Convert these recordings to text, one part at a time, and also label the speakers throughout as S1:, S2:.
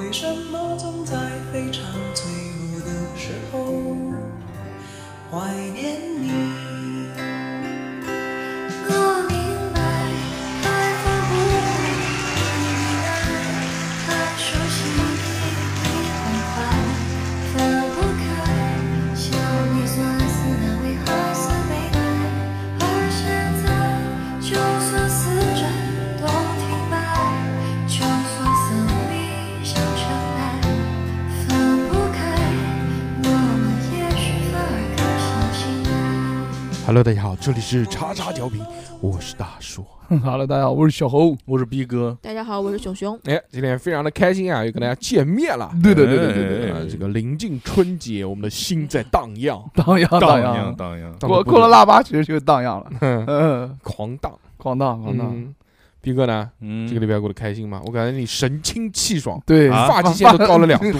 S1: 为什么总在非常脆弱的时候怀念你？
S2: 我明白，爱会不会依赖？太熟悉，你很快分不开。想你算是安慰还是悲哀？而现在，就算死战都停摆，就算生命像尘埃，分不开，我们也许反而更相信爱。
S3: Hello，大家好，这里是叉叉调频，我是大叔。
S4: 哈喽，大家好，我是小猴。
S3: 我是逼哥。
S5: 大家好，我是熊熊。
S3: 哎，今天非常的开心啊，又跟大家见面了。
S4: 对的，对的，对的。
S3: 啊，这个临近春节，我们的心在荡漾，
S4: 荡漾，
S6: 荡
S4: 漾，
S6: 荡漾。
S3: 荡
S4: 过
S3: 得不
S4: 过了腊八，其实就荡漾了。
S3: 哼
S4: 嗯，
S3: 嗯 狂荡，
S4: 狂荡，狂荡。
S3: 嗯。逼哥呢？
S6: 嗯
S3: 这个礼拜过得开心吗？我感觉你神清气爽，
S4: 对，
S6: 啊
S3: 发际线都高了两 度。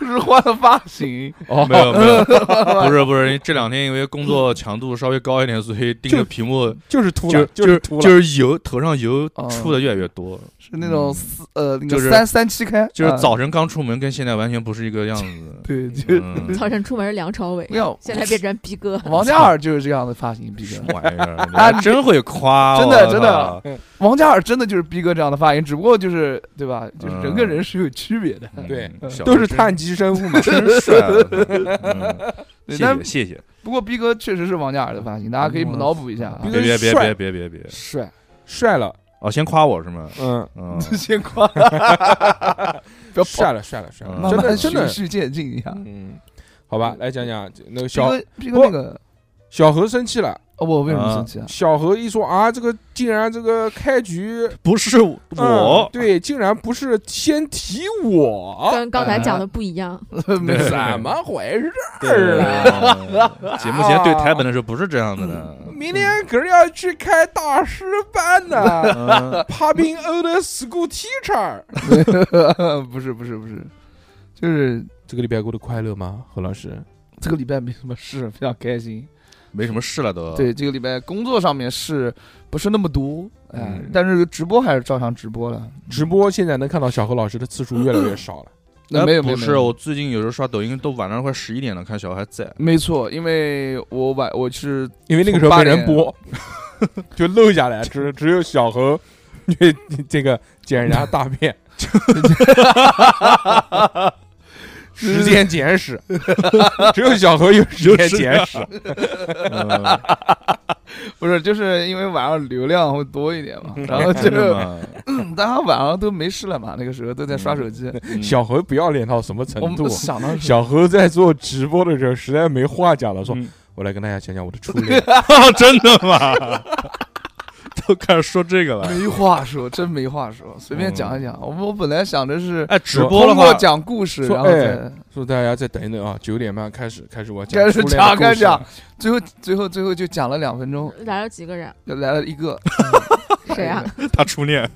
S4: 是换了发型。
S3: 哦
S6: 没有没有，不是不是，这两天因为工作强度稍微高一点，所以盯着屏幕
S3: 就是秃
S6: 就
S3: 了，
S6: 就是是
S3: 秃了，
S6: 就是油头上油
S4: 哦
S6: 出的越来越多，
S4: 是那种
S6: 嗯
S4: 四呃那
S6: 就
S4: 个
S6: 是
S4: 三三七开，
S6: 就是
S4: 啊
S6: 早晨刚出门跟现在完全不是一个样子。
S4: 对，就是
S6: 嗯，
S5: 早晨出门是梁朝伟
S4: 没，有
S5: 现在变成逼哥。
S4: 王嘉尔就是这样的发型，逼
S6: 什
S4: 哥。
S6: 么玩意儿？你还真会夸，
S4: 真的
S6: 我
S4: 真的
S6: 操，
S4: 王嘉尔真的就是逼哥这样的发型，只不过就是对吧？就是人跟人是有区别的。
S6: 嗯
S3: 对
S6: 小
S3: 都是
S6: 真
S3: 碳基生物嘛。
S6: 真帅啊。嗯
S4: 对
S6: 谢
S4: 但
S6: 谢嗯谢谢，
S4: 不过逼哥确实是王嘉尔的发型，大家可以脑补一下啊
S3: 逼。哥
S6: 别别别
S3: 帅
S6: 别别别别，
S3: 帅，帅了，
S6: 哦，先夸我是吗？
S3: 嗯，
S6: 嗯，
S4: 先 夸，不要跑，
S3: 帅了，帅了，帅了，
S6: 嗯
S4: 慢
S3: 真
S4: 慢
S3: 的，真
S4: 循
S3: 的，
S4: 序渐进一下。
S3: 嗯，好吧，来讲讲那个
S4: 逼
S3: 小
S4: 哥，逼哥那个，
S3: 小何生气了，
S4: 哦我为什么生气啊？
S3: 小何一说啊，这个竟然这个开局
S6: 不是
S3: 嗯
S6: 我，
S3: 对，竟然不是先提 我，
S5: 跟刚
S4: 哎
S5: 才讲的不一样，
S4: 没事
S3: 怎么回事？
S6: 对啊 节目前对台本的时候不是这样的
S4: 嗯
S3: 明天可是要去开大师班呢
S6: 呢。
S3: ，Popping old school teacher。
S4: 不是不是不是，就是
S3: 这个礼拜过得快乐吗，何老师？
S4: 这个礼拜没什么事，非常开心。
S6: 没什么事了都。
S4: 对，这个礼拜工作上面是不是那么多？哎
S3: 嗯，
S4: 但是直播还是照常直播了。
S3: 直播现在能看到小何老师的次数越来越少了。
S4: 那
S6: 哎
S4: 没有没有
S6: 不
S4: 没
S6: 是，
S4: 有
S6: 我最近有时候刷抖音都晚上快十一点了，看小孩还 在。
S4: 没错，因为我晚我是
S3: 因为那个时候没人播， 就漏下来，只只有小何，这这个捡人家大便， 时间简 史，只有小何有时间简史，
S4: 呃
S6: 嗯
S4: 不是就是因为晚上流量会多一 点嘛，然后就
S6: 真的
S4: 是
S6: 吗
S4: 大家晚上都没事了嘛，那个时候都在刷手机。
S6: 嗯
S3: 小何不要脸到什么程
S4: 我们
S3: 度
S4: 都？想到
S3: 小何在做直播的时候实在没话讲了，说
S6: 嗯：“
S3: 我来跟大家讲讲我的初 恋。
S6: 真的吗？ 都开始说这个了。
S4: 没话说，真没话说，随便讲一讲。我我本来想着是
S6: 哎，直播
S4: 通
S6: 的
S4: 过
S6: 话，
S4: 讲故事，
S3: 说
S4: 然后
S3: 哎
S4: 再”
S3: 说大家再等一等啊，九点半开始开始我讲
S4: 开
S3: 初
S4: 始
S3: 恋的故
S4: 讲
S3: 事
S4: 开始讲最后最后最后就讲了两分钟，
S5: 来了几 个人？
S4: 就来了一个
S5: 谁啊？
S6: 他初恋，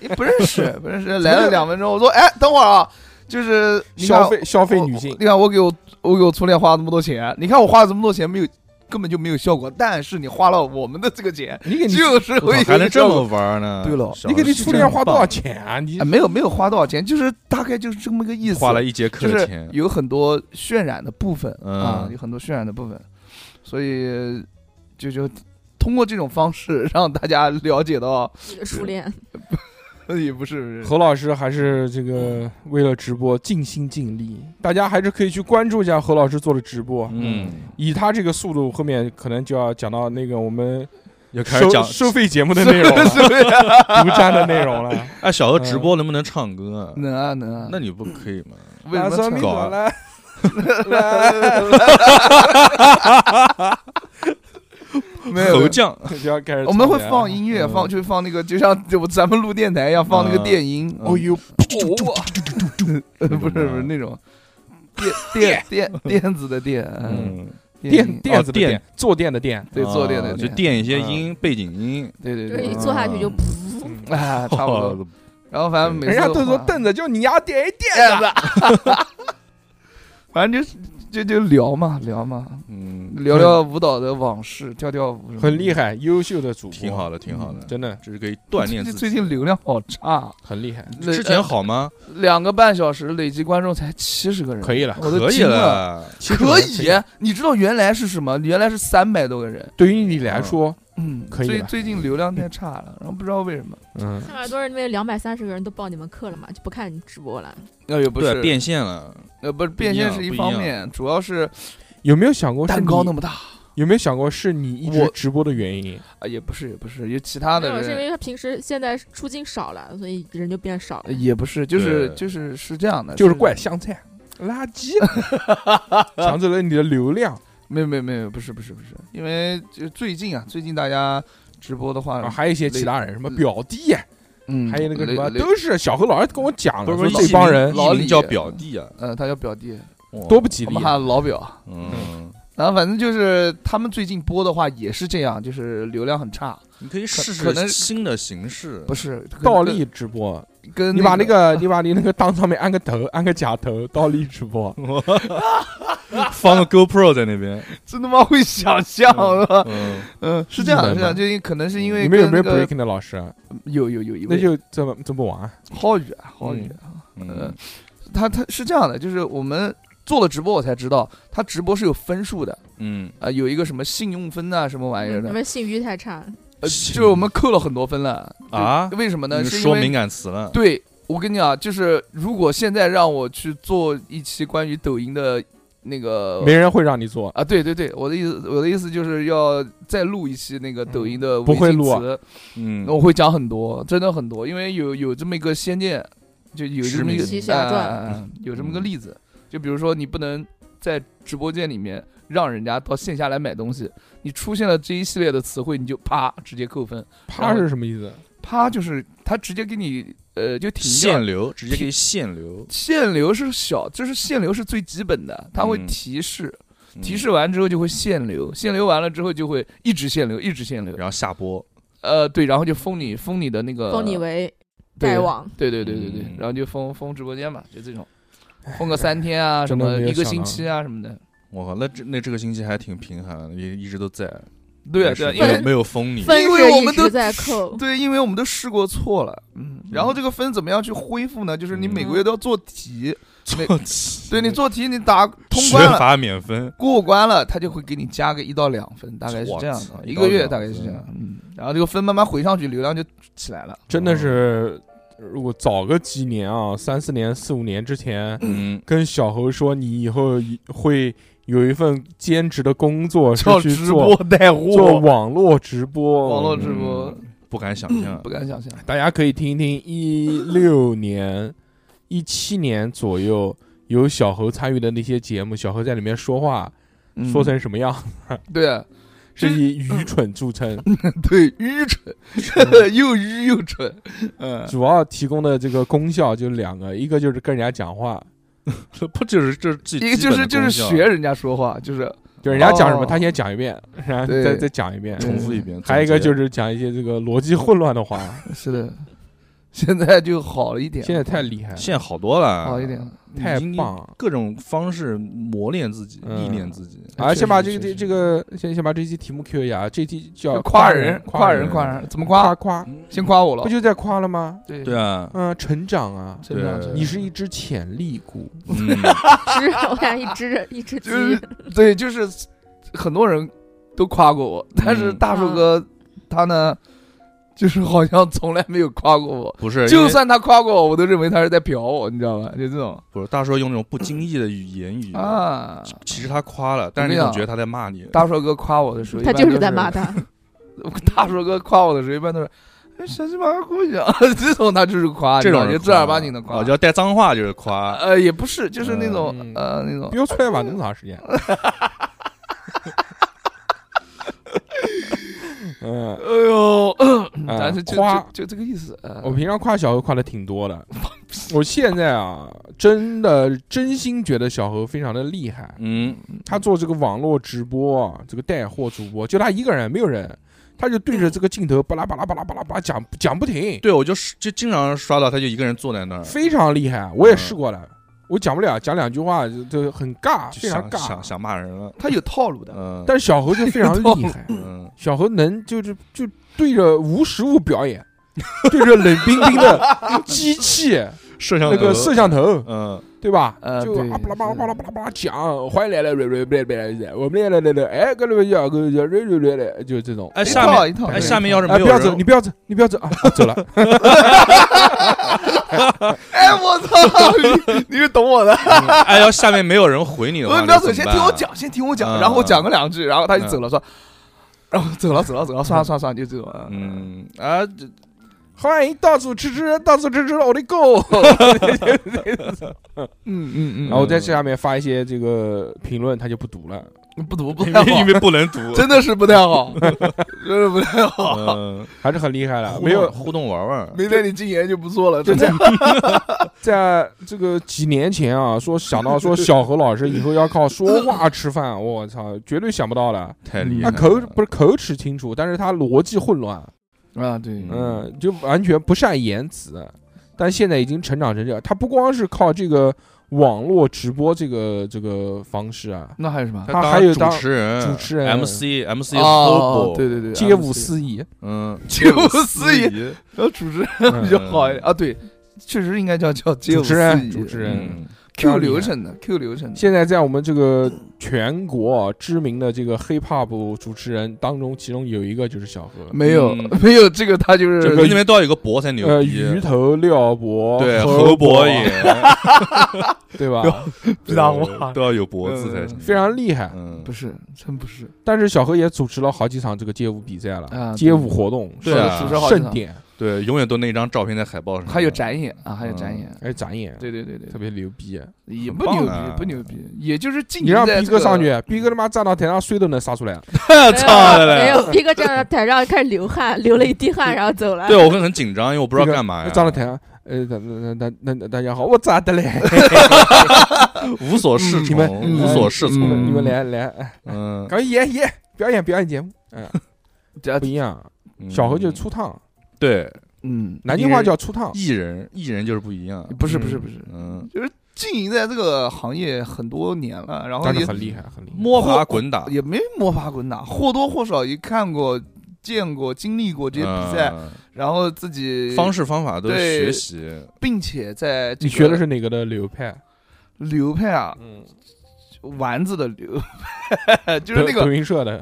S4: 也不认识，不认识，来了两分钟，我说哎，等会儿啊，就是你看
S3: 消费消费
S4: 我
S3: 女性
S4: 你看我给我我给我初恋花了那么多钱，你看我花了这么多钱没有，根本就没有效果，但是你花了我们的这个钱，
S3: 哎你给你
S4: 就是
S6: 我
S4: 会有
S6: 还能这
S4: 效
S6: 么
S4: 果。
S6: 玩呢？
S4: 对了
S6: 小
S3: 你
S6: 孩
S3: 给你
S6: 是
S3: 初恋
S6: 真
S3: 花多
S6: 棒
S3: 少钱啊？你
S4: 哎没有没有花多少钱，就是大概就是这么个意思，
S6: 花了一节课
S4: 就
S6: 的
S4: 是
S6: 钱。
S4: 有很多渲染的部分
S6: 嗯
S4: 啊，有很多渲染的部分，所以就就通过这种方式 让大家了解到，
S5: 你的初恋？
S4: 也不是不是
S3: 何老师还是这
S6: 嗯
S3: 个为了直播尽心尽力，大家还是可以去关注一下何老师做的直播。
S6: 嗯，
S3: 以他这个速度，后面可能就要讲到那个我们
S6: 又开始
S3: 收
S6: 讲
S3: 收费节目的内容了， 独占的内 容了。
S6: 哎，小何直播
S4: 嗯
S6: 能不能唱歌？
S4: 能啊能啊，
S6: 那你不可以吗？
S4: 为什么
S3: 啊
S4: 唱
S6: 搞啊
S3: 来来来
S4: 没有没
S6: 猴
S4: 有？
S6: 酱，
S3: 来 就要开始，
S4: 我们会放。音乐，
S6: 嗯
S4: 放就放那个，就像就咱们录电台一样，放那个电音。
S6: 嗯
S4: 哦呦，呃不是
S6: 那种吗
S4: 不是那种电电电电子的电，嗯，
S6: 嗯，
S3: 垫
S4: 音
S3: 垫子的
S6: 垫
S3: 垫，坐垫的垫，
S4: 对坐垫
S6: 啊
S4: 的
S6: 就，垫一些
S4: 嗯
S6: 音，背景音，
S4: 对对
S5: 就是
S4: 对
S5: 一
S4: 对
S5: 坐下去就噗，
S4: 啊，差不多。
S6: 哦。
S4: 然后反正每次
S3: 人家都说
S4: 换
S3: 凳子就你要垫一垫
S4: 垫
S3: 子，
S4: 子，反正就是就就聊嘛聊嘛，
S6: 嗯，
S4: 聊聊舞蹈的往事，跳跳舞什么的。
S3: 很厉害，优秀的主播，
S6: 挺好的，挺好的，
S3: 真的
S6: 这是可以锻炼
S4: 最嗯
S6: 自
S4: 最
S6: 己。
S4: 近流量好差，
S3: 很厉害。
S6: 之前好吗？
S4: 呃两个半小时累计观众才七十个人，
S3: 可以了
S4: 呃我啊都
S6: 可以
S4: 惊了。
S6: 了，
S4: 可以，你知道原来是什么？原来是三百多个人，
S3: 对于你来说，
S4: 嗯，
S3: 可以
S4: 最
S3: 了
S4: 最近流量太差了，然后不知道为什么。
S3: 嗯，
S5: 上耳朵那边两百三十个人都报你们课了嘛，就不看你直播了。
S4: 那也不
S6: 对，变现了。
S4: 呃，不是
S6: 一样
S4: 变现是一
S6: 不一
S4: 方
S6: 样
S4: 面，主要是
S3: 有没有想过是
S4: 蛋糕
S3: 你
S4: 那么大
S3: 有没有想过是你一直
S4: 我
S3: 直播的原因？
S4: 啊，也不是也不是，有其他
S5: 没有，
S4: 的
S5: 是因
S4: 人
S5: 为他平时现在出镜少了，所以人就变少了
S4: 呃。也不是，就是
S6: 对
S4: 就是是这样的，
S3: 就是怪香菜、垃 圾，抢走了你的流量
S4: 没有没有没有，不是不是不是，因为就最近啊，最近大家直播的话，
S3: 啊！还有一些其他人，什么表弟，
S4: 嗯，
S3: 还有那个什么，
S4: 雷雷
S3: 都是小何老师跟我讲
S6: 不
S3: 的，
S6: 是
S3: 说
S6: 不是，
S3: 这帮人
S4: 老
S6: 艺
S4: 李
S6: 名叫表弟啊，
S4: 呃，他叫表弟，
S3: 多不吉
S4: 我
S3: 利啊
S4: 们。喊老表。
S6: 嗯，
S4: 然后反正就是他们最近播的话也是这样，就是流量很差，
S6: 你可以试
S4: 可能
S6: 试新的形式，
S4: 不是可能
S3: 倒立直播，
S4: 跟跟
S3: 你把那
S4: 那
S3: 个你把你那个裆上面安个头，安个假头，倒立直播。
S6: 放个 GoPro 在那边，
S4: 真他妈会想象
S6: 嗯
S4: 是吧？
S6: 嗯，
S4: 嗯，是这样
S3: 日本
S4: 是这样，
S3: 嘛
S4: 就因可能是因为
S3: 你们有没有
S4: 跟那个
S3: breaking 的老师？啊
S4: 有有有一
S3: 那
S4: 位
S3: 就这么这么玩。
S4: 浩宇啊浩宇啊，
S6: 嗯
S4: 呃，他他是这样的，就是我们做了直播，我才知道他直播是有分数的
S6: 嗯，
S4: 啊、有一个什么信用分呐、什么玩意儿
S5: 你
S4: 的，
S5: 嗯们信誉太差，
S4: 呃，就是我们扣了很多分了
S6: 啊
S4: 对为什么呢？
S6: 你
S4: 是因
S6: 说敏
S4: 为
S6: 感词了，
S4: 对我跟你讲，就是如果现在让我去做一期关于抖音的那个
S3: 没人会让你做，
S4: 啊，对对对，我的意思，我的意思就是要再录一期那个抖音的
S3: 不会
S4: 违禁
S3: 录啊
S4: 词
S6: 嗯
S4: 那，我会讲很多，真的很多，因为有有这么一个先见，就有这么一个
S5: 驰名奇
S4: 哎
S5: 侠传
S4: 哎哎
S3: 嗯
S4: 哎有这么个例子，就比如说你不能在直播间里面让人家到线下来买东西，你出现了这一系列的词汇，你就啪直接扣分，
S3: 啪是什么意思？
S4: 啪就是他直接给你呃就停掉
S6: 限。流，直接给限流，
S4: 限流是小，就是限流是最基本的，它会
S6: 嗯
S4: 提示，
S6: 嗯
S4: 提示完之后就会限流，限流完了之后就会一直限流，一直限流
S6: 然，后下播，
S4: 呃，对，然后就封你封你的那个
S5: 封你为
S4: 呃对
S5: 代网。
S4: 对对对对对，
S6: 嗯
S4: 然后就封封直播间嘛，就这种，封个三天啊，什
S3: 真的
S4: 么
S3: 没有
S4: 一个
S3: 想
S4: 星
S3: 到
S4: 期啊什么的。
S6: 我靠，那这那这个星期还挺贫寒的，也一直都在，
S4: 对啊
S6: 没事
S4: 对啊，因
S6: 没有
S4: 为
S5: 分
S6: 没有封你，
S5: 分
S4: 因为
S5: 是
S4: 我
S5: 一
S4: 们
S5: 直
S4: 都
S5: 在扣，
S4: 对，因为我们都试过错了，嗯，然后这个分怎么样去恢复呢？就是你每个月都要做题，
S6: 错题
S4: 对你做题你打通
S6: 学
S4: 关了。
S6: 法免分，
S4: 过关了，他就会给你加个一到两分，大概是
S6: 我
S4: 这样
S6: 操
S4: 的，
S6: 一
S4: 一
S6: 到
S4: 个月
S6: 两
S4: 大概是这样
S6: 分，
S4: 嗯，然后这个分慢慢回上去，流量就起来了。
S3: 真的是，如果早个几年啊，三四年、四五年之前，
S6: 嗯，
S3: 跟小侯说你以后会有一份兼职的工作，是去做
S4: 带
S3: 做，网络直播，
S4: 网络
S6: 嗯
S4: 直播
S6: 不敢想象啊
S4: 不，敢想象。
S3: 大家可以听一听一六年、一七年左右有小侯参与的那些节目，小侯在里面说话，
S4: 嗯
S3: 说成什么样，
S4: 对啊，
S3: 是以愚蠢著称。
S4: 嗯对，愚蠢，又愚又蠢，嗯，
S3: 主要提供的这个功效就两个，一个就是跟人家讲话，
S6: 不 就是就是最
S4: 一个
S6: 基
S4: 就
S6: 本的
S4: 是就是
S6: 功效
S4: 学人家说话，就是
S3: 就人家讲什么
S4: 哦
S3: 他先讲一遍，然后
S4: 对
S3: 再再讲一遍，嗯
S6: 重复一遍，
S3: 还有一个就是是讲一些这个逻辑混乱的话，
S4: 是的，现在就好了一点，
S3: 现在啊太厉害了，
S6: 现在好多了，
S4: 好一点了，
S3: 太
S6: 已经
S3: 棒了。
S6: 各种方式磨练自己，
S3: 嗯
S6: 历练自己。
S3: 啊，先把这个
S4: 确
S3: 这
S4: 实
S3: 这个先先把这期题目 Q 一下，啊，这期叫
S4: 就夸
S3: 人
S4: 人，夸
S3: 人
S4: 人，夸人，怎么
S3: 夸
S4: 夸？嗯
S3: 夸，
S4: 先夸我了
S3: 不，就在夸了吗？
S4: 对
S6: 对，啊，
S3: 嗯，成长啊，
S4: 真的
S6: 对
S4: 真的
S3: 你是一只潜力股，
S6: 嗯，
S5: 只我俩一只一只 鸡
S4: 就。是 对，就是很多人都夸过我，但是
S6: 嗯
S4: 大树哥他呢，就是好像从来没有夸过我。
S6: 不是，因
S4: 就
S6: 为
S4: 算他夸过我，我都认为他是在嫖我，你知道吗？就这种
S6: 不是大叔用那种不经意的语言语，
S4: 啊，
S6: 其实他夸了，但是你总觉得他在骂你。
S4: 大硕哥夸我的时候，
S5: 他
S4: 一般
S5: 就
S4: 都
S5: 是
S4: 是
S5: 在骂他，
S4: 大硕哥夸我的时候，一般都是哎神奇马姑娘， 这种他就是夸，
S6: 这种
S4: 啊你
S6: 人
S4: 知道就正儿八经的
S6: 啊
S4: 夸，
S6: 要带脏话就是夸。
S4: 呃也不是，就是那种
S3: 嗯
S4: 呃那 种
S3: 不要出来玩那么长时 间。嗯，
S4: 哎呦，
S6: 嗯
S3: 啊
S4: 咱就就
S3: 夸
S4: 就就这个意思，呃
S3: 我平常夸小何夸的挺多 的，我现在啊，真的真心觉得小何非常的厉害。
S6: 嗯，
S3: 他做这个网络直播啊，这个带货主播，就他一个人，没有人，他就对着这个镜头巴拉巴拉巴拉巴拉巴拉讲讲不停，
S6: 对，我就是就经常刷到他就一个人坐在那儿，
S3: 非常厉害。我也试过了，我讲不了，讲两句话就就很尬，
S6: 就
S3: 非常
S6: 想想
S3: 尬。
S6: 想骂人了，
S4: 他有套路的，
S6: 嗯，
S3: 但是小何就非常厉害，
S6: 嗯，
S3: 小何能就是就对着无实物表演，对着冷冰冰的机器
S6: 摄像
S3: 那个
S6: 头
S3: 摄，像头，
S6: 嗯，
S3: 对吧？
S4: 呃
S3: 就
S4: 对
S3: 啊巴拉巴拉巴拉巴拉巴拉讲，欢迎来来来来来来来，我们来来来来，哎，各位要各位要来来来来，就这种。
S6: 哎，
S4: 一
S6: 下
S4: 套啊
S6: 面
S4: 一套，
S6: 哎，下面要是
S3: 哎，
S6: 没
S3: 不
S6: 有
S3: 要
S6: 人，
S3: 走，你不要走，你不要走 啊！啊走了，
S4: 哎我 操，你你是懂我的，
S6: 哎，要下面没有人回你 的
S4: 我
S3: 啊
S6: 话，
S4: 你不要走，
S6: 那
S4: 先
S6: 怎么
S4: 听
S6: 办
S4: 我，讲，先听我讲，
S6: 嗯
S4: 然后我讲个两句，然后他就
S6: 嗯
S4: 走了，说，然后走了走了走了，算了算了算了，就这种，嗯，
S6: 嗯啊，这
S3: 欢迎到处吃吃，到处吃吃我的狗。
S4: 嗯嗯嗯，
S3: 然后在下面发一些这个评论，他就不读了。
S4: 嗯不读 不
S6: 因
S4: 太
S6: 为因
S4: 好，
S6: 为不能读，
S4: 真的是不太好，真是不太好。
S6: 嗯，
S3: 还是很厉害了，
S6: 互
S3: 没有
S6: 动互动玩玩，
S4: 没带你禁言就不 错了，
S3: 就
S4: 真的
S3: 在在这个几年前啊，说想到说小何老师以后要靠说话吃饭，我操，绝对想不到的。
S6: 太厉害
S3: 他
S6: 了，
S3: 口不是口齿清楚，但是他逻辑混乱，
S4: 啊，对
S3: 嗯，就完全不善言辞。但现在已经成长成这样，他不光是靠这个网络直播这个这个方式啊，
S4: 那还有什么？
S3: 他还有当
S6: 当主持人，
S3: 主持人
S6: MC MC
S4: 哦
S6: Hobo，，
S4: 对对对，
S3: 街舞
S4: MC
S3: 司 仪，
S6: 嗯，
S4: 街舞
S6: 司
S4: 司仪，
S6: 仪，
S4: 然后主持人
S3: 嗯
S4: 比较好一点啊，对，确实应该叫叫街
S3: 主
S4: 舞
S3: 持
S4: 司
S3: 人
S4: 仪，
S3: 主持人。
S6: 嗯，
S4: Q 流程的 Q 流程的，
S3: 现在在我们这个全国啊知名的这个 hip hop 主持人当中，其中有一个就是小何，
S4: 没有
S6: 嗯
S4: 没有这个他就是
S3: 这个
S6: 那边都要有个博才牛
S3: 呃，
S6: 逼，
S3: 鱼头廖博，
S6: 对，
S3: 侯
S6: 侯博
S3: 也，
S6: 也
S3: 对吧？
S4: 比他好
S6: 都要有博字才行，
S3: 非常厉害。
S6: 嗯
S4: 不，是，真不是，
S3: 但是小何也主持了好几场这个街舞比赛
S4: 啊
S3: 了，
S4: 对
S3: 街舞活动，
S6: 对啊
S4: 主持好几
S3: 盛
S4: 场，
S3: 典，
S6: 对，永远都那张照片在海报上，
S4: 还有展演啊，还有展演，
S3: 哎，展演，
S4: 对对对对
S3: 特，别牛逼。
S4: 也
S6: 很
S4: 不
S6: 棒
S4: 牛
S6: 啊
S4: 逼，不牛逼，也就是进
S3: 你让逼哥上去，逼哥他妈站到台上水都能撒出来。
S6: 我 操
S5: 没
S6: 嘞！
S5: 有，逼哥站在台上开始流汗，流了一地汗，然后走了。
S6: 对我会很紧张，因为我不知道
S3: 逼哥
S6: 干嘛呀。
S3: 站到台上，呃，大大大大大大家好，我咋的嘞？
S6: 无所适
S3: 你们
S6: 从，无所适
S3: 你们
S6: 从。
S3: 你们来来，哎
S6: 嗯，
S3: 赶紧演演表演表演节目。嗯，
S4: 这
S3: 不一样，
S6: 嗯
S3: 小何就是出趟，
S6: 对
S4: 嗯，
S3: 南京话叫出趟。
S6: 艺人，艺人就是不一样。
S4: 不是不是
S3: 嗯
S4: 不是，
S6: 嗯，
S4: 经营在这个行业很多年了，然后
S3: 但
S4: 哦也
S3: 是很厉害，很厉害。
S6: 摸爬滚打，
S4: 也没摸爬滚打，或多或少也看过、见过、经历过这些比赛，
S6: 嗯
S4: 然后自己
S6: 方，式方法都是
S4: 对
S6: 学习。
S4: 并且在这
S3: 你
S4: 个
S3: 学的是哪个的流派？啊
S4: 流派啊，
S3: 嗯，
S4: 丸子的流派， 就是那
S3: 德
S4: 个
S3: 云社 的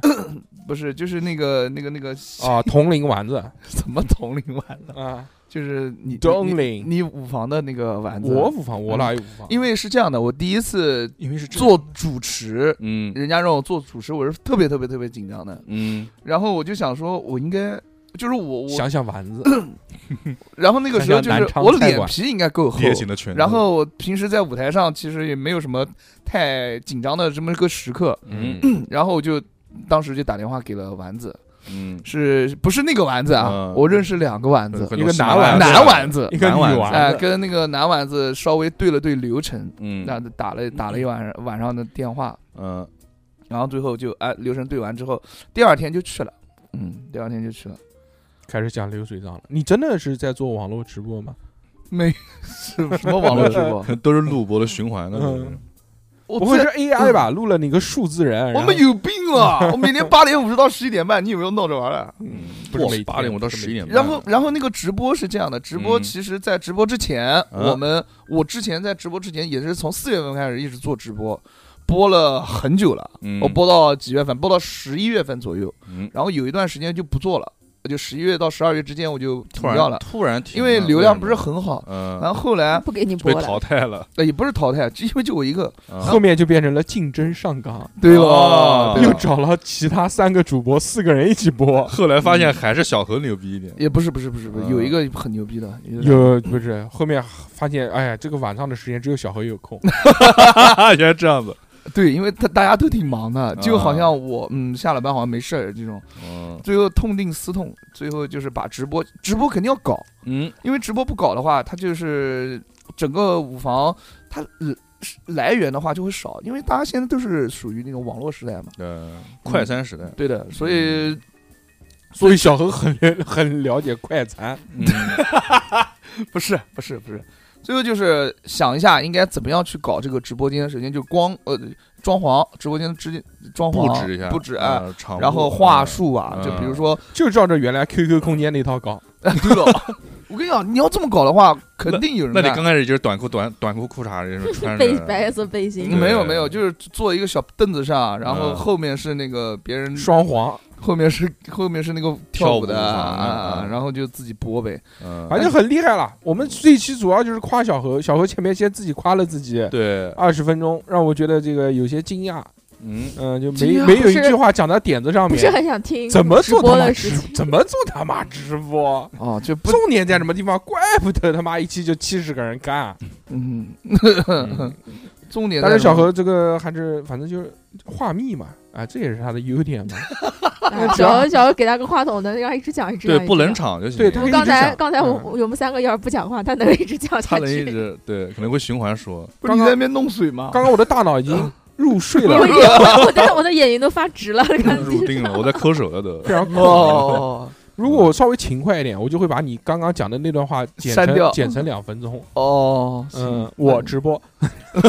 S4: 不是，就是那个那个那个
S3: 啊，铜铃丸 子
S4: 什么铜铃丸子，
S3: 啊，
S4: 就是你
S3: 铜
S4: 你
S3: 铃。
S4: 你五房的那个丸子，啊
S3: 我五房，我哪有五房？
S4: 因为是这样的，我第一次
S6: 因为是这样
S4: 做主持。
S6: 嗯
S4: 人家让我做主持，我是特别特别特别紧张的。
S6: 嗯，
S4: 然后我就想说，我应该就是我我
S3: 想想丸子，
S4: 然后那个时候就
S3: 像南
S4: 是
S3: 昌
S4: 我
S3: 菜
S4: 脸
S3: 馆
S4: 皮应该够厚，
S6: 烈情的拳头。
S4: 然后我平时在舞台上其实也没有什么太紧张的这么个时刻，
S6: 嗯
S4: 然后我就当时就打电话给了丸子，
S6: 嗯，
S4: 是不是那个丸子啊？
S6: 嗯
S4: 我认识两个丸子，
S6: 可
S3: 嗯
S6: 能
S3: 一个
S6: 是
S3: 男
S6: 麻
S3: 丸子
S6: 辣的
S4: 男丸子
S3: 一个
S6: 男
S3: 女
S6: 丸子
S3: 丸
S4: 哎、
S3: 子，
S4: 跟那个男丸子稍微对了对流程，
S6: 嗯
S4: 那打了打了一晚上晚上的电话，
S6: 嗯
S4: 然后最后就哎流程对完之后，第二天就去了，嗯，第二天就去了，
S3: 开始讲流水账了。你真的是在做网络直播吗？
S4: 没什么什么网络直播，
S6: 都是录播的循环的。
S3: 嗯
S4: 我
S3: 不会
S4: 在
S3: 是 AI 吧？录了你个数字人，
S4: 我
S3: 然后
S4: 们有病 啊！我每天八点五十到十一点半，你有没有闹着玩儿啊？
S3: 嗯不是每
S6: 我八点我到
S3: 不是
S6: 十
S3: 每
S6: 一点半。
S4: 然后，然后那个直播是这样的，直播
S6: 嗯
S4: 嗯其实，在直播之前，
S6: 嗯
S4: 我们我之前在直播之前也是从四月份开始一直做直播，播了很久了，
S6: 嗯
S4: 我播到几月份？播到十一月份左右，
S6: 嗯
S4: 然后有一段时间就不做了，就十一月到十二月之间我就
S6: 突
S4: 停掉
S6: 然
S4: 了，
S6: 突然停
S4: 因
S6: 了，
S4: 为流量不是
S6: 为什
S4: 很好。
S6: 么
S4: 然后后来
S5: 不给你
S6: 嗯被
S5: 播
S6: 淘
S5: 了，
S6: 汰了，
S4: 呃也不是淘汰，就因为就我一个，
S3: 后面就变成了竞争上岗，
S4: 对
S6: 哦
S4: 吧？
S5: 啊
S4: 对
S3: 又
S4: 吧
S3: 找了其他三个主播，四个人一起播。
S6: 后来发现还是小何牛逼一点。
S4: 也不是不是不是不是，
S6: 嗯
S4: 有一个很牛逼的，有一个
S3: 有不是后面发现，哎呀，这个晚上的时间只有小何有 空，
S6: 原来这样子，
S4: 对，因为他大家都挺忙的，就好像我嗯下了班好像没事儿这种，
S6: 嗯
S4: 最后痛定思痛，最后就是把直播直播肯定要搞，
S6: 嗯
S4: 因为直播不搞的话，它就是整个舞房它呃是来源的话就会少，因为大家现在都是属于那种网络时代嘛，
S6: 呃，快餐时代，
S4: 对的，所以
S3: 所以小何很很了解快餐。
S6: 嗯
S4: 不是不是不是，最后就是想一下应该怎么样去搞这个直播间。首先就光呃装潢，直播间的直装
S6: 布
S4: 潢
S6: 置一下，
S4: 布置哎，
S6: 呃，场
S4: 然后
S6: 布
S4: 话
S6: 嗯
S4: 术啊，就比如
S6: 嗯
S4: 说，
S3: 就照着原来 QQ 空间那套搞。
S4: 对了， 我跟你讲，你要这么搞的话，肯定有人
S6: 那你
S4: 干
S6: 刚开始就是短裤、短短裤、裤衩这种穿
S5: 背
S6: 着，
S5: 白色背心
S3: 嗯
S4: 嗯
S6: 对，
S4: 没有没有，就是坐一个小凳子上，然后
S6: 嗯
S4: 后面是那个别
S5: 嗯
S4: 人，
S3: 双簧，
S4: 后面是后面是那个跳舞的
S6: 跳舞房
S4: 啊，
S6: 嗯
S4: 然后就自己播呗。
S6: 嗯，
S3: 反正很厉害了。我们这一期主要就是夸小何，小何前面先自己夸了自己
S6: 对，
S3: 二十分钟，让我觉得这个有些惊讶，
S6: 嗯，
S3: 嗯，就
S4: 惊
S3: 没
S4: 讶
S3: 没有
S5: 不
S3: 一
S5: 是
S3: 句话讲到点子上
S5: 不是
S3: 面。
S5: 很想 听
S3: 怎么
S5: 直
S3: 做他
S5: 播
S3: 妈
S5: 的事
S3: 直？
S5: 情。
S3: 怎么做他妈直播？
S4: 哦，就不
S3: 重点在什么地方？怪不得他妈一期就七十个人干。
S4: 嗯，
S6: 嗯
S4: 重点在
S3: 但是
S4: 什么。
S3: 小何这个还是反正就是话密嘛，啊，这也是他的优点 嘛。
S5: 哎小何小何给他个话筒，能让他一直讲一直讲。
S6: 对，
S5: 一直
S6: 不冷
S5: 讲。
S6: 场就行。
S3: 啊对他
S5: 我
S3: 一
S5: 刚
S3: 直
S5: 才
S3: 讲
S5: 刚才我
S3: 嗯
S5: 我们三个要是不讲话，他能一直讲
S6: 他
S5: 下
S6: 能 一
S5: 去。
S6: 直对，可能会循环说，
S4: 不是
S3: 刚
S4: 你
S3: 刚
S4: 在那边弄水吗？
S3: 刚刚我的大脑已 经入睡
S5: 我
S3: 了，
S5: 我我的我的眼睛都发直了，看
S3: 嗯
S6: 入定了，我在抠手了都。
S3: 非 常困。
S4: 哦
S3: 如果我稍微勤快一点，我就会把你刚刚讲的那段话剪
S4: 删掉
S3: 成剪成两分 钟。
S4: 哦，
S3: 嗯，我直播。
S4: 那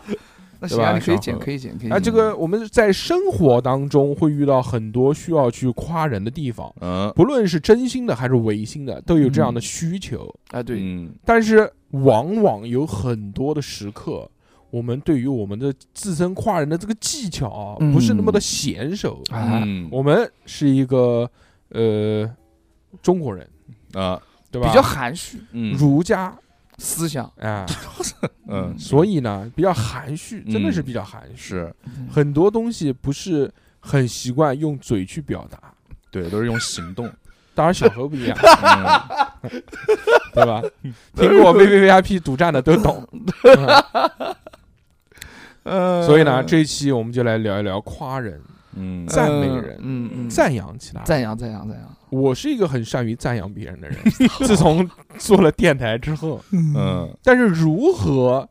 S3: 对
S4: 行
S3: 吧
S4: 啊，你可以
S3: 小
S4: 剪，
S6: 何
S4: 可以剪，可以
S3: 哎，
S4: 剪。
S3: 这个我们在生活当中会遇到很多需要去夸人的地方，
S6: 嗯，
S3: 不论是真心的还是违心的，都有这样
S4: 嗯
S3: 的需求。
S4: 哎， 对，
S6: 嗯，
S3: 但是往往有很多的时刻，我们对于我们的自身夸人的这个技巧啊，
S4: 嗯
S3: 不是那么的娴熟。
S4: 哎
S6: 嗯
S3: 我们是一个呃中国人，
S6: 啊，
S3: 对吧？
S4: 比较含蓄
S6: 嗯
S3: 儒家
S4: 思想，
S3: 啊，
S6: 嗯
S3: 所以呢比较含蓄，真的是
S6: 嗯
S3: 比较含蓄，
S6: 是
S3: 很多东西不是很习惯用嘴去表达。
S6: 对，都是用 行动。
S3: 当然，小何不一样，
S6: 嗯
S3: 对吧？听过 VVVIP 独占的都懂。
S4: 呃
S3: 所以呢，这一期我们就来聊一聊夸人、
S6: 嗯，
S3: 赞美
S4: 呃
S3: 人
S4: 嗯嗯，
S3: 赞扬起来。
S4: 赞扬赞扬赞扬。
S3: 我是一个很善于赞扬别人的人， 自从做了电台之后，
S6: 嗯
S3: 但是如何，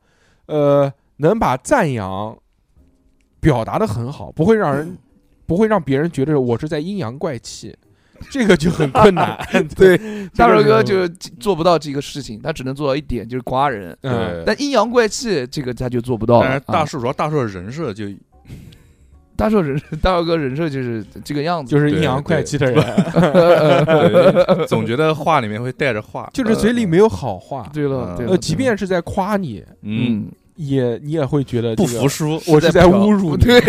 S3: 呃，能把赞扬表达的很好，不会让
S4: 嗯
S3: 人不会让别人觉得我是在阴阳怪气，这个就很困难。 这
S4: 对
S3: 个
S4: 大帅哥
S3: 很
S4: 就是做不到这个事情，他只能做到一点，就是夸人。
S3: 嗯，
S6: 对。
S4: 但阴阳怪气这个他就做不到了。
S6: 但是大
S4: 啊
S6: 树主要大树的人 设就
S4: 大帅人，大帅哥人设就是这个样子，
S3: 就是阴阳怪气的人，
S6: 对总觉得话里面会带着 话，
S3: 就是嘴里没有好话。
S4: 对了，对了。
S3: 呃，即便是在夸你，
S6: 嗯
S4: 嗯，
S3: 也你也会觉得
S6: 不
S3: 这个
S6: 服输，
S3: 我是在
S4: 在
S3: 侮辱你，
S4: 对，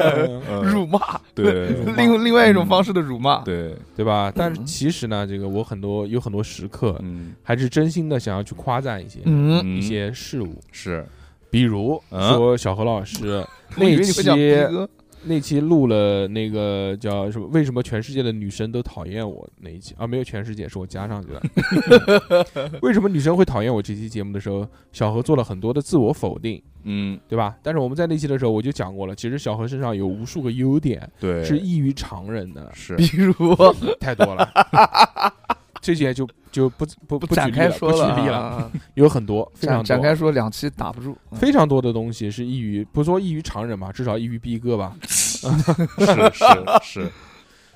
S3: 嗯
S6: 嗯
S4: 辱骂，
S6: 对
S3: 辱骂嗯
S4: 另另外一种方式的辱骂。
S6: 对，
S3: 对吧？但是
S4: 嗯
S3: 其实呢，这个我很多有很多时刻
S6: 嗯
S3: 还是真心的想要去夸赞一些
S4: 嗯，
S6: 嗯
S3: 一些事物，
S6: 是
S3: 比如
S6: 啊
S3: 说小何老师 那
S4: 我以为你会讲
S3: 期
S4: 逼哥
S3: 那期录了那个叫什么？为什么全世界的女生都讨厌我那一期啊？没有全世界，是我加上去的。 为什么女生会讨厌我？这期节目的时候，小何做了很多的自我否定，
S6: 嗯
S3: 对吧？但是我们在那期的时候我就讲过了，其实小何身上有无数个优点
S6: 对
S3: 是异于常人 的，
S6: 是
S4: 比如
S3: 太多了，这些就就不不不
S4: 展
S3: 举例
S4: 开
S3: 了
S4: 说
S3: 不举
S4: 了
S3: 例了，
S4: 啊，
S3: 有很多非常
S4: 展
S3: 多
S4: 展开说两期打不住，
S3: 非常多的东西是异于不说异于常人吧，至少异于逼哥吧，
S6: 是 是是，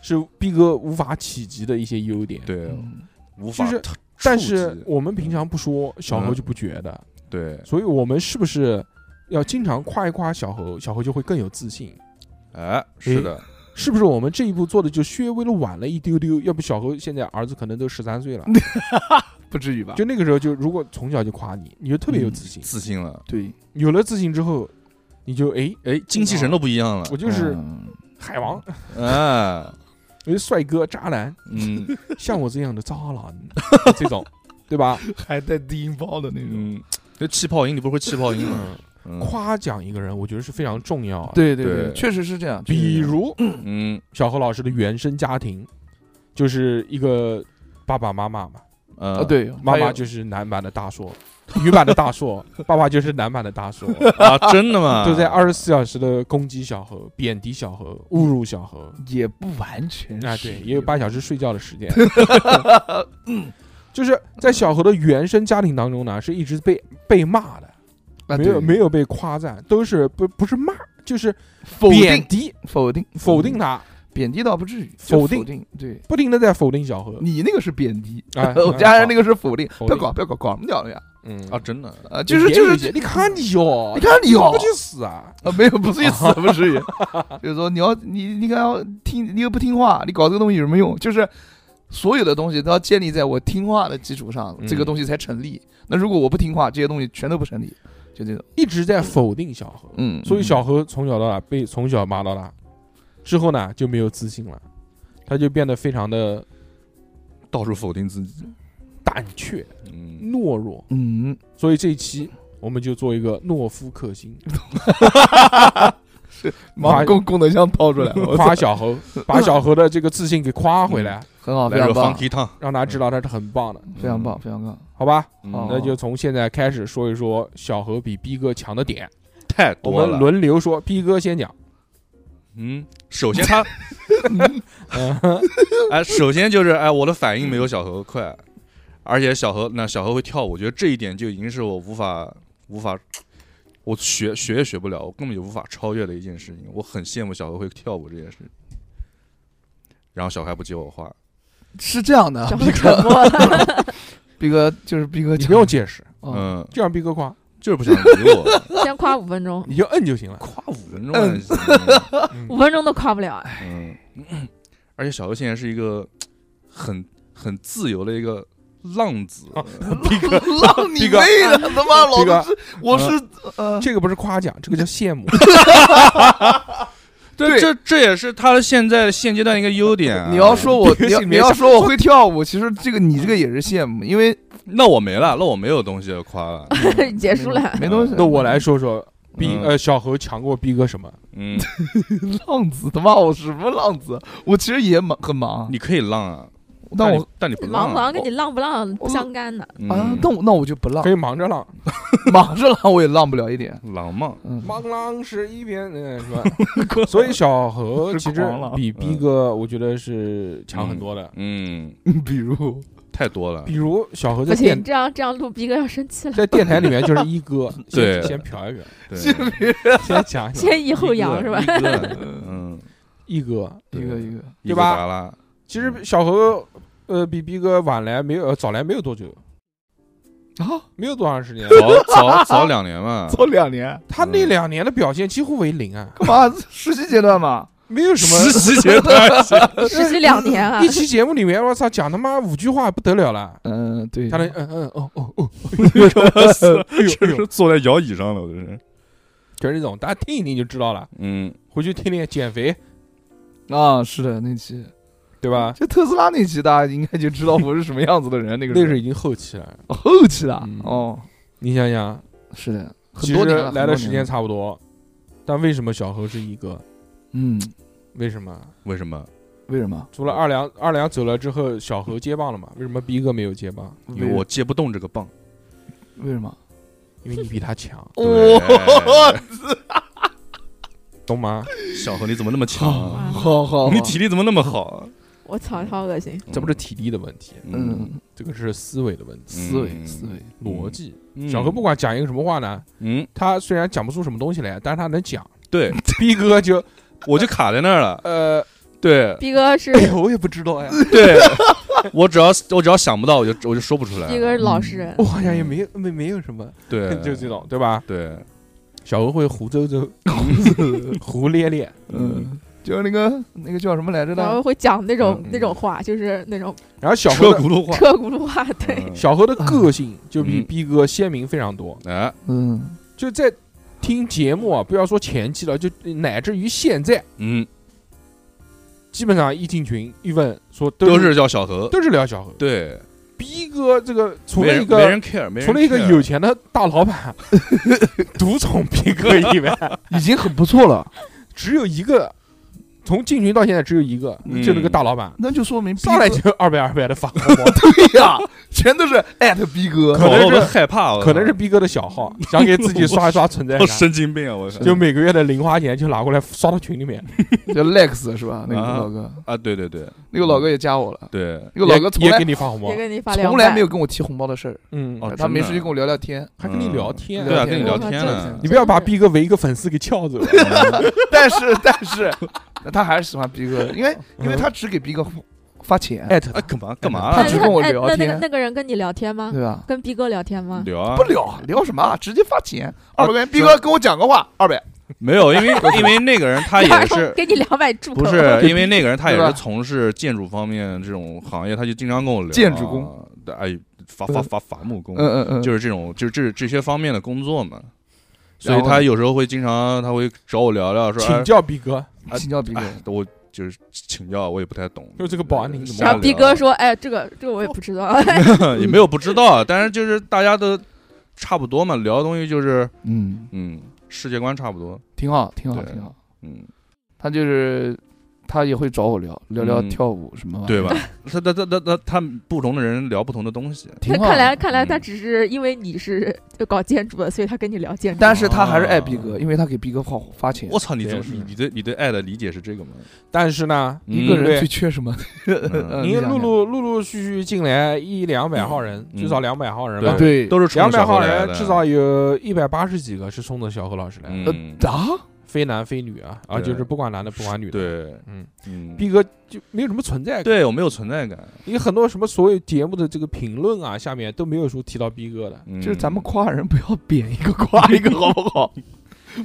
S3: 是逼哥无法企及的一些优点。，
S6: 对，
S4: 嗯
S6: 无法
S3: 就是
S6: 触及，
S3: 但是我们平常不说，小何
S6: 嗯
S3: 就不觉得，
S6: 对，
S3: 所以我们是不是要经常夸一夸小何，小何就会更有自信？
S6: 哎，是的，
S3: 是不是我们这一步做的就稍微的晚了一丢丢？要不小何现在儿子可能都十三岁了，
S4: 不至于吧？
S3: 就那个时候就如果从小就夸你，你就特别有自信。
S6: 嗯自信了，
S4: 对，
S3: 有了自信之后，你就哎，
S6: 哎，精气神都不一样了，
S3: 我就是
S4: 嗯
S3: 海王，
S6: 哎，
S3: 我是帅哥渣男，
S6: 嗯
S3: 像我这样的渣 男，这种，对吧？
S4: 还带低音炮的那种。
S6: 嗯，那气泡音，你不是会气泡音吗？
S3: 嗯，
S6: 嗯
S3: 夸奖一个人，我觉得是非常重要的。，
S4: 对
S6: 对
S4: 对，确实是这样。确实是
S3: 比
S4: 这样
S3: 如
S6: 嗯
S3: 小何老师的原生家庭，就是一个爸爸妈妈嘛，
S6: 啊
S4: 啊，，对，
S3: 妈
S4: 还
S3: 妈
S4: 有
S3: 就是男版的大硕，女版的大 硕，爸爸就是男版的大硕，
S6: 啊，真的 吗？
S3: 都在二十四小时的攻击小何、贬低小何、侮辱小何。
S4: 也不完全
S3: 啊，
S4: 是
S3: 对，也有半小时睡觉的时 间。就是在小何的原生家庭当中呢，是一直被被骂的，
S4: 啊
S3: 没有
S4: 对
S3: 没有被夸赞，都是不不是骂，就是
S4: 否
S3: 贬
S4: 定
S3: 低、
S4: 否定嗯
S3: 否定他，
S4: 贬低倒不至于，就
S3: 否定
S4: 否定对。
S3: 不停的在否定小何。
S4: 你那个是贬低，
S3: 哎
S4: 我家人那个是否定，
S3: 否
S4: 不要
S3: 定
S4: 搞，不要搞，搞什么屌了呀？
S3: 嗯
S6: 啊，，真的，
S4: 啊，就是
S3: 也有
S4: 就
S3: 一
S4: 是
S3: 些，你看你哦哟，
S4: 你看你哟
S3: 不去死啊！
S4: 啊，没有，不至于死，不至于。就是说，你要你你看要听，你又不听话，你搞这个东西有什么用？就是所有的东西都要建立在我听话的基础上，这个
S3: 嗯
S4: 东西才成立。那如果我不听话，这些东西全都不成立，就这种。
S3: 一直在否定小何，
S4: 嗯，
S3: 所以小何从小到大被从小骂到大，之后呢就没有自信了，他就变得非常的
S6: 到处否定自己，
S3: 胆怯、
S6: 嗯，
S3: 懦弱。
S4: 嗯，
S3: 所以这一期我们就做一个懦夫克星，
S4: 把
S3: 把
S4: 功功能箱掏出 来，我操
S3: 夸小何，把小何的这个自信给夸回来，
S4: 很好，非
S6: 来首
S4: 常棒，
S6: funky 烫，
S3: 让他知道他是很棒的，
S4: 非常棒，非常棒。
S3: 好吧？
S6: 嗯，
S4: 好
S3: 那就从现在开始说一说小何比逼哥强的点，
S6: 太
S3: 我
S6: 多
S3: 们
S6: 了。
S3: 轮流说，逼哥先讲。
S6: 嗯，首先 嗯他，哎，首先就是哎，我的反应没有小何快，而且小何那小何会跳舞，我觉得这一点就已经是我无法无法，我学学也学不了，我根本就无法超越的一件事情。我很羡慕小何会跳舞这件事情。然后小何还不接我话，
S4: 是这样的
S5: 小，
S4: 毕
S5: 何沉
S4: 哥，
S5: 默了，
S4: 毕哥就是毕哥，
S3: 你不用解释，
S4: 嗯，
S6: 嗯，
S3: 就让逼哥夸，
S6: 就是不想理我，
S5: 先夸五分钟，
S3: 你就摁就行了。
S6: 夸五分钟还行。
S5: 五分钟都夸不了，哎
S6: 嗯，而且小何现在是一个很很自由的一个浪子，
S4: 毕 哥，浪你
S3: 毕哥
S4: 妹了，他妈
S3: 逼
S4: 老
S3: 哥啊
S4: 子，我是呃，
S3: 这个不是夸奖，这个叫羡慕。
S4: 对
S6: 这这也是他现在现阶段一个优点啊、
S4: 你要说我，
S3: 别
S4: 你要
S3: 信
S4: 你
S3: 别
S4: 要
S3: 信
S4: 说我会跳舞，其实这个你这个也是羡慕，因为
S6: 那我没了，那我没有东西要夸了。
S3: 哎
S5: 结束了。
S4: 没东西。
S3: 那我来说说逼
S6: 嗯
S3: 呃小何强过逼哥什么？
S6: 嗯，
S4: 浪子，他妈我什么浪子？我其实也忙，很忙，
S6: 你可以浪啊，
S4: 但我
S6: 但你不
S5: 忙
S6: 浪、
S5: 不
S6: 啊
S5: 忙跟你浪不浪不相干的，
S6: 嗯
S4: 啊，那我那我就不浪
S3: 可，以忙着浪，
S4: 忙着浪我也浪不了一 点。
S6: 浪嘛，
S4: 嗯，
S3: 忙浪是一边嗯是吧？ 所以小何其实比逼哥，我觉得是强很多的。
S6: 嗯，
S4: 比如
S6: 太多了
S3: 比。如小何
S5: 不
S3: 在电
S5: 行，这样这样录逼哥要 生气了，
S3: 在电台里面就是一哥，先
S6: 对
S3: 先瞟一瞟，
S6: 对，
S3: 先讲一讲
S5: 先抑后扬是吧
S6: 一？个一个嗯，
S3: 一哥。
S4: 一个一个，
S3: 对吧
S6: 一个达拉
S3: 其实小何呃比逼哥晚来没有呃早来没有多久，
S4: 啊，
S3: 没有多长时间。
S6: 早早早两年嘛，
S4: 早两年，
S3: 他那
S6: 嗯
S3: 两年的表现几乎为零啊，
S4: 干嘛？ 实习阶段嘛，
S3: 没有什么
S6: 实习阶段，
S5: 实习两年 啊
S3: 一，期节目里面，我操，讲他妈五句话不得了了。
S4: 嗯，对，哎
S3: 他那嗯嗯哦哦 哦，
S6: 就是坐在摇椅上了，我这是。
S3: 就是这种，大家听一听就知道了。
S6: 嗯，
S3: 回去听听减肥，
S4: 啊，是的，那期
S3: 对吧？
S4: 就特斯拉那期，大家应该就知道我是什么样子的人。那个
S3: 那是已经后期了。
S4: 后期的
S3: 嗯
S4: 哦，
S3: 你想想，
S4: 是的，很
S3: 其
S4: 多
S3: 实
S4: 年了
S3: 来
S4: 很多
S3: 的时
S4: 年
S3: 间
S4: 了
S3: 差不多，但为什么小何是一哥？
S4: 嗯，
S3: 为什么？
S6: 为什么？
S4: 为什么？
S3: 除了二良，二良走了之后，小何接棒了嘛？为什么逼哥没有接棒？
S6: 因为我接不动这个棒。
S4: 为什么？
S3: 因为你比他强，
S6: 对
S3: 懂吗？
S6: 小何，你怎么那么强啊？
S4: 好好，
S6: 你体力怎么那么好啊？
S5: 我操，好恶心！
S3: 这不是体力的问题，
S6: 嗯，
S4: 嗯，
S3: 这个是思维的问题，
S4: 思维
S6: 嗯
S4: 思维，
S3: 逻辑。
S6: 嗯
S3: 小何不管讲一个什么话呢，
S6: 嗯，
S3: 他虽然讲不出什么东西来，但是他能讲。
S6: 对，
S3: 逼哥就
S6: 我就卡在那儿了。
S3: 呃，
S6: 对
S5: 逼哥是
S3: 哎呦，我也不知 道呀，
S6: 对， 我只要我只要想不到，我就我就说不出来
S5: 逼。哥是老实人，
S3: 我好像也没没没有什么，
S6: 对
S3: ，就这种，对吧？
S6: 对，
S3: 嗯小何会胡诌诌、 胡咧咧，
S4: 嗯，就是那个那个叫什么来着
S5: 然后
S4: 的？
S5: 会讲那种
S6: 嗯
S5: 那种话，就是那种
S3: 然后小
S6: 车
S3: 何的
S6: 轱 辘话。
S5: 车轱辘话，对，
S6: 嗯
S3: 小何的个性就比
S6: 嗯
S3: 逼哥鲜明非常多，
S6: 哎，
S4: 嗯，
S3: 就在听节目啊，不要说前期了，就乃至于现在，
S6: 嗯，
S3: 基本上一进群一问说
S6: 都
S3: 是
S6: 是叫小何。
S3: 都是聊小何，
S6: 对，
S3: 逼哥这个除
S6: 没
S3: 了一
S6: 人没
S3: 个
S6: 人 care，没人
S3: 除了一个
S6: care
S3: 有钱的大老板 独宠逼哥以外，
S4: 已经很不错了，
S3: 只有一个，从进群到现在只有一个，
S6: 嗯
S3: 就那个大老板，
S4: 那就说明逼
S3: 上来
S4: 哥
S3: 就二百二百的发红包，
S4: 对呀，全都是艾特逼哥
S3: 可，能
S6: 搞得我
S3: 是
S6: 都害怕，我
S3: 可能是
S6: 操
S3: 逼哥的小号，想给自己刷一刷存在
S6: 我
S3: 感，
S6: 神经病啊！我操
S3: 就每个月的零花钱就拿过来刷到群里面，
S4: 叫 Lex 是吧？那个
S6: 啊
S4: 老哥，
S6: 啊，对对对
S4: 那个老哥也加我了，
S6: 对，
S4: 那个老哥从
S3: 也也
S4: 来
S3: 给你发红包
S5: 也，给你发两
S4: 从
S5: 百
S4: 来没有跟我提红包的事儿，
S3: 嗯，
S6: 哦
S4: 他没事就
S6: 真的
S4: 跟我聊聊天，
S3: 还跟你聊天，嗯
S6: 对
S4: 聊
S6: 啊，跟
S4: 天
S6: 你聊
S5: 我靠
S6: 天
S5: 这
S6: 了。 嗯
S3: 你不要把逼哥唯一个粉丝给撬走了，
S4: 但是但是那他还是喜欢逼哥，因为因为他只给逼哥发钱，
S3: 艾特他，
S6: 哎，干嘛干嘛
S3: 他
S5: 那
S6: 啊？
S4: 只
S5: 那
S4: 跟我
S5: 哎
S4: 聊
S5: 那那个
S4: 天
S5: 那个人跟你聊天吗？
S4: 对吧？
S5: 跟逼哥聊天吗？
S6: 聊啊
S4: 不，聊聊什么啊，直接发钱，
S6: 啊
S4: 二百块钱。
S6: 是
S4: 逼哥跟我讲个话，二百。
S6: 没有，因为因为那个人他也
S5: 然 后
S6: 是。
S5: 给你两百住口，
S6: 不是，因为那个人他也
S4: 对
S6: 是
S4: 吧
S6: 从事建筑方面这种行业，他就经常跟我聊啊
S4: 建筑工，
S6: 对哎，伐伐伐伐木工，
S4: 嗯嗯
S6: 就是是这种，就是这这些方面的工作嘛。所以
S4: 然后
S6: 他
S4: 呢
S6: 有时候会经常，他会找我聊聊，说
S3: 请教逼哥，
S4: 请教逼哥
S6: 哎，，哎我就是请教，我也不太懂。
S3: 就这个保安你怎么
S5: 然后
S6: 逼
S5: 逼 哥说：“哎，这个这个我也不知道。
S6: 也没有不知道，啊但是就是大家都差不多嘛，聊的东西就是
S4: 嗯，
S6: 嗯，世界观差不多，
S4: 挺好，挺好，
S6: 对
S4: 挺好。
S6: 嗯，
S4: 他就是他也会找我聊聊聊
S6: 嗯
S4: 跳舞什么玩意
S6: 对
S4: 儿，
S6: 吧？他他他他他他们不同的人聊不同的东西，
S5: 那
S4: 挺好。
S5: 看来看来他
S6: 嗯
S5: 只是因为你是搞建筑的，所以他跟你聊建筑。
S4: 但是他还是爱逼哥，因为他给逼哥发发钱
S6: 我。操，你
S3: 这
S6: 怎么
S3: 也是
S6: 你你对你对爱的理解是这个吗？
S3: 但是呢，
S4: 一个
S3: 嗯
S4: 人
S3: 对
S4: 最缺什么？
S6: 嗯
S4: 嗯
S3: 您
S4: 你想
S3: 陆
S4: 想
S3: 陆陆陆续续进来一两百号人，
S6: 嗯
S3: 最少两百号人
S6: 对
S3: 吧
S4: 啊，，对，
S6: 都是冲
S3: 两
S6: 着
S3: 百
S6: 小何
S3: 号
S6: 来
S3: 人
S6: 的
S3: 至少有一百八十几个是冲着小何老师来的，
S6: 嗯，
S4: 啊，
S3: 非男非女啊啊，
S6: 对
S3: 就是不管男的不管女的，
S6: 对，
S3: 嗯，
S6: 嗯，
S3: 逼哥就没有什么存在感，
S6: 对我没有存在感，
S3: 你很多什么所有节目的这个评论啊，下面都没有说提到逼哥的，
S6: 嗯
S4: 就是咱们夸人不要贬一个夸一个，好不好？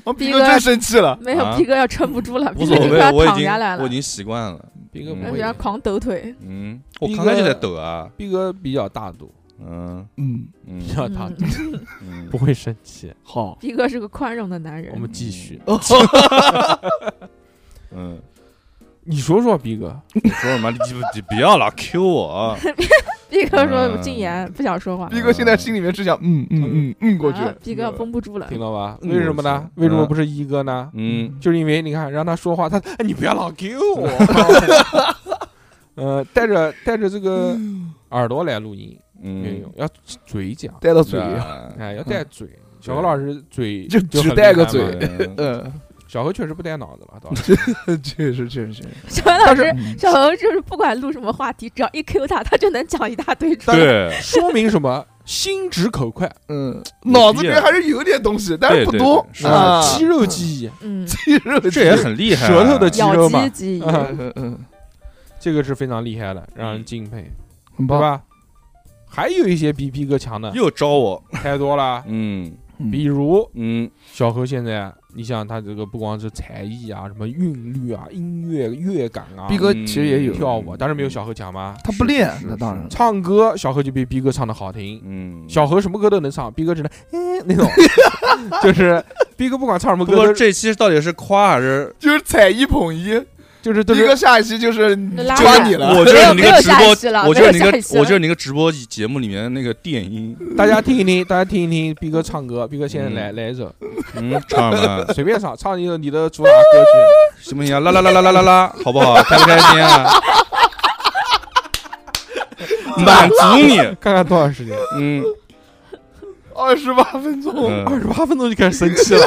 S4: 我逼
S5: 逼
S4: 哥
S5: 哥
S4: 真生气了，
S5: 没有
S6: 啊
S5: 逼哥要撑不住了，
S6: 无
S5: 逼哥
S6: 所谓，
S5: 要
S6: 我已
S5: 躺
S6: 经
S5: 下来了
S6: 我已，经习惯了，
S3: 逼哥
S6: 嗯
S3: 不
S5: 那
S3: 会
S5: 比较
S3: 的，
S5: 狂抖 腿。
S6: 嗯，我
S3: 逼
S6: 刚才就
S3: 哥
S6: 在抖啊，
S3: 逼哥比较大度，
S6: 嗯
S4: 嗯，
S6: 嗯
S3: 比较大
S5: 嗯
S3: 度，
S6: 嗯
S3: 不，会生气。
S4: 好，
S5: 逼哥是个宽容的男人
S3: 我。们继续，哦
S6: 嗯，
S3: 你说说逼哥，
S6: 你说什么？你你你不要老 Q 我啊，
S5: 逼哥说
S6: 嗯：“
S5: 禁言，不想说话。
S4: 逼哥现在心里面只想嗯嗯嗯嗯”过去
S5: 啊，逼哥绷不住了
S3: 听。到吧？
S6: 嗯
S3: 为什么呢？
S6: 我是
S3: 为什么
S6: 嗯
S3: 不是一哥呢？
S6: 嗯，
S3: 就是因为你看让他说话，他哎，你不要老 Q 我。
S6: 嗯
S3: 呃，带着带着这个
S5: 嗯
S3: 耳朵来录音没有
S6: 嗯，
S3: 用，要嘴讲，
S4: 带到嘴，
S6: 对啊
S3: 哎，要带嘴。小何老师嘴啊
S4: 就
S3: 就
S4: 只
S3: 很
S4: 带
S3: 厉害
S4: 个
S3: 嘛
S4: 嘴
S6: 嗯
S4: 嗯，
S3: 小何确实不带脑子了，倒是
S4: 确实确实确实，
S5: 小何老师，
S4: 嗯
S5: 小何就是不管录什么话题，只要一 Q 他，他就能讲一大堆出来。
S6: 对，
S3: 说明什么？心直口 快，
S4: 嗯，脑子里面还是有点东西，但是不
S6: 对对
S4: 多
S6: 对是
S4: 啊，
S3: 肌肉记忆，
S5: 嗯，
S4: 肌肉
S6: 这也很厉害啊，
S3: 舌头的肌
S5: 咬
S3: 肉嘛
S5: 肌，记忆。
S3: 啊
S4: 嗯嗯嗯，
S3: 这个是非常厉害的，让人敬佩，
S4: 很
S3: 对
S4: 棒，
S3: 吧？还有一些比逼哥强的
S6: 又招我，
S3: 太多了，
S6: 嗯
S3: 比如
S6: 嗯
S3: 小何现在，你想他这个不光是才艺啊，什么韵律啊、音乐乐感啊，
S4: 逼哥其实也有
S3: 跳舞，但是没有小何强吗？
S4: 他不练
S6: 是，
S4: 那当然，
S3: 唱歌，小何就比逼哥唱的好听。
S6: 嗯，
S3: 小何什么歌都能唱，逼哥只能 哎那 种，就是逼哥不管唱什么
S6: 不
S3: 歌
S6: 过
S3: 都是，
S6: 这期到底是夸还 是？
S4: 就是踩一捧一，
S3: 就是都
S4: 逼
S3: 是
S4: 哥下一期就是
S5: 拉
S4: 抓
S5: 人
S4: 你了，
S6: 我觉得
S5: 没
S6: 你那个
S5: 有
S6: 直
S5: 下一期
S6: 播，
S5: 了
S6: 我觉得
S5: 没
S6: 你那
S5: 有
S6: 个
S5: 下一，期了
S6: 我觉得你那个直播节目里面那个电音，
S3: 大家听一听，大家听一听，逼哥唱歌，逼哥现在来来一首，
S6: 嗯，唱什么？
S3: 随便唱，唱一首你的主打歌 曲，
S6: 行不行啊？啦啦啦啦啦啦啦，好不好？开不开心啊？满足你，
S3: 看看多少时间，
S6: 嗯，
S4: 二十八分 钟，
S6: 嗯
S3: 二十八分钟就开始生气 了，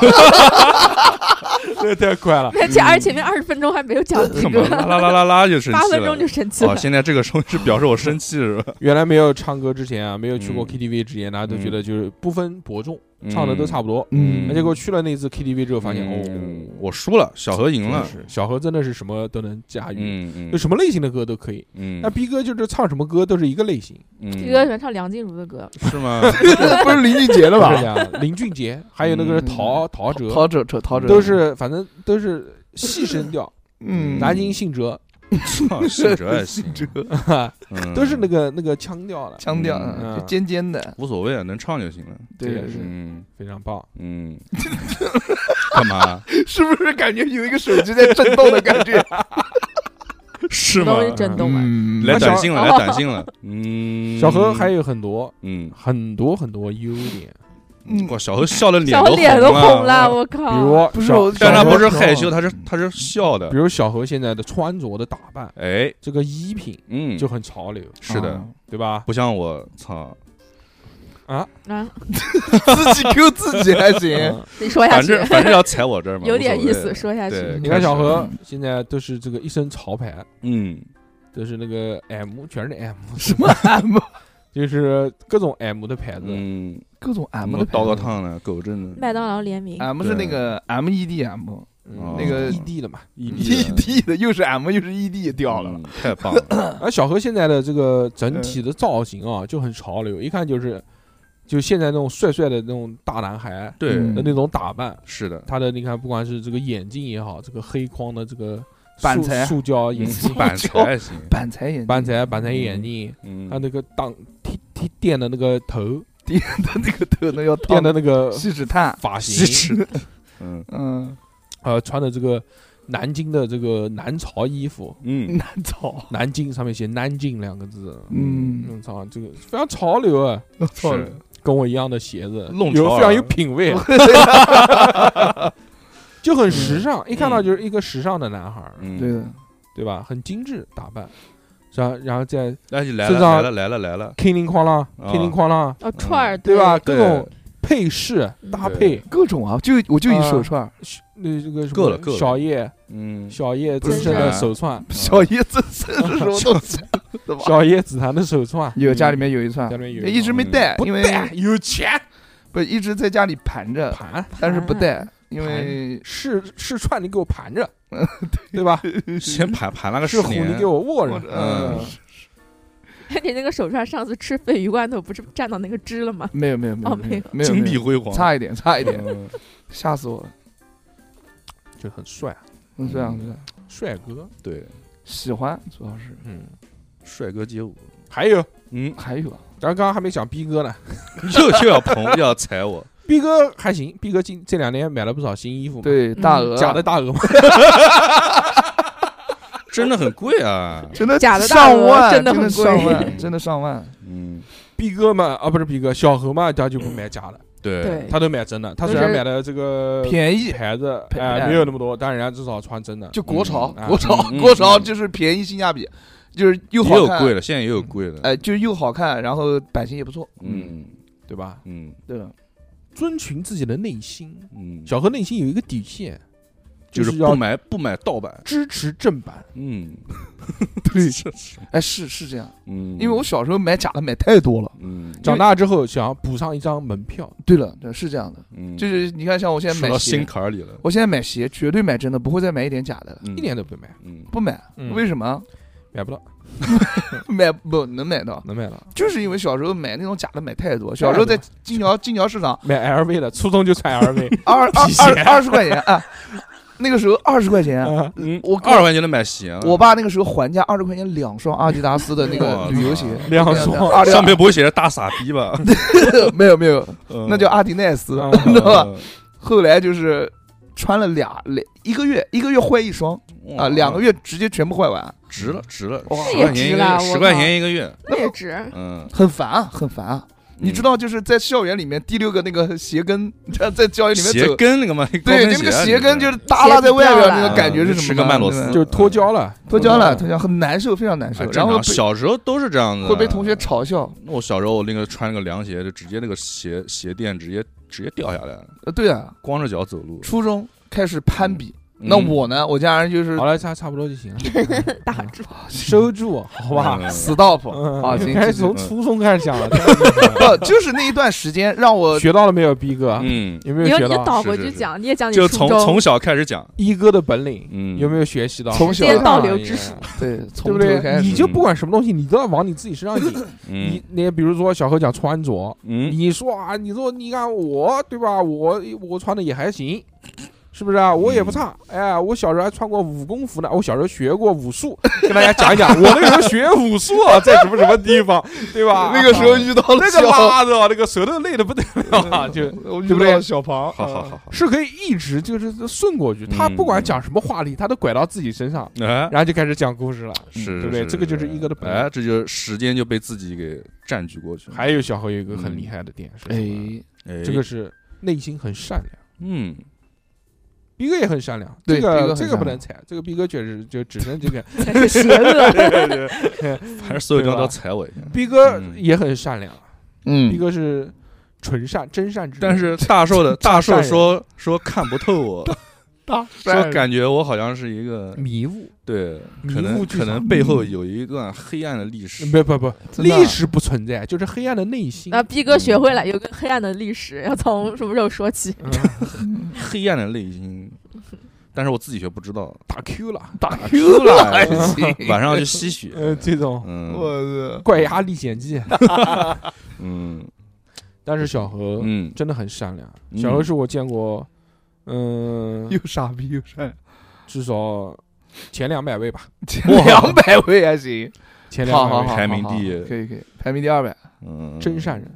S3: 这太快了。
S5: 而且而且前面二十分钟还没有讲逼
S6: 嗯怎
S5: 哥
S6: 么，啦啦啦啦啦就生
S5: 八
S6: 气
S5: 分钟
S6: 了
S5: 就？生气了
S6: 哦，。现在这个声音是表示我生气是吧？
S3: 原来没有唱歌之前啊，没有去过
S6: 嗯
S3: KTV 之前，大家都觉得就是不分伯仲，
S6: 嗯
S3: 唱的都差不多。
S6: 嗯
S3: 那结果去了那次 KTV 之后，发现
S6: 嗯
S3: 哦，
S6: 我输了，小何赢
S3: 真
S6: 了
S3: 的。是小何真的是什么都能驾驭，
S6: 嗯嗯
S3: 就什么类型的歌都可以。
S6: 嗯
S3: 那逼哥就是唱什么歌都是一个类型，
S5: 逼哥喜
S6: 嗯，
S5: 欢唱梁静茹的歌，
S6: 是吗？
S4: 不是林俊杰的
S3: 是
S4: 吧
S3: 这？样。林俊杰，还有那个
S4: 嗯
S3: 陶陶喆，
S4: 陶喆，陶陶喆
S3: 都是反正都是细声调，
S4: 嗯，
S3: 南京信哲
S6: 操信哲也 行，
S4: 这个
S6: 嗯
S3: 都是那个那个腔调的，
S4: 腔调，
S6: 嗯
S4: 嗯就尖尖的，
S6: 无所谓，啊能唱就行了。
S3: 这也
S4: 对，
S3: 是
S6: 嗯
S3: 非常棒。
S6: 嗯，干嘛？
S4: 是不是感觉有一个手机在震动的感 觉？
S6: 是吗
S5: 都？是震动啊嘛。
S4: 嗯
S6: 来短信了，
S5: 小
S6: 来短信了。嗯，
S3: 小何还有很多
S6: 嗯，
S3: 很多很多优点，
S4: 嗯
S6: 哇，小何笑的脸
S5: 小何脸都红
S6: 了
S5: 了，。我靠！
S3: 比如
S4: 不是
S3: 小
S4: 我
S6: 但
S4: 小
S6: 他
S4: 何
S6: 不是
S4: 小
S6: 害
S4: 何
S6: 羞，他是他是笑的
S3: 比。如小何现在的穿着的打扮，
S6: 哎，
S3: 这个衣品
S6: 嗯，
S3: 就很潮流，
S6: 是的，
S4: 啊
S3: 对吧？
S6: 不像我， 操，
S5: 啊，
S4: 自己 Q 自己还 行，
S3: 嗯
S5: 你说下
S6: 反
S5: 去，
S6: 正反正要踩我这儿嘛，
S5: 有点
S6: 无所
S5: 意
S6: 谓
S5: 思，说下
S6: 对
S5: 去。
S3: 你看小何
S4: 开始
S3: 现在都是这个一身潮牌，
S6: 嗯，
S3: 都是那个 M，全是 M，
S4: 什么 M
S3: 就是各种 M 的牌子。
S6: 嗯，
S4: 各种 M
S6: 我
S4: 的
S6: 刀
S4: 牌
S6: 个
S4: 子
S6: 烫的，狗真的，啊
S5: 麦当劳联名，
S4: ，M 是那个 M E D M，
S3: 嗯
S6: 哦
S4: 那个
S3: ED 的嘛。
S4: ED 的又是 M 又是 ED，屌了。
S6: 嗯太棒了！
S3: 而小何现在的这个
S6: 嗯
S3: 整体的造型啊，就很潮流，一看就是就现在那种帅帅的那种大男孩
S6: 对，
S4: 嗯
S3: 的那种打扮。
S6: 是的，
S3: 他的你看，不管是这个眼镜也好，这个黑框的这个塑
S4: 板材
S3: 塑胶 眼镜、
S6: 嗯板材还行，
S4: 板材眼镜
S3: 板 材板材眼镜，
S6: 嗯
S3: 他，那个当剃剃电的那个头，
S4: 的那个头那要烫
S3: 电的那个
S4: 锡纸炭，
S3: 发
S6: 锡
S3: 型，
S6: 纸，嗯
S4: 嗯，
S3: 呃，穿的这个南京的这个南朝衣服，
S6: 嗯，
S4: 难找，
S3: 南京上面写“南京”两个字，
S4: 嗯，
S3: 嗯，操，这个非常潮流啊，
S4: 操
S6: 是
S3: 跟我一样的鞋子，
S6: 弄潮
S3: 有
S6: 儿
S3: 非常有品味，啊就很时尚，一看到就是一个时尚的男孩儿，
S6: 嗯，
S4: 对的，
S3: 对吧？很精致打扮，然后然后再
S6: 那就来
S3: 身
S6: 了
S3: 上
S6: 来了来了来了，
S3: 叮铃哐啷，
S6: 啊
S3: 叮铃哐啷，
S5: 哦，串儿
S3: 对吧？？各
S6: 嗯对
S3: 种配饰搭配，
S4: 各种啊，就我就一手串儿，
S3: 那这个什么
S6: 够了够了
S3: 小叶
S6: 嗯，
S3: 小叶
S5: 不是
S3: 真正的
S6: 啊
S3: 手串，
S4: 小叶子是什么东西？对 吧
S3: 小叶紫檀的手串，嗯
S4: 有家里面有一串
S3: 家，里面有
S4: 一直没嗯带，嗯因为
S3: 带有钱
S4: 不一直在家里盘着，
S3: 盘
S4: 但是不带，因为
S3: 是是串你给我盘着，对吧？
S6: 先盘盘了个啊
S3: 是
S6: 十
S3: 虎你
S6: 年，
S3: 给我握着，
S4: 嗯
S6: 嗯，
S5: 你那个手串上次吃鲱鱼罐头不是蘸到那个汁了吗？
S4: 没有没有没有
S5: 哦
S4: 没有没有
S6: 金
S4: 没
S6: 碧
S4: 有，
S6: 辉煌，
S4: 差一点差一点，
S6: 嗯
S4: 吓死我了，
S3: 就很帅啊，
S4: 嗯这样
S6: 嗯
S4: 子
S3: 帅哥，
S6: 对，
S4: 喜欢主要是
S3: 嗯，
S6: 帅哥街舞，
S3: 还有。
S6: 嗯，
S4: 还有啊，
S3: 咱刚刚还没讲逼哥呢，
S6: 又又要捧又要踩我，
S3: 逼哥还行，逼哥今这两年买了不少新衣服嘛，
S4: 对
S5: 嗯
S4: 大鹅啊
S3: 假的大鹅嘛，
S6: 真的很贵啊，
S4: 真的
S5: 假的大
S4: 上
S5: 鹅
S4: 万，
S5: 真的
S4: 的
S5: 很贵
S4: 上万，真的上万，
S6: 嗯，
S3: 逼哥嘛啊不是逼哥，小何嘛他就不买假的，
S6: 对，
S3: 他都买真的，他
S5: 都
S3: 虽然
S5: 哎是
S3: 买的这个
S4: 便宜。
S3: 牌子
S4: 牌
S3: 哎、
S4: 哎
S3: 没有那么多，但人家至少穿真的，
S4: 就国潮，
S3: 嗯啊
S4: 国潮，
S6: 嗯嗯
S4: 国潮
S6: 嗯
S4: 就是便宜性价比，就是又
S6: 也
S4: 好
S6: 有
S4: 看，
S6: 贵的，现在也有贵的，
S4: 哎、就是又好看，然后版型也不错，
S6: 嗯
S3: 对吧？
S6: 嗯
S4: 对的，
S3: 遵循自己的内心，
S6: 嗯，
S3: 小何内心有一个底线，
S6: 就是
S3: 是
S6: 不
S3: 要
S6: 买不买盗版，
S3: 支持正版。
S6: 嗯，
S4: 对，哎，是是这样，
S6: 嗯，
S4: 因为我小时候买假的买太多了，
S6: 嗯
S3: 长大之后想要补上一张门票，
S4: 对了，对，是这样的，
S6: 嗯
S4: 就是你看，像我现在
S6: 说
S4: 买
S6: 到心
S4: 鞋，
S6: 坎儿里了，
S4: 我现在买鞋绝对买真的，不会再买一点假的了，
S6: 嗯
S3: 一点都不买，
S6: 嗯嗯
S4: 不买，
S3: 嗯
S4: 为什么？
S3: 买不到，
S4: 买不能买到，
S3: 能买到。
S4: 就是因为小时候买那种假的买太多，小时候在金桥金桥市 场
S3: 买 LV 的，初中就穿 LV，
S4: 二二
S3: 皮鞋
S4: 二二十块钱啊，那个时候二十块钱。
S3: 啊
S6: 嗯，
S4: 我
S6: 二十块钱能买鞋啊了，
S4: 我爸那个时候还价二十块钱两双阿迪达斯的那个
S6: 哇
S4: 旅游鞋，
S3: 两
S4: 对啊对对
S3: 双啊
S4: 二
S6: 上面不会写着大傻 逼吧？
S4: 没有没有，
S6: 嗯
S4: 那叫阿迪耐斯。
S3: 啊
S4: 知道吧后来就是穿了俩两一个月，一个月坏一双啊，两个
S6: 月
S4: 月直接全部坏完，
S6: 值了值了，
S4: 哇
S6: 十
S5: 也
S6: 块钱一
S5: 值
S6: 个
S5: 了
S6: 月，
S5: 我
S6: 十块
S5: 靠
S6: 钱一个月，
S5: 那也值，
S6: 嗯，
S4: 很烦啊，很烦啊。你知道，就是在校园里面第六个那个鞋跟， 在校园里面
S6: 鞋
S4: 走，
S6: 跟那个嘛，高
S4: 对，
S6: 跟
S4: 就那个
S6: 啊
S4: 鞋跟
S6: 你
S4: 就是是耷拉在外边那
S5: 嗯
S4: 个感觉是什么呢？
S6: 吃个曼妥思
S4: 对
S3: 就是脱胶了，
S4: 嗯脱胶了，脱胶很难受，非常难受
S6: 哎，正
S4: 然后
S6: 常
S4: 被
S6: 小时候都是这样子，
S4: 会被同学。嘲笑。
S6: 那我小时候我那个穿那个凉鞋，就直接那个鞋鞋垫直接直接掉下来，
S4: 呃，对啊，
S6: 光着脚走路。
S4: 初中开始攀比。
S6: 嗯
S4: 那我呢？我家人就是
S3: 好了，差差不多就行了，
S5: 打住，
S3: 收住好吧？
S6: 嗯
S4: stop
S3: 嗯
S4: 啊，行，
S3: 开始
S4: 继续
S3: 从初中开始讲 了，
S4: 不，就是那一段时间让我
S3: 学到了没有，逼哥？
S6: 嗯，
S3: 有没
S5: 你
S3: 有
S5: 要
S3: 学
S5: 你就
S3: 到
S5: 倒
S6: 是
S5: 回
S6: 是
S5: 去
S6: 是
S5: 讲，你也讲你
S6: 就
S5: 初
S6: 从
S5: 中
S6: 从小开始讲，
S3: 一哥的本领？
S6: 嗯，
S3: 有没有学习到？
S4: 从
S5: 直
S4: 小
S5: 接
S4: 到
S5: 倒流之水，
S4: 对，
S3: 对
S4: 从
S3: 不
S4: 头
S3: 对？
S4: 开始
S3: 你就不管什么东西，你都要往你自己身上引。
S6: 嗯
S3: 你那比如说小何讲穿着，
S6: 嗯
S3: 你说啊，你说你看我对吧？我我穿的也还行，是不是啊？我也不差。
S4: 嗯
S3: 哎，我小时候还穿过武功服呢，我小时候学过武术，跟大家讲一讲，我那时候学武术啊，在什么什么地方，对吧？
S4: 那个时候遇到了
S3: 那
S4: 小
S3: 个，妈的啊，那个舌头累的不得了
S4: 嗯
S3: 啊，就
S4: 我遇
S3: 对不
S4: 到
S3: 对？
S4: 了小
S3: 小庞，
S6: 好好好好，
S3: 是可以一直就是顺过去。他不管讲什么话题，他都拐到自己身上，
S4: 嗯
S6: 哎，
S3: 然后就开始讲故事了。
S6: 是，
S3: 嗯对不对
S6: 是
S3: 这个就是一哥的本领
S6: 哎，这就是时间就被自己给占据过去了。
S3: 还有小何有一个很厉害的点是什么？
S4: 嗯哎，
S6: 哎
S3: 这个是内心很善良。
S6: 嗯，
S3: 逼哥也很善良，
S4: 对
S3: 这个
S4: 逼哥很
S3: 这个不
S4: 善良
S3: 能踩，这个逼哥确实就只能这 个。
S5: 才是邪恶。
S6: 反正所有地方
S3: 对
S6: 都
S3: 吧
S6: 要踩我一下。
S3: 逼哥
S6: 嗯
S3: 也很善良，逼
S4: 嗯，
S3: 哥是纯善真善之人。
S6: 但是 大寿的大寿
S3: 善人
S6: 说说看不透我，
S3: 大
S6: 说感觉我好像是一个
S3: 迷雾，
S6: 对，
S3: 迷
S6: 可
S3: 雾
S6: 能
S3: 剧
S6: 可能
S3: 场
S6: 背后有一段黑暗的历史。
S3: 嗯不不不，
S4: 真的啊
S3: 历史不存在，就是黑暗的内心。
S5: 那逼
S6: 嗯
S5: 哥学会了有个黑暗的历史，要从什么时候说起？
S3: 嗯
S6: 黑暗的内心，但是我自己却不知道，
S3: 打 Q 了，
S4: 打 Q 了还行，
S6: 晚上去吸血，
S3: 呃，这种
S6: 嗯
S4: 我
S3: 怪鸭历险记。
S6: 嗯
S3: 但是小何
S6: 嗯，
S3: 真的很善良，
S6: 嗯
S3: 小何是我见过，嗯
S4: 操，，又傻逼又善良，
S3: 至少前两百位吧，
S4: 前两百位还行，
S3: 前
S4: 好
S3: 两
S4: 好
S3: 百位，
S4: 好，
S6: 排
S4: 好
S6: 名
S4: 好
S6: 第
S4: 好可以可以，排名第二百，
S6: 嗯，
S3: 真善人。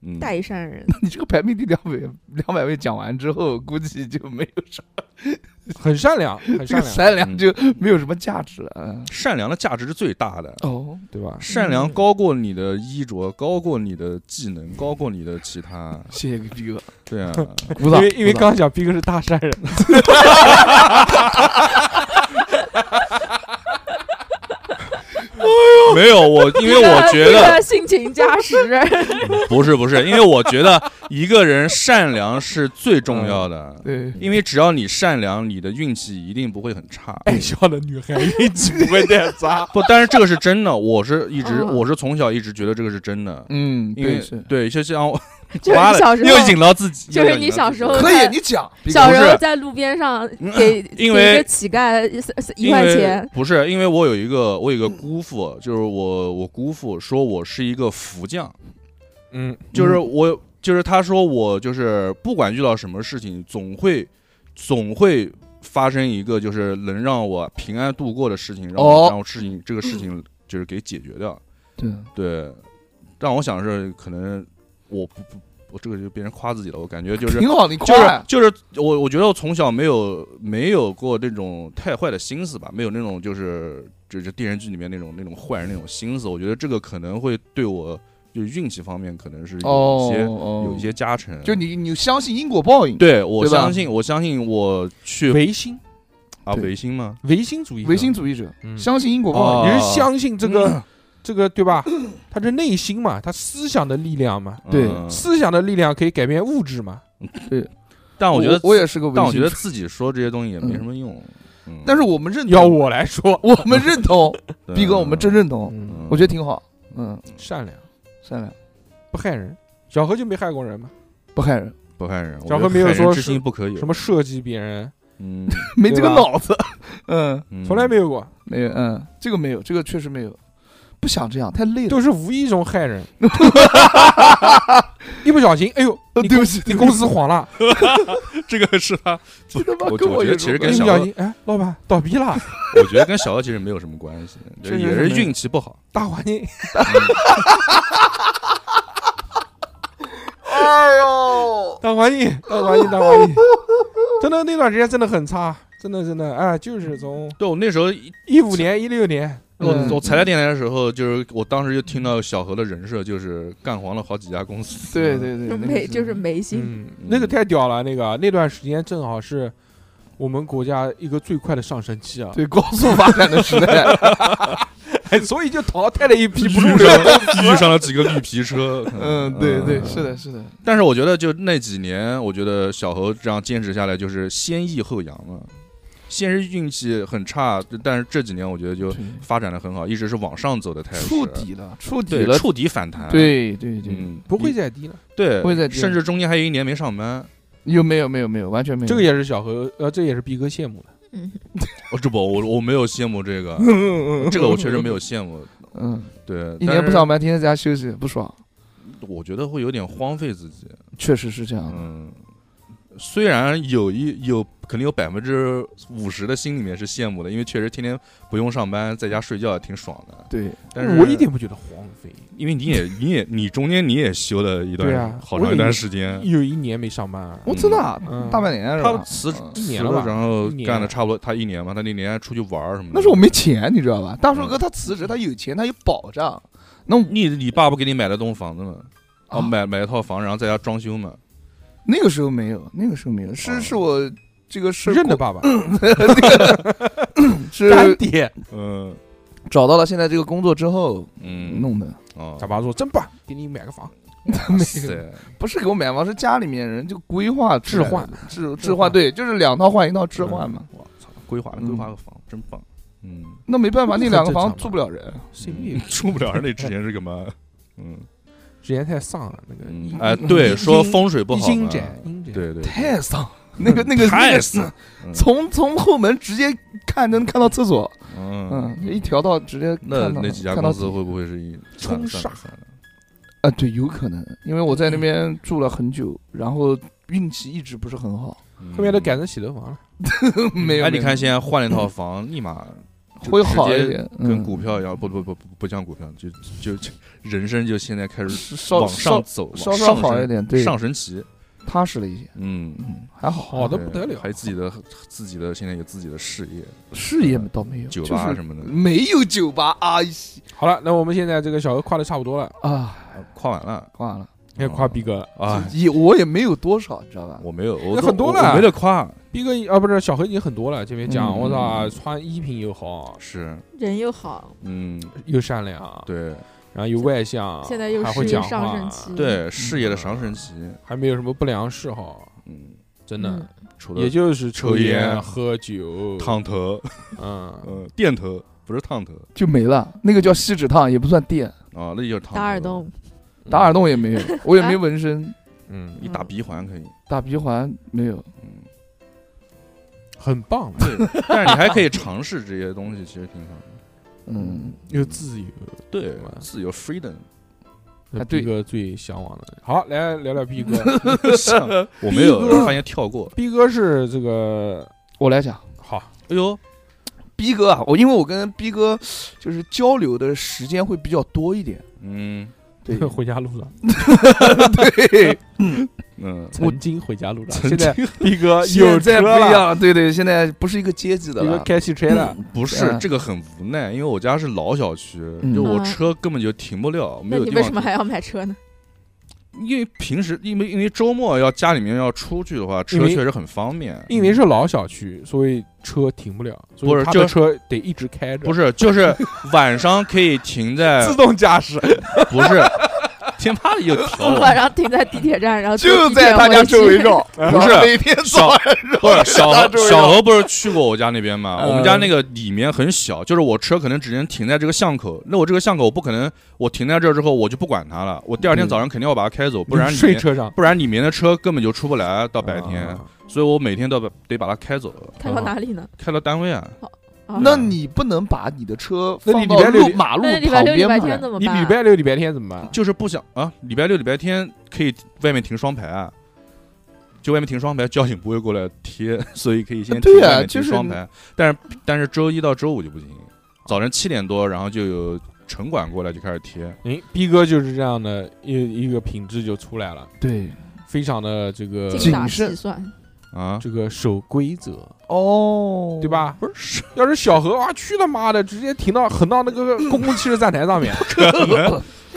S6: 嗯，
S5: 代善人，
S4: 你这个排名第两百两百位讲完之后，估计就没有什么，
S3: 很善良，很善
S4: 这个
S3: 良，
S4: 善良就没有什么价值了，嗯
S6: 善良的价值是最大
S5: 嗯
S6: 的，
S4: 哦，
S3: 对吧？
S6: 善良高过你的衣着，高过你的技能，高过你的其他，
S4: 谢谢逼哥，
S6: 对啊，
S4: 鼓
S3: 因为因为刚刚讲逼哥是大善人，
S6: 没有我，因为我 觉
S5: 这
S6: 得
S5: 个性情加 十，
S6: 不是不是，因为我觉得一个人善良是最重要的，
S4: 对，
S5: 嗯
S6: 因为只要你善良，你的运气一定不会很差。
S5: 哎
S3: 爱笑的女孩运气不会太差。
S6: 不，但是这个是真的，我是一直
S5: 嗯
S6: 我是从小一直觉得这个是真的，
S4: 嗯，
S6: 因为
S4: 对是，
S6: 对，就像我
S5: 就是
S6: 完
S5: 你
S6: 了
S5: 小时候
S6: 又引到自己，
S5: 就是
S6: 又引
S5: 你
S6: 到
S5: 小
S6: 自己
S5: 时候
S4: 可以，你讲，逼哥
S5: 小时
S6: 不
S5: 候
S6: 是嗯
S5: 在路边上给
S6: 因
S5: 给一
S6: 为
S5: 个乞丐一一
S6: 因
S5: 块
S6: 为
S5: 钱，
S6: 不是，因为我有一个我有一个姑父，就是我我姑父说我是一个福将，
S3: 嗯，
S6: 就是我、就是他说我就是不管遇到什么事情，总会总会发生一个就是能让我平安度过的事情，让
S4: 哦
S6: 我、让我事情这个事
S5: 嗯
S6: 情就是给解决掉。
S4: 对，
S6: 对，让我想是可能我不不我这个就别人夸自己了，我感觉就是
S4: 挺好，你
S6: 就
S4: 夸
S6: 是
S4: 呀，
S6: 就是我，我觉得我从小没有没有过这种太坏的心思吧，没有那种就是就是电视剧里面那种那种坏人那种心思。我觉得这个可能会对我就运气方面可能是有一些、
S4: 哦
S6: 有一些加成。
S4: 就你你相信因果报应，
S6: 对我
S4: 对吧
S6: 相信，我相信我去
S3: 唯心
S6: 啊
S4: 对
S6: 维新吗？
S3: 唯心主义，
S4: 唯心主义者
S3: 嗯
S4: 相信因果报应，
S6: 哦
S3: 你是相信这个这个对吧？他是内心嘛，他思想的力量嘛，
S4: 对
S6: 嗯
S3: 思想的力量可以改变物质嘛。
S6: 但我觉得
S4: 我也是个唯心
S6: 但我觉得
S4: 主义者
S6: 自己说这些东西也没什么用。嗯
S4: 但是我们认同
S3: 要我来说，
S4: 我们认同，
S6: 对
S4: 逼哥，我们真认同，
S3: 嗯，
S4: 我觉得挺好，嗯，
S3: 善良
S4: 善良
S3: 不害人，小何就没害过人嘛，
S4: 不害人，
S6: 不害
S3: 小
S6: 人。我觉
S3: 何
S6: 得
S3: 没有
S6: 害人
S3: 说
S6: 之
S3: 是
S6: 心不可有
S3: 什么设计别人
S6: 嗯，
S4: 没这个
S3: 对吧
S4: 脑子， 嗯，
S6: 嗯
S3: 从来没有过，
S4: 没有，嗯，这个没有，这个确实没有，不想这样，太累了，
S3: 都是无意中害 人，一不小心，哎呦，
S4: 呃
S3: 你
S4: 对不起，
S3: 你公司黄了，
S6: 这个是他，
S4: 这他妈
S6: 我
S4: 跟
S6: 我觉
S4: 有
S6: 得
S4: 什
S6: 其
S4: 么
S6: 实
S3: 一
S6: 跟
S3: 不
S6: 小
S3: 小
S6: 何
S3: 心，哎，老板倒闭了，
S6: 我觉得跟小何其实没有什么关系，就
S3: 这
S6: 也
S3: 个
S6: 是
S3: 是没
S6: 运气不好。
S3: 大环境
S4: 哎呦，
S3: 大环境，大环境，大环境，真的那段时间真的很差，真的真的，哎，就是从
S6: 对我那时候一，
S3: 一五年、一六年，
S4: 嗯
S6: 我我才来电台的时候，就是我当时就听到小何的人设就是干黄了好几家公司。
S4: 对 对对，那个
S5: 没嗯就是没心，
S3: 嗯，那个太屌了，那个那段时间正好是我们国家一个最快的上升期啊，
S4: 对高速发展的时 代，
S3: 哎， 所以就淘汰了一批
S6: 遇
S3: 不
S6: 上
S3: 入流。
S6: 了 遇上了几个绿皮车。
S4: 嗯，对对，是的，是的，
S6: 但是我觉得就那几年，我觉得小何这样坚持下来就是先抑后扬嘛。先是运气很差，但是这几年我觉得就
S4: 对
S6: 发展的很好，一直是往上走的态势。
S4: 触底了，触底
S6: 对
S4: 了，
S6: 触底反弹。，
S4: 对对对，
S6: 嗯，
S3: 不会再低了，
S6: 对，
S4: 不会再低
S6: 甚至中间还有一年没上班。
S4: 有没有没有没有，完全没有，
S3: 这个也是小何，呃，这也是逼哥羡慕的。
S5: 嗯，
S6: 哦，这不，我我没有羡慕这个，这个我确实没有羡慕。
S4: 嗯，
S6: 对，
S4: 一
S6: 但
S4: 年不
S6: 是
S4: 上班，天天在家休息，不爽，
S6: 我觉得会有点荒废自己。
S4: 确实是这样的。
S6: 嗯，虽然有一有肯定有百分之五十的心里面是羡慕的，因为确实天天不用上班，在家睡觉也挺爽的。
S4: 对，
S6: 但是
S3: 我一，点不觉得荒废。
S6: 因为你也你也你中间你也休了一段
S3: 对啊
S6: 好
S3: 我
S6: 长一
S3: 也
S6: 段时
S4: 嗯
S6: 间，
S3: 有一年没上班啊，
S4: 我真的啊
S3: 嗯
S4: 大半年是
S6: 他
S4: 吧？
S6: 辞
S4: 嗯
S3: 一
S6: 辞
S3: 年了
S6: 了，
S3: 吧
S6: 然后
S3: 一年
S6: 干了差不多他一年嘛，他那年还出去玩儿什么的。
S4: 那是我没钱，你知道吧？大树哥他辞职，他有钱，他有保障。那我
S6: 你你爸不给你买了栋房子吗？哦，
S4: 啊
S6: 买买一套房，然后在家装修嘛。
S4: 那个时候没有，那个时候没有，
S6: 哦
S4: 是是我这个是
S3: 认的爸爸，
S4: 呃
S3: 干
S4: 是
S3: 爹，
S6: 嗯
S4: 找到了现在这个工作之后
S6: 嗯，
S4: 弄的，
S6: 哦
S3: 他，爸说真棒，给你买个房，
S4: 没有
S6: 对，
S4: 不是给我买房，是家里面人就规划出
S3: 置
S4: 来的
S3: 换，
S4: 置
S3: 置
S4: 置
S3: 换
S4: 换，对，就是两套换一套置换嘛。
S6: 我操，规划了规
S4: 嗯
S6: 划个房，真棒。嗯，
S4: 那没办法，
S3: 这
S4: 那
S3: 很
S4: 两个
S3: 正常
S4: 房
S3: 嘛
S4: 住不了人。
S3: 神秘，
S6: 出不了人那之前是干嘛？嗯，
S3: 之前太丧了，那个
S6: 哎，对，说风水不
S3: 一
S6: 好
S3: 阴
S6: 嘛，
S3: 宅，阴宅，
S6: 对对，对
S4: 太丧，那个那个那
S6: 太
S4: 个
S6: 死，
S4: 从从后门直接看能看到厕所，
S6: 嗯
S4: 嗯，，一条道直接看
S6: 那
S4: 到
S6: 那几家
S4: 看到
S6: 公司会不会是一
S3: 冲
S6: 杀？
S3: 煞
S6: 算了
S4: 啊，对，有可能，因为我在那
S6: 嗯
S4: 边住了很久，然后运气一直不是很好，
S3: 后面都改成洗头房了。
S4: 没有。
S6: 哎，
S4: 没
S6: 你
S4: 有
S6: 看现在换了一套房，立马就
S4: 会
S6: 直
S4: 好一
S6: 接
S4: 点，
S6: 跟
S4: 嗯
S6: 股票一样，不不不不不像股票，就就就人生就现在开始
S4: 稍
S6: 往
S4: 稍
S6: 上走，
S4: 稍
S6: 往
S4: 稍
S6: 上
S4: 好
S6: 升
S4: 一点，对，
S6: 上神奇，
S4: 踏实了一些，
S6: 嗯，
S4: 嗯，还好，
S3: 好的不得了
S6: 还自己的自己的现在有自己的事业，
S4: 事业倒没有，
S6: 嗯酒
S4: 就
S6: 吧
S4: 是
S6: 什么的，
S4: 没有酒吧，哎
S3: 好了，那我们现在这个小何跨的差不多了，
S4: 啊，
S6: 跨完了
S4: 挂了，
S3: 该跨逼哥了。
S6: 啊，
S4: 也我也没有多少，你知道吧？
S6: 我没有，我
S3: 那
S6: 都
S3: 很多
S6: 我
S3: 了
S6: 我没得夸，
S3: 逼哥已啊，不是小何已经很多了，前面讲
S4: 嗯
S3: 我操，穿衣品又好，
S6: 是，
S5: 人又好，
S6: 嗯，
S3: 又善良，，
S6: 对
S3: 然后又外
S6: 哦
S3: 向，
S5: 现在又
S3: 还会
S5: 事业
S3: 讲
S5: 上
S3: 话
S5: 升，期，，
S6: 对，事业的上升期，
S3: 还没有什么不良嗜好，
S6: 嗯，
S3: 真的，
S5: 嗯
S6: 除了
S3: 也就是抽
S6: 抽烟
S3: 烟、喝酒、
S6: 烫头，
S3: 嗯，
S6: 嗯，电头不是烫头
S4: 就没了，那个叫锡纸烫，也不算电，
S6: 啊，那就是烫头
S5: 打耳，洞，
S4: 打耳，洞也没有，我也没纹身，
S3: 嗯，
S6: 你打鼻环可以，
S4: 打鼻环没有，
S6: 嗯，
S3: 很棒，
S6: 对， 但是你还可以尝试这些东西，其实挺好的，
S4: 嗯，
S3: 又自由，
S6: 对
S3: 吧
S6: 自由 freedom，
S3: 那
S4: 啊
S3: 逼
S4: 对
S3: 哥最向往的。好，来聊聊逼哥，
S6: 像我没有
S3: 逼哥
S6: 发现跳过，
S3: 逼哥是这个
S4: 我来讲。
S3: 好，
S6: 哎呦，
S4: 逼哥啊，我因为我跟逼哥就是交流的时间会比较多一点，
S6: 嗯
S4: 对
S3: 回家路上，
S4: 对，
S6: 嗯，
S3: 曾经回家路上，现在逼 哥有
S4: 现
S3: 车
S4: 在不一
S3: 了，
S4: 啊样了，对对，现在不是一个阶级的
S3: 逼哥
S4: 了，
S3: 开汽车了，
S6: 不是这个很无奈，因为我家是老小区，
S4: 嗯
S6: 就我
S5: 嗯
S6: 车根本就停不了，没
S5: 那
S6: 有
S5: 你
S6: 地
S5: 为
S6: 方
S5: 什么
S6: 停。
S5: 还要买车呢？
S6: 因为平时因为因为周末要家里面要出去的话，
S3: 因
S6: 车
S3: 为
S6: 确实很方便。
S3: 因为是老小区，所以车停不了，所
S6: 不
S3: 以
S6: 是
S3: 他的
S6: 就
S3: 车得一直开着，
S6: 不是，就是晚上可以停在，
S3: 自动驾驶，
S6: 不是，天妈的有 条
S5: 晚上停在地铁站，然后
S4: 就在大家周围
S5: 绕。
S4: 绕，
S6: 不是
S4: 每天早 上
S6: 不是小
S4: 大
S6: 何
S4: 众
S6: 小何不是去过我家那边吗？
S4: 嗯
S6: 我们家那个里面很小，就是我车可能只能停在这个巷口。那我这个巷口我不可能，我停在这儿之后我就不管它了，我第二天
S4: 嗯
S6: 早上肯定要把它开走，不然里
S3: 睡
S6: 面
S3: 车上，
S6: 不然里面的车根本就出不来到白天，
S3: 啊
S6: 所以我每天都把得把它开走，
S5: 开 到哪里呢？
S6: 开到单位啊。
S5: 啊
S4: 那你不能把你的 车
S3: 那你
S4: 放
S3: 礼
S4: 到
S3: 拜六
S4: 路
S3: 礼
S4: 马路
S5: 那礼拜
S4: 旁
S5: 六、礼
S4: 边
S5: 拜天
S4: 吗？
S5: 怎么
S3: 你
S5: 办？
S3: 礼拜六、礼拜天怎么办？
S6: 就是不想啊，礼拜六、礼拜天可以外面停双排啊，就外面停双排，交警不会过来贴， 所以可以先
S4: 对啊
S6: 停外面停
S4: 就是
S6: 双排。但是但是周一到周五就不行，早晨七点多，然后就有城管过来就开始贴，
S3: 哎，逼哥就是这样的一一个品质就出来了，
S4: 对，
S3: 非常的这个
S5: 精打
S4: 谨慎
S5: 细算，
S6: 啊，
S3: 这个守规则，
S4: 哦，
S3: 对？ 吧？
S6: 不是
S3: 要是小何啊，去他妈的，直接停到横到那个公共汽车站台上面，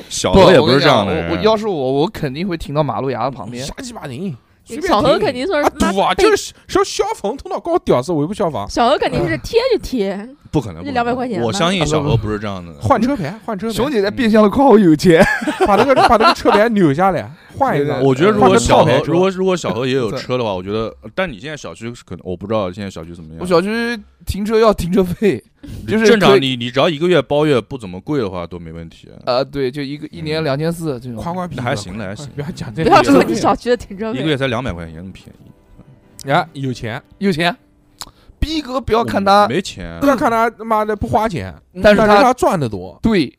S6: 小
S4: 不，
S6: 的也
S4: 我
S6: 不
S4: 跟
S6: 是
S4: 你
S6: 这样
S4: 讲
S6: 的
S4: 我
S6: 人，
S4: 我要是我，我肯定会停到马路牙子旁边
S3: 瞎。鸡巴停，随便
S5: 小何
S3: 停
S5: 肯定说
S3: 啊
S5: 是妈
S3: 堵啊，就是说消防通道告屌丝，我又不消防，
S5: 小何肯定是贴就贴，
S6: 不可
S5: 那
S6: 能，不可能
S5: 200块钱
S6: 我
S5: 吗
S6: 相信小何不是这样的。
S3: 换车牌，换车
S4: 熊
S3: 牌，
S4: 姐在变相的夸我有钱，
S3: 把那个把那个车牌扭下来，换一张。
S6: 我觉得如果
S3: 换成
S6: 小
S3: 套
S6: 何
S3: 牌车
S6: 如果如果小何也有车的话，我觉得，但你现在小区可能我不知道现在小区怎么样。
S4: 我小区停车要停车 费，就是
S6: 正
S4: 可
S6: 常
S4: 以
S6: 你你只要一个月包月不怎么贵的话都没问题。
S4: 啊，对，就一个一年
S6: 嗯
S4: 两千四这种。
S3: 夸夸逼
S6: 那
S3: 哥，
S6: 还行那还行
S3: 不要讲这
S5: 不
S3: 个，
S5: 要说你小区的停车
S6: 一个月
S5: 费。
S6: 才两百块钱，那么便宜。
S3: 啊，有钱，
S4: 有钱，逼哥不
S6: 我
S4: 要哦看他，
S6: 没钱
S3: 不，要看他他妈的不花钱，
S4: 但是
S3: 是
S4: 他
S3: 他赚的多，
S4: 对，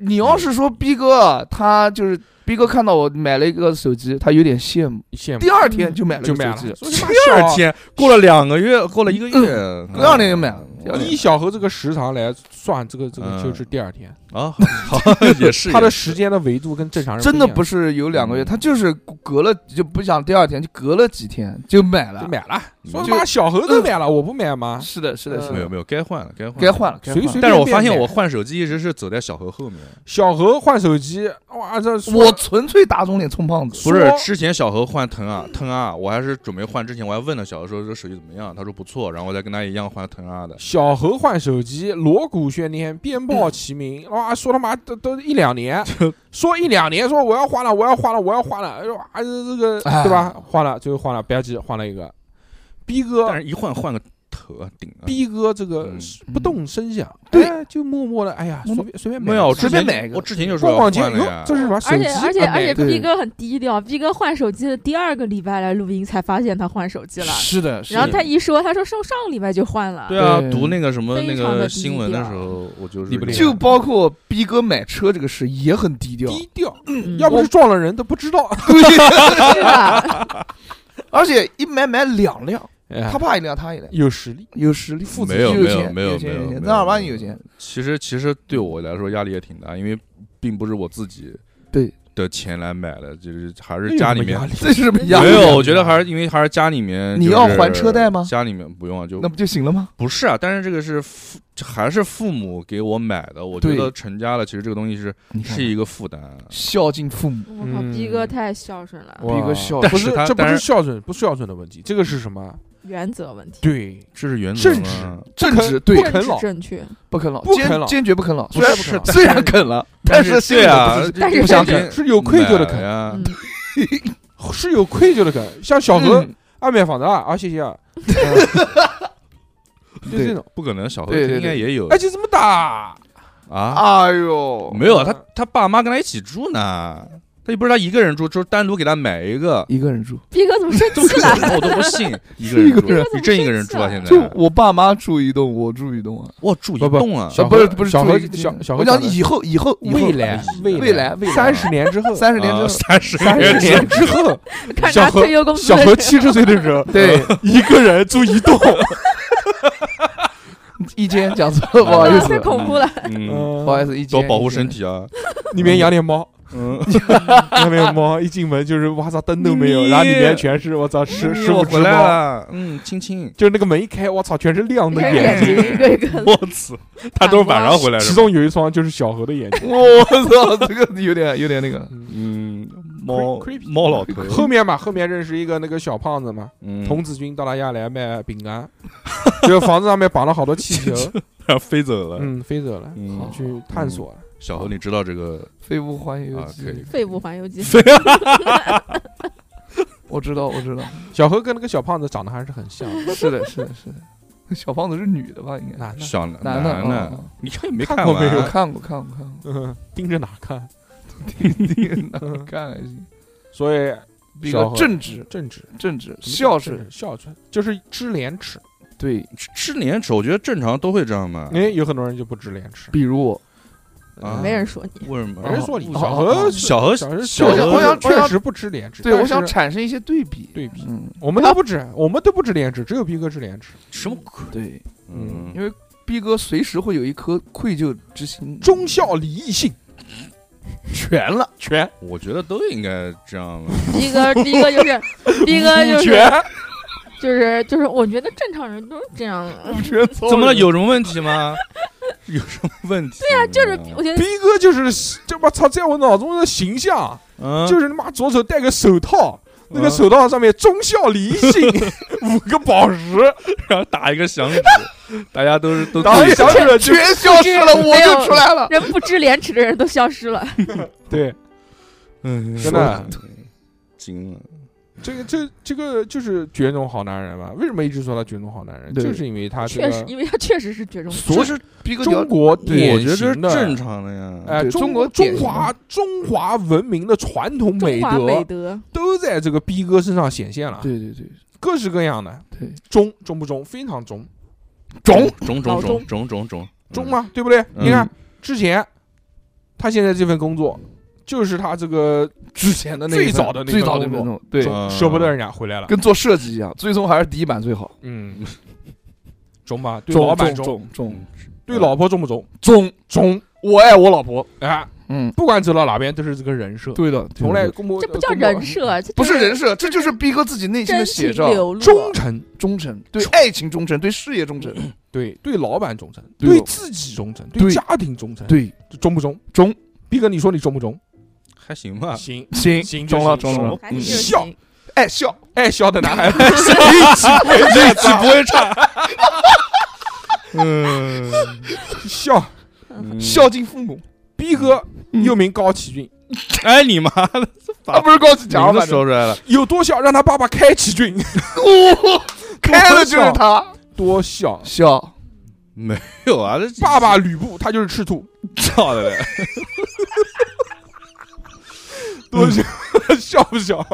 S4: 你要是说逼哥啊，他就是逼哥看到我买了一个手机，他有点羡慕，
S3: 羡慕
S4: 第二天就买了
S3: 就
S4: 个
S3: 买
S4: 手
S3: 了。
S4: 机，
S3: 说他妈
S6: 第二
S3: 小
S6: 天过了两个月，嗯过了一个月，
S4: 啊嗯第二天就买了，第二
S3: 以
S4: 天
S3: 小何这个时长来算，这个这个就是第二天，
S6: 啊，好，好 也是
S3: 他的
S6: 也是
S3: 时间的维度跟正常人
S4: 真的不
S3: 不
S4: 是有两个月，他就是隔了就不想第二天，就隔了几天就买
S3: 一样
S4: 了
S3: 就。买了，说
S6: 啊就嗯
S3: 他妈小何都买了，我不买吗？
S4: 是的，是的，是
S6: 没有
S4: 的，
S6: 没有该换了该换
S4: 该。换了，该
S3: 随
S4: 换了
S3: 随便便买。
S6: 但是我发现我换手机一直是走在小何后面，
S3: 小何换手机，哇，这
S4: 我纯粹打肿脸充胖子。
S6: 不是
S3: 说
S6: 之前小何换腾啊腾啊，我还是准备换之前我还问了小何说这手机怎么样，他说不错，然后我再跟他一样换腾啊的，
S3: 小何换手机，锣鼓喧天，鞭炮齐鸣，哇，说他妈都都一两 年，说一两年，说我要换了，我要换了，我要换了，哎呦，啊这这个
S4: 哎
S3: 对吧？换了，最后换了，不要急，换了一个。逼哥
S6: 但是一换换个头头啊顶啊。
S3: 逼哥这个
S6: 嗯
S3: 是不动声响，
S4: 对
S3: 哎，就默默的，哎呀，随
S4: 默默
S3: 便随便买
S6: 没有，我
S3: 个
S4: 随
S6: 之
S4: 便
S6: 前
S4: 买一个
S6: 我之前就
S3: 逛
S6: 说要
S3: 逛街，
S6: 换了
S3: 哟
S6: 呀，，
S3: 这是什么手
S5: 而
S3: 机
S5: 且？而且
S6: 啊
S5: 而且
S4: 对
S5: B 哥很低调，B 哥换手机的第二个礼拜来录音才发现他换手机了，
S4: 是的，是
S5: 然后
S4: 的，
S5: 他一说，他说上上个礼拜就换了，
S6: 对啊，
S4: 对
S6: 读那个什么
S5: 非
S6: 那
S5: 常
S6: 个
S5: 地
S6: 新
S5: 低
S6: 闻的
S5: 调
S6: 时候，我就是
S3: 厉不厉害
S4: 就包括逼哥买车这个事也很低调，
S3: 低调，
S5: 嗯
S3: 要不是撞了人都不知道。
S5: 是吧？
S4: 而且一买买两辆，
S3: 哎
S4: 他爸一辆，他一辆，
S3: 有实力，
S4: 有实力，父子
S6: 没有
S4: 有
S6: 没有
S4: 钱，
S6: 没有
S4: 有钱
S6: 没有
S4: 有
S6: 没有
S4: 钱，正儿八经有钱，
S6: 其实其实对我来说压力也挺大，因为并不是我自己
S4: 对
S6: 的钱来买的，就是还
S3: 那
S6: 是
S3: 有
S6: 家
S3: 什
S6: 里
S3: 么
S6: 面
S3: 压力
S4: 这是什么压力
S6: 没
S4: 啊？
S6: 有，我觉得还是因为还是家里面
S4: 你
S6: 就是
S4: 要还车贷吗
S6: 家里面不用啊，就
S4: 那不就行了吗？
S6: 不是啊，但是这个是父还是父母给我买的，我觉
S4: 对
S6: 得成家了，其实这个东西是
S4: 你看
S6: 是一个负担。啊
S4: 孝敬父母，
S5: 我靠，B 哥太孝顺了，
S3: 哇
S4: 逼哥孝
S6: 但
S3: 不
S6: 是
S3: 是
S6: 他
S3: 这不
S6: 但
S3: 是
S6: 是
S3: 孝顺不孝顺的问题，这个是什么？
S5: 原则问题，
S3: 对，
S6: 这是原则
S3: 甚至
S6: 吗
S4: 正
S3: 肯
S4: 直
S3: 不
S4: 对，
S3: 肯
S5: 政治
S3: 老
S5: 正确，
S4: 不啃老，
S3: 不
S4: 坚
S3: 啃老
S4: 坚决不啃老，
S3: 不
S4: 虽然
S3: 是不肯
S4: 虽然啃了，但
S6: 是
S4: 心里
S6: 对
S4: 头
S6: 啊
S4: 不是
S5: 但是
S4: 不想
S5: 肯
S4: 啃，
S3: 是有愧疚的
S6: 买了
S3: 啃，
S6: 呀
S5: 嗯，，
S3: 是有愧疚的啃。像小何
S4: 嗯
S3: 啊，买房子啊，啊，谢谢啊，就这种，
S6: 不可能，小何
S4: 对对
S6: 应该
S4: 对
S6: 也有
S3: 哎，就这么打，
S6: 啊。
S4: 哎呦，，
S6: 没有，他他爸妈跟他一起住呢，他又不是他一个人住，就是单独给他买一个
S4: 一个人住，
S5: 逼哥怎么生
S6: 都是
S5: 气了？
S6: 我都 不信，一个人
S4: 一
S6: 住
S4: 个人，
S6: 你真一个人住啊？现
S5: 就
S4: 就
S6: 在
S4: 我爸妈住一栋，我住一栋啊，
S6: 哇，住一
S3: 不不
S6: 栋啊，
S3: 小
S4: 啊不是
S3: 何
S4: 不是
S3: 小
S4: 住
S3: 何
S4: 一栋
S3: 小小何
S4: 我讲
S3: 讲的
S4: 以后以后以后哎
S3: 未来
S4: 未
S3: 未
S4: 来未来
S3: 三十年之后，
S4: 三十年之后，
S6: 啊 三十
S3: 三十年之后，
S5: 看着
S3: 小
S5: 他
S3: 何
S5: 退休工资
S3: 小
S5: 的
S3: 何
S5: 时
S3: 七十岁的时候，
S4: 对
S3: 一个人住一栋，
S4: 一间讲错了，不
S5: 候
S4: 好啊意
S5: 哇
S4: 思，
S5: 太啊恐怖了，
S6: 嗯，
S4: 不好
S3: 嗯，
S4: 意思，一间
S6: 多保护身，体啊，
S3: 里面养点猫，
S6: 嗯，
S3: 养点猫，一进门就是哇操灯都没有，
S6: 咪咪
S3: 然后里面全是我操十十五
S6: 嗯我
S3: 只
S6: 回来
S3: 猫，
S6: 了，嗯，亲亲，
S3: 就是那个门一开，我操全是亮的
S5: 一
S3: 眼睛，
S5: 睛一个一个
S6: 我操，他都是晚上回来
S3: 其
S6: 是吧？
S3: 中有一双就是小何的眼睛，
S4: 我操，这个有点有点那个，
S6: 嗯，猫
S3: Creepy
S6: 猫老头，
S3: 后面嘛，后面认识一个那个小胖子嘛，
S6: 嗯，
S3: 童子军到他家来卖饼干，这个房子上面绑了好多气 球，
S6: 飞走了。
S3: 嗯，飞走了，
S6: 嗯，
S3: 去探索了。
S6: 小何，你知道这个
S4: 飞屋环游
S6: 啊？
S4: 记
S6: 可以，，
S5: 废物环游记，
S4: 我知道我知道，
S6: 嗯
S3: 小何跟那个小胖子长得还是很像的，
S4: 是的是的是的， 小胖子是女的吧？应该
S3: 男的，
S6: 小
S4: 男的
S6: 男
S4: 嗯
S6: 的
S4: 嗯，
S6: 你看也没
S3: 看
S6: 看
S3: 过
S6: 完啊
S3: 没有
S4: 我看过看过看 过，
S3: 嗯， 盯着哪看？
S4: 看还行，
S3: 所以
S4: 比
S3: 小
S4: 较
S3: 何
S4: 正直
S3: 正直，
S4: 正直孝顺，
S3: 孝顺就是知廉耻。
S4: 对，
S6: 吃廉耻，我觉得正常都会这样嘛。
S3: 因为有很多人就不知廉耻，
S4: 比如我。
S6: 啊
S5: 没人说你，
S6: 为什么？
S3: 没人说你
S4: 哦
S3: 小
S4: 哦
S3: 何
S4: 哦
S6: 小何
S3: 小何
S6: 小
S4: 我想
S6: 何
S4: 我想
S3: 确实不知廉耻，
S4: 对，我想
S3: 但是
S4: 产生一些对比。
S3: 对比
S4: 嗯，
S3: 我们都不知，我们都不知廉耻，只有逼哥知廉耻。
S6: 什么鬼？
S4: 对，
S6: 嗯
S4: 因，为逼哥随时会有一颗愧疚之心，
S3: 忠孝礼义信
S4: 全了，
S3: 全
S6: 我觉得都应该这样吧。
S5: 逼哥逼哥就是逼哥就
S3: 五
S5: 是
S3: 全，
S5: 就是就是，我觉得正常人都是这样的。
S4: 全
S6: 怎么了？有什么问题吗？ 有什么问题？对啊，
S5: 就是我觉得
S3: 逼哥就是这我操，在我脑中的形象啊
S6: 嗯，
S3: 就是他妈左手戴个手套，那个
S6: 嗯
S3: 手套上面忠孝礼义信 五个宝石，
S6: 然后打一个响 指，大家都是都
S4: 啊
S3: 然后
S6: 自己
S3: 想起来就
S4: 哎全消失了，我
S5: 没有
S4: 就出来了。
S5: 人不知廉耻的人都消失了，
S3: 对
S6: 嗯，
S3: 真的
S6: 惊了。
S3: 这个这这个就是绝种好男人嘛？为什么一直说他绝种好男人？
S4: 对
S3: 就是因为他这
S5: 确实，
S3: 个
S5: 因为他确实是绝种。
S4: 所以 逼哥
S3: 中
S4: 聊
S3: 国
S6: 我
S3: 典
S6: 觉得这是
S3: 型的
S6: 正常的呀。
S3: 哎，
S4: 对
S3: 中
S4: 中国典
S3: 中
S4: 型
S3: 华中华文明的传统
S5: 中
S3: 美
S5: 华美
S3: 德
S5: 德，
S3: 都在这个逼哥身上显现了，
S4: 对对对
S3: 各式各样的
S4: 对，
S3: 忠忠不忠，非常忠
S6: 种种种
S5: 老
S6: 种种种种
S3: 忠？嘛，对不对？
S6: 嗯
S3: 你看之前他现在这份工作，就是他这个
S4: 之前的那
S3: 最
S4: 一份
S3: 早的那
S4: 最
S3: 份
S4: 早的
S3: 工
S4: 那
S3: 作
S4: 种，对，
S6: 嗯
S3: 舍不得人家回来了，
S4: 跟做设计一样，最终还是第一版最好。
S3: 嗯，忠吧，对
S4: 中
S3: 老板忠，
S4: 中中
S3: 对老婆忠不忠？
S4: 中，
S3: 忠，
S4: 我爱我老婆。
S3: 哎，
S4: 嗯，
S3: 不管走到哪边都是这个人设，
S4: 对的，
S3: 从来公布
S5: 这不叫
S3: 公布
S5: 人设，啊这
S4: 不是
S5: 就是
S4: 人设，这就是逼哥自己内心的
S5: 真
S4: 写
S5: 情
S4: 照。
S5: 流露。
S3: 忠诚。
S4: 忠诚，对爱情忠诚，对事业忠诚，
S3: 对对，老板忠诚，
S4: 对
S3: 对
S4: 老
S3: 自己忠诚，
S4: 对
S3: 家庭忠诚，
S4: 对，
S3: 忠不忠？
S4: 忠。
S3: 逼哥，你说你忠不忠？
S6: 还行
S4: 啊
S6: 吧。
S3: 行，
S4: 行
S3: 行就
S4: 中了
S3: 行
S4: 中了，
S5: 还是
S3: 嗯
S5: 就是
S3: 笑
S5: 行
S4: 爱笑。
S3: 爱笑的男孩子，
S6: 运气不会差。嗯，
S3: 笑。
S4: 孝敬父母
S3: 逼哥
S4: 嗯
S3: 又名高启俊，
S6: 哎你妈的，
S4: 啊，不是高启强，反
S6: 名字
S4: 正
S6: 说出来了。
S3: 有多笑让他爸爸开启俊，
S4: 哦，开了就是他，
S3: 多孝。
S4: 笑，
S6: 有啊，这
S3: 爸爸吕布他就是赤兔，
S6: 操的嘞！
S3: 多孝，笑不笑？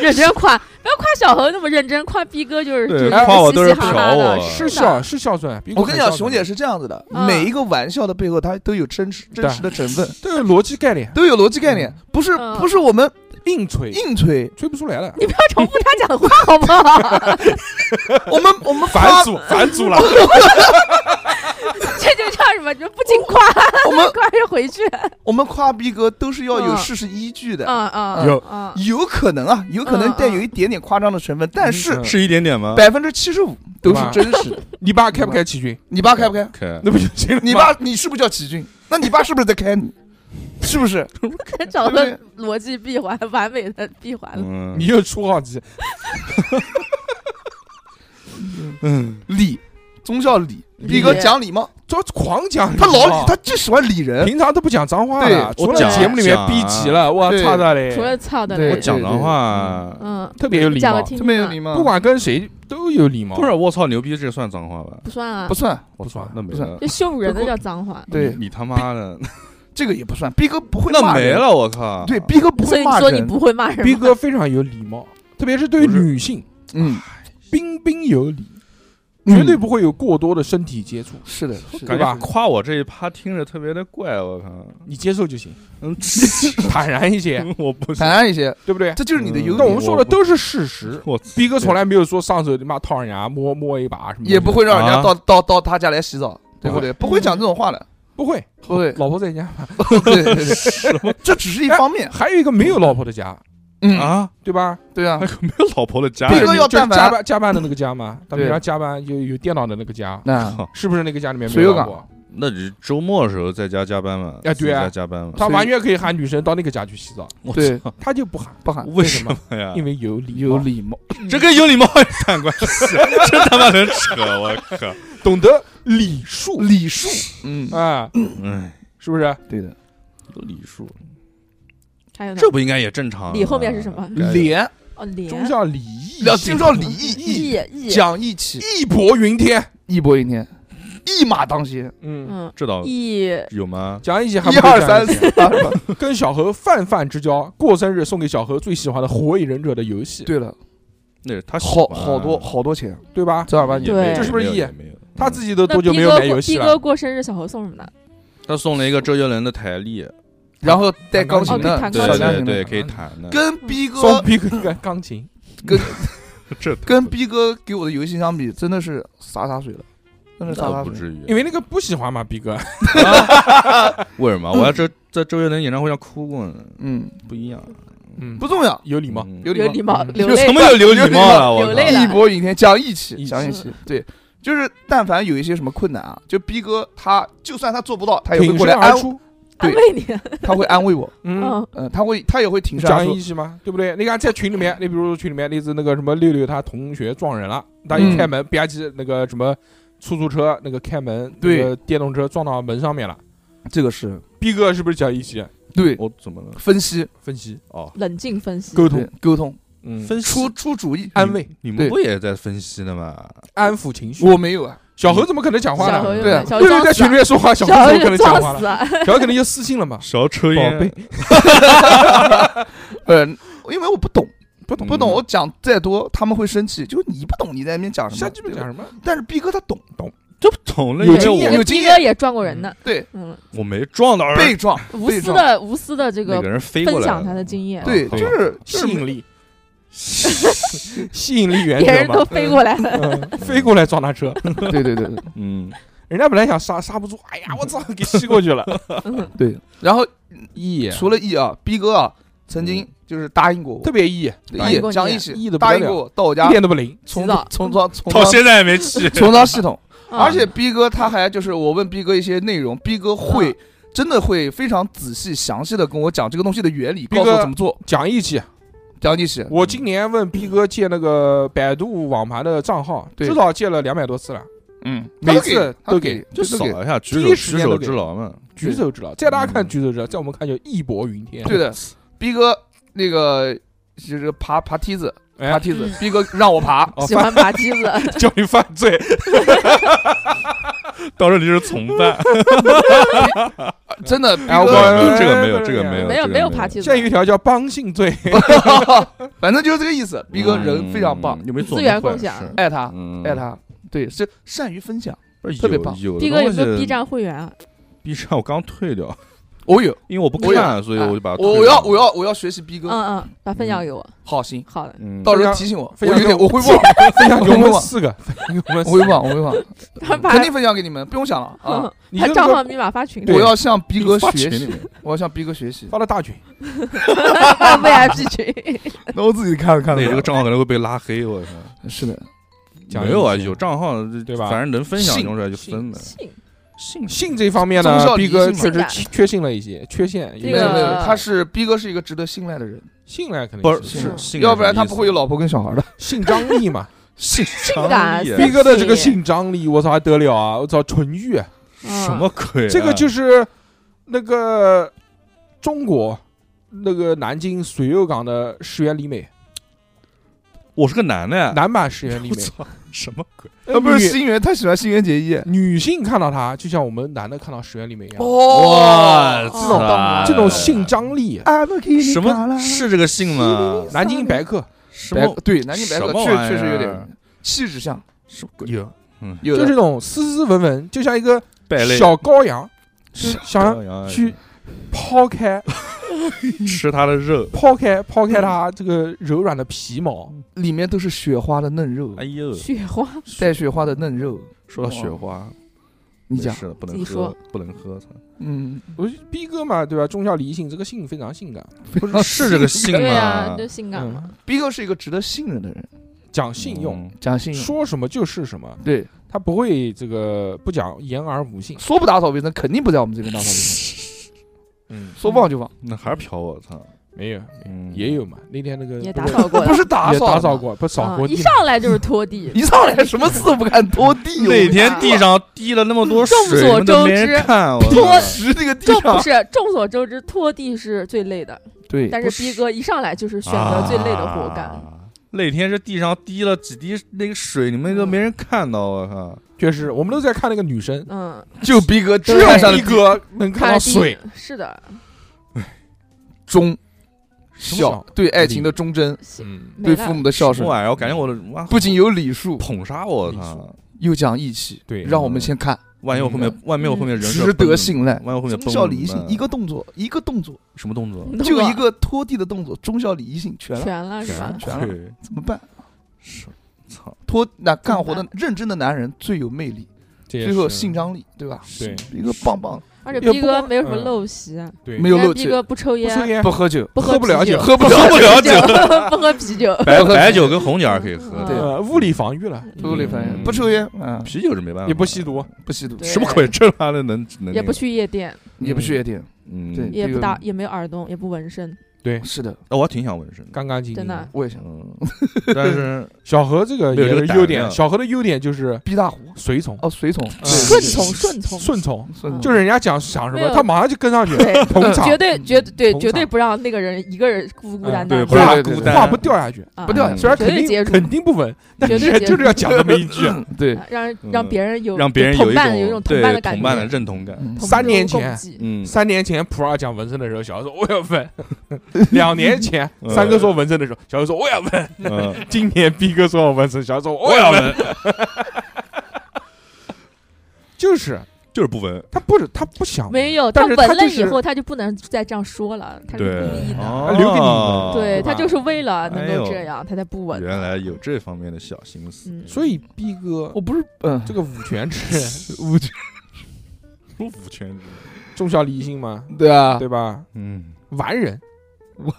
S5: 认真夸，不要夸小何那么认真，夸逼哥就是
S6: 对
S5: 就是
S6: 夸我都是
S5: 嘻嘻哈哈
S6: 嫖我
S5: 的
S3: 是啊
S5: 是
S3: 孝
S5: 的，
S3: 是孝顺。比
S4: 我跟你讲，
S3: 很孝
S4: 熊
S3: 顺
S4: 姐是这样子的，
S5: 嗯
S4: 每一个玩笑的背后，它都有真实真
S3: 对
S4: 实的成分，
S3: 都有逻辑概念，
S4: 都有逻辑概念，不是
S5: 嗯
S4: 不是我们
S3: 硬吹
S4: 硬吹，
S3: 吹不出来了，
S5: 你不要重复他讲的话好不好？
S4: 我们我们
S6: 反祖反祖了，
S5: 这就叫什么？你们不经夸，
S4: 我们
S5: 夸就回去。
S4: 我们夸逼哥都是要有
S5: 嗯
S4: 事实依据的，
S5: 嗯嗯，
S3: 有
S5: 嗯
S4: 有可能啊，有可能
S5: 嗯
S4: 带有一点点夸张的成分，但是
S3: 嗯
S6: 是一点点吗？
S4: 百分之七十五都是真实的。
S3: 你爸开不开奇骏？
S4: 你爸开不开？
S6: 开
S3: 那不就行了吗？
S4: 你爸你是不是叫奇骏？那你爸是不是在开你？是不是？
S5: 找个逻辑闭环，完美的闭环了。
S6: 嗯
S3: 你又出好机，
S6: 嗯，
S4: 礼，宗教礼，
S3: 礼
S4: 逼哥讲礼貌，
S3: 这狂讲
S4: 他
S3: 礼
S4: 老
S3: 貌
S4: 他就喜欢礼人。
S3: 平常都不讲脏话的，
S6: 对
S3: 除
S6: 我
S3: 了
S6: 讲
S3: 节目里面
S6: 讲啊
S3: 逼急了，我
S4: 对
S3: 操他
S5: 除
S3: 嘞，
S5: 了操的
S4: 对
S5: 嘞，
S6: 我讲脏话，
S5: 嗯，
S3: 特别有礼
S5: 讲
S3: 貌
S5: 个，听
S4: 这
S5: 听
S4: 么
S5: 啊
S4: 有
S5: 吧
S4: 礼，貌，
S3: 不管跟谁都有礼貌，
S6: 不是我操牛逼，这算脏话吧？
S5: 不算啊
S4: 不，算，
S6: 我操
S3: 不，算
S6: 那没
S4: 不
S6: 了
S5: 就，羞辱人的叫脏话。
S4: 对
S6: 你他妈 的，
S4: 这个也不算。逼哥不会
S6: 那
S4: 骂
S6: 没
S4: 人，
S6: 了，我靠，
S4: 对，逼哥不
S5: 所
S4: 会
S5: 以你
S4: 骂
S5: 说你
S4: 人。
S5: 不会骂人吗，
S3: 逼哥非常有礼貌，特别是对于
S6: 不是
S3: 女性，
S4: 嗯，
S3: 彬彬有礼，
S4: 嗯
S3: 绝对不会有过多的身体接触，
S4: 是的，是
S3: 对
S6: 感
S4: 的，
S3: 吧
S6: 觉夸我这一趴听着特别的怪，我靠，
S3: 你接受就行，
S6: 嗯，
S3: 坦然一些，
S6: 我不是
S4: 坦，然一些，
S3: 对不对？
S4: 这就是你的优
S3: 那我们
S4: 点，
S3: 说的都是事实。
S6: 我
S3: 逼哥从来没有说上手他妈套人家摸摸一把什么，
S4: 也不会让人家
S6: 啊
S4: 到到到他家来洗澡，对
S3: 不
S4: 不对？不会讲这种话的，
S3: 不会，
S4: 不会。
S3: 老婆在家，
S4: 对对对，这只是一方面。
S3: 还有一个没有老婆的家，
S4: 嗯，
S6: 啊，
S3: 对吧？
S4: 对啊
S6: 还，有 没有老婆的家
S4: 逼
S3: 不是
S4: 哥
S3: 你
S4: 哎要
S3: 就是
S4: 但凡
S3: 加班加班的那个家嘛，他们
S4: 对
S3: 平常加班有有电脑的那个家，
S4: 那
S3: 是不是那个家里面没
S4: 水
S3: 有
S4: 有
S3: 老
S4: 岗
S3: 婆？
S6: 那你周末的时候在家加班嘛？
S3: 哎对啊
S6: 自己在加班嘛？
S3: 他
S4: 所以
S3: 完全可以喊女生到那个家去洗澡，
S6: 我
S4: 对
S6: 操
S3: 他就不喊，
S4: 嗯不喊
S6: 为什么呀？
S3: 因为有礼貌，
S4: 有礼貌，
S6: 这跟有礼貌有啥关 系？这他妈能扯！我靠！
S3: 懂得礼数
S4: 礼数。嗯，
S3: 啊，
S6: 哎，
S3: 是不是？
S5: 啊
S4: 对的。
S6: 礼数，
S5: 还有呢
S6: 这不应该也正常？啊
S5: 礼后面是什？么？
S4: 廉
S5: 哦，脸。
S3: 忠孝礼义，
S4: 要遵照礼义，
S5: 义义
S4: 讲义气，
S3: 义薄云天。
S4: 义薄云天，一马当先，
S3: 嗯，
S5: 嗯
S6: 这倒
S5: 义
S6: 有吗？
S3: 讲义气还
S4: 一
S3: 不够
S4: 二
S3: 讲
S4: 三
S3: 义
S4: 四
S3: 气，
S4: 啊是吧
S3: 跟小何泛泛之交，过生日送给小何最喜欢的《火影忍者》的游戏，
S4: 对了，
S6: 那是他喜
S4: 好
S6: 欢
S4: 好多好多钱，
S3: 对吧？
S4: 正儿八经。
S6: 也没有
S5: 对
S3: 这是不是
S6: 也没有
S3: 义
S6: 也没有，
S3: 他自己都
S5: 那
S3: 多久没有买游戏
S5: 逼哥
S3: 了？
S5: 过生日，小猴送什么呢？
S6: 嗯他送了一个周杰伦的台历，
S4: 然后带钢琴
S5: 哦
S4: 的，
S5: 弹
S6: 对
S5: 钢
S4: 小
S5: 琴
S4: 钢
S6: 对
S4: 琴的
S6: 对，可以弹的。
S4: 跟逼
S3: 送
S4: 哥
S3: 逼哥一个钢琴，
S6: 这
S4: 跟逼哥给我的游戏相比，真的是洒洒水了，真是洒
S6: 倒
S4: 洒
S6: 不
S4: 水。
S6: 至于，
S3: 因为那个不喜欢嘛，逼哥。
S6: 为什么？我要周在周杰伦演唱会上哭过呢，
S4: 嗯，
S6: 不一样，
S3: 嗯，
S4: 不重要，
S3: 有礼貌，
S6: 嗯
S4: 有
S5: 有
S4: 礼
S5: 礼貌，
S3: 嗯
S5: 流
S6: 有
S5: 泪
S6: 什么有流礼貌了？我
S5: 流
S6: 靠
S5: 泪！
S4: 貌，
S5: 了
S4: 义薄云天，讲义气，
S3: 义气
S4: 讲义气，对。就是，但凡有一些什么困难啊，就逼哥他，就算他做不到，他也会
S3: 挺
S4: 过
S3: 身
S4: 来安
S3: 而
S4: 慰，
S3: 出。
S5: 安
S4: 对
S5: 慰你。啊
S4: 他会安慰我，
S3: 嗯，
S5: 嗯，
S4: 嗯，他会，他也会挺身而
S3: 讲
S4: 出
S3: 义。气嘛，对不对？你看在群里面，你比如说群里面那次那个什么六六他同学撞人了，他一
S4: 嗯
S3: 开门吧唧那个什么出租车那个开门，那
S4: 对
S3: 个电动车撞到门上面了。
S4: 这个是
S3: 逼哥是不是讲义气？
S4: 对
S6: 我怎么了？
S4: 分析
S3: 分析
S6: 哦，
S5: 冷静分析。
S3: 沟
S4: 对
S3: 通，
S4: 沟通，
S3: 嗯，
S6: 分析
S4: 出出主
S5: 哎
S4: 意。
S3: 安慰
S6: 你们
S4: 对
S6: 不也在分析呢吗？
S3: 安抚情绪。
S4: 我没有啊，
S3: 小何怎么可能讲话
S5: 小
S3: 呢
S5: 猴？又
S4: 对啊
S5: 小猴
S3: 六六
S5: 装
S3: 在
S5: 死
S3: 群里
S5: 啊，
S3: 面说话，小何
S5: 小猴
S3: 怎么可
S5: 就
S3: 能讲
S5: 装
S3: 话了
S5: 死？啊。
S3: 小何可能就私信了嘛。
S6: 少抽
S3: 宝贝，
S4: 呃，因为我不懂，
S3: 不懂
S4: 不懂，嗯我讲再多他们会生气。就是你不懂，你在那边讲什
S3: 瞎
S4: 么？
S3: 鸡巴讲什么？
S4: 但是逼哥他懂，
S6: 这不懂了，
S3: 有
S6: 因
S5: 对
S3: 经
S6: 为
S5: 因
S3: 验
S5: 为
S4: 有
S6: 我
S4: 经
S5: 逼
S4: 验
S5: 哥也撞过人呢。
S4: 对，
S5: 嗯，
S6: 我没撞到人，
S4: 被撞，
S5: 无
S4: 被
S5: 私
S4: 撞，
S5: 的无私的这
S6: 那
S5: 个
S6: 个人飞过
S5: 分
S6: 来
S5: 享
S6: 了，
S5: 他的经
S4: 嗯
S5: 验，啊
S4: 对，
S6: 好吧
S4: 就是就
S3: 吸
S4: 是
S3: 引力， 吸引力原
S5: 别人
S3: 则
S5: 都
S3: 嘛，
S5: 飞过来了。
S3: 嗯 飞过来撞他车，
S4: 对对对对
S6: 嗯，
S3: 人家本来想刹刹不住，哎呀，我操，给吸过去了。
S5: 嗯
S4: 对。然后
S3: 义
S4: 除了 E 啊，逼哥啊，曾经就是答应过我
S3: 特，别义，
S4: 对
S5: 嗯答应过你 E
S4: 讲义气，
S3: 义得不
S4: 答
S3: 得
S4: 应过
S3: 了，
S4: 我到我
S3: 一
S4: 家
S3: 点都不灵。
S4: 重
S5: 洗澡
S4: 重装重
S6: 到
S4: 装
S6: 现在也没去。
S4: 重装系统，
S5: 嗯
S4: 而且逼哥他还就是我问逼哥一些内容，逼哥会
S5: 嗯
S4: 真的会非常仔细详细的跟我讲这个东西的原理，
S3: 逼哥
S4: 告诉我怎么做。
S3: 讲义气，啊
S4: 讲义气，
S3: 我今年问逼哥借那个百度网盘的账号，
S4: 对
S3: 至少借了两百多次了，
S4: 嗯，
S3: 每
S4: 每
S3: 次
S4: 次
S3: 都
S4: 给
S3: 给，
S6: 就
S4: 都给，
S6: 扫一下，举
S3: 第一
S6: 手
S3: 时
S6: 举
S3: 间都
S6: 手
S3: 给
S6: 之劳嘛。
S3: 举手之劳，在大家看举手之劳，在我们看就义薄云天。
S4: 对的，逼哥那个就是爬爬梯子，
S3: 哎
S4: 爬梯子
S5: 嗯，
S4: 逼哥让我爬，
S5: 啊喜欢爬梯子，
S6: 教你犯罪， 到时候你是从 犯。
S4: 真的，
S3: 哎我
S6: 这
S3: 告诉你
S6: 个这个没有，这个没有，
S5: 没
S6: 这
S5: 有
S6: 个
S5: 没有爬梯子
S3: 下，一个条叫帮性罪，
S4: 逼哥反正就是这个意思。逼哥人非常棒
S6: 嗯，，有没有
S5: 资源共享
S4: 爱他，
S6: 嗯，
S4: 爱他，对，是善于分享。
S6: 不是
S4: 特别
S6: 有
S4: 棒
S6: 有的
S5: 逼哥有没
S6: 东
S5: 有
S6: 西
S5: B 站会员啊？
S6: ？B 站我刚 退掉，
S4: 我有，
S6: 因为我不
S4: 我有
S6: 看，
S5: 啊
S6: 所以我就把它
S4: 哎我
S6: 退
S4: 我要
S6: 掉
S4: 我要我要学习逼
S5: 嗯
S4: 哥，
S5: 嗯，把分享给我，
S4: 好行，
S5: 好的，
S6: 嗯
S4: 到时候提醒我，我
S3: 分享
S4: 有点
S3: 给我
S4: 我会忘，
S3: 分享给我
S4: 我会
S3: 们
S4: 忘
S3: 四个，分享给我们
S4: 我
S3: 四
S4: 会
S3: 个，
S4: 忘，我会忘，
S5: 他 把
S4: 肯定分享给你们，不用想了啊！
S3: 你
S5: 把
S3: 就
S5: 账
S3: 那个
S5: 号密码发群里
S4: 我要向逼哥
S6: 发
S4: 学
S6: 群里
S4: 习，
S6: 面
S4: 我要向逼哥学习，
S3: 发到大群，
S5: ，VIP 群，
S4: 那我自己看着看
S6: 那你这个账号可能会被拉黑，我操！
S4: 是的，
S3: 讲
S6: 没有啊，
S3: 一些
S6: 有账号
S3: 对吧
S6: 反正能分享
S4: 信
S6: 用出来就分了。
S5: 信
S6: 信
S3: 性这方面
S4: 忠
S3: 呢
S4: 孝
S3: 逼
S4: 礼
S3: 哥
S4: 信
S3: 确实
S4: 啊
S5: 嘛
S3: 缺缺信了一些，缺陷因
S5: 这
S4: 没
S3: 为
S4: 有没有
S5: 个，
S4: 他是逼哥是一个值得信赖的人，
S3: 信赖肯定
S6: 不是
S4: 信
S6: 是
S5: 啊
S6: 信，
S4: 要不然他不会有老婆跟小孩的。
S6: 哎
S3: 性张力嘛，
S6: 信
S5: 性感
S6: 张力
S3: 逼哥的这个
S5: sexy
S3: 性张力，我操还得了啊！我操纯欲，
S6: 什么鬼啊？
S3: 这个就是是那个中国那个南京水右港的石原里美，
S6: 我是个男的，
S3: 男版石原里
S6: 啊我
S3: 美，
S6: 操，什么鬼？
S4: 啊，不是
S3: 女
S4: 新垣， 他喜欢新垣结衣。
S3: 女性看到他，就像我们男的看到石原里美一样，
S5: 哦
S4: 哇
S5: 这种
S3: 这种性张
S4: 啊
S3: 力，
S6: 什么是这个性吗？
S3: 南京白客
S6: 什
S4: 白
S6: 么
S4: 对南京白
S6: 什
S4: 客
S6: 么
S4: 确
S6: 玩意
S4: 确实有
S6: 儿
S4: 点气质像，
S6: 什么鬼？有嗯
S4: 有
S3: 就
S4: 的
S3: 是那种斯斯文文，就像一个
S6: 败类
S3: 小羔羊，就是
S6: 小
S3: 想
S6: 羊
S3: 去抛开、
S6: 吃他的肉。
S3: 抛开、抛开它这个柔软的皮毛。
S4: 里面都是雪花的嫩肉
S6: 哎，呦，
S5: 雪花，
S4: 带雪花的嫩肉。
S6: 说到雪花，
S4: 你讲，
S6: 是不
S5: 自
S6: 能
S5: 己
S6: 喝
S5: 说，
S6: 不能喝，操
S4: 嗯，
S3: 我就逼哥嘛，对吧？忠孝礼义信，这个性非常性感。
S4: 非常
S6: 是这个性
S5: 对啊，
S6: 吗
S5: 你？就性感嘛，
S3: 嗯，
S4: 逼哥是一个值得信任的人，
S3: 讲信用，
S6: 嗯，
S4: 讲信用，
S3: 说什么就是什么，
S4: 对，
S3: 他不会这个不讲言而无信。
S4: 说不打扫卫生，肯定不在我们这边打扫卫生，
S3: 嗯，
S4: 说忘就忘，
S6: 那还是嫖我操，
S3: 没有，
S6: 嗯
S3: 也有嘛。那天那个
S5: 也
S3: 不
S5: 打
S3: 是
S5: 扫过了
S4: 不，是打
S3: 也
S4: 扫，
S3: 打扫，过，不扫过
S5: 啊一
S3: 地嘛。
S5: 上来就是拖地，
S4: 一上来什么事都不干，拖地，
S6: 那天地上滴了那么多水，
S5: 众所周知
S6: 都没人看，我
S4: 拖
S6: 操
S4: 石这个地
S5: 众不
S4: 上，
S5: 是众所周知，拖地是最累的，
S4: 对，
S5: 但是逼哥一上来就是选择最累的活干。
S6: 啊那天是地上滴了几滴那个水，你们都没人看到，我靠！
S3: 确实，我们都在看那个女生，
S5: 嗯，
S4: 就逼哥
S3: 只
S4: 只
S3: 有
S4: 有上
S3: 逼
S4: 的
S3: 哥能看到
S5: 看地
S3: 水。
S5: 是的，
S4: 忠
S3: 什么
S4: 孝，对爱情的忠贞，
S3: 嗯，
S5: 没
S4: 对
S5: 了
S4: 父母的孝
S6: 什
S4: 顺
S6: 么，玩意儿？我感觉我的妈
S4: 不仅有礼数，
S6: 捧杀我，我操！
S4: 又讲义气，
S3: 对
S4: 让我们先看，
S6: 万一我后
S3: 嗯
S5: 嗯
S6: 面，万一我后面人设
S4: 值
S6: 崩
S4: 得
S6: 了
S4: 信赖。
S6: 万一我后面
S4: 忠
S6: 崩
S4: 孝
S6: 了
S4: 礼义
S6: 怎么
S4: 信，
S6: 办
S4: 一个动作，一个动作，
S6: 什 么动作？
S5: 你懂
S4: 就
S5: 吧
S4: 一个拖地的动作，忠孝礼义信全了，
S5: 全了是吧？
S4: 全了，
S6: 对
S4: 怎么办？
S6: 是，操！
S4: 拖那干活
S5: 怎
S4: 的
S5: 么
S4: 认真的男人最有魅力，
S3: 这也
S4: 最后有
S3: 是
S4: 性张力，对吧？
S3: 对，
S4: 一个棒棒，
S5: 而且
S3: 也
S5: 逼
S3: 不
S5: 哥
S3: 光
S5: 没有什么
S3: 嗯
S5: 陋习啊，
S3: 对，
S4: 没有
S5: 人家
S4: 漏
S5: 逼
S4: 气
S5: 哥不抽
S3: 不抽
S5: 烟，
S3: 烟，
S4: 不喝酒，
S5: 不
S3: 喝不了
S5: 啤
S3: 酒
S5: 酒，
S4: 喝不了
S6: 喝不了酒，
S5: 不喝啤酒，
S6: 白
S4: 不喝
S6: 白
S4: 啤酒
S6: 酒跟红酒还是可以喝
S5: 对
S6: 的，
S3: 呃，物理防御了，
S4: 不理反应，
S6: 嗯
S4: 不抽烟，啊，
S6: 啤酒是没办法，
S3: 也不吸，毒，
S4: 不吸毒，
S5: 对
S6: 什么鬼？这他妈的能能
S5: 也
S6: 那
S5: 不
S6: 个，
S5: 去夜店，
S4: 也不去夜店，
S6: 嗯，
S4: 对
S5: 也
S4: 这
S5: 不
S4: 个
S5: 打，也没有耳洞，也不纹身，
S4: 是的，
S6: 啊那我还挺想纹身的，
S3: 干干净净
S5: 真的。
S4: 我也想
S6: 嗯，但是
S3: 小何这个
S6: 没有
S3: 也
S6: 这
S3: 是
S6: 个胆
S3: 优点，
S6: 量
S3: 小何的优点就是
S4: 逼大胡，
S3: 随从，
S4: 哦，随从，对
S5: 顺从，顺从，
S3: 顺从，
S4: 顺从，
S5: 嗯
S3: 就是人家讲想什
S5: 没
S3: 么，
S5: 有
S3: 他马上就跟上去，
S5: 对，
S3: 捧 场，
S5: 绝对绝对
S3: 捧
S5: 绝对
S3: 场
S5: 不让那个人一个人孤孤单单
S6: 对
S5: 的，
S6: 不
S3: 话
S6: 让
S4: 对对
S6: 孤
S4: 对
S6: 单，
S3: 话不掉下去，
S5: 啊
S4: 不掉下去
S3: 虽然肯
S5: 绝对接
S3: 定
S5: 住
S3: 肯定不稳，但
S5: 绝
S3: 是
S5: 对接住
S3: 就是要讲这么一句。
S4: 嗯对，
S5: 啊让人让别人有
S6: 让别人
S5: 有
S6: 一
S5: 同伴
S6: 种
S5: 有一种同
S6: 对
S5: 伴的感
S6: 同伴的
S5: 觉，
S6: 认同感。
S4: 嗯
S3: 三年
S5: 同
S3: 前
S5: 舟共济
S6: 嗯，
S3: 三年前普洱讲纹身的时候，小何说我要纹；两年前
S6: 嗯
S3: 三哥说纹身的时候，小何说我要纹；
S6: 嗯，
S3: 今年逼哥说我纹身，小何说我
S6: 我
S3: 要
S6: 要
S3: 纹。
S6: 纹，
S3: 就是
S6: 就是不纹。
S3: 他不是他不想，
S5: 没有，
S3: 但
S5: 他
S3: 是
S5: 纹
S3: 他
S5: 了
S3: 就
S5: 以
S3: 是
S5: 后，他就不能再这样说了，他是
S6: 对
S5: 故意，的。
S3: 啊
S6: 哦
S3: 留给你们
S5: 对
S3: 吧
S5: 他就是为了能
S6: 哎呦
S5: 够这样，他才不稳。
S6: 原来有这方面的小心思。
S5: 嗯，
S3: 所以逼哥
S4: 我不是，嗯，
S3: 这个五权制人，
S6: 五圈，说五圈制，
S3: 忠孝礼义信嘛，
S4: 对啊，
S3: 对吧？
S6: 嗯，
S3: 完人，
S4: 完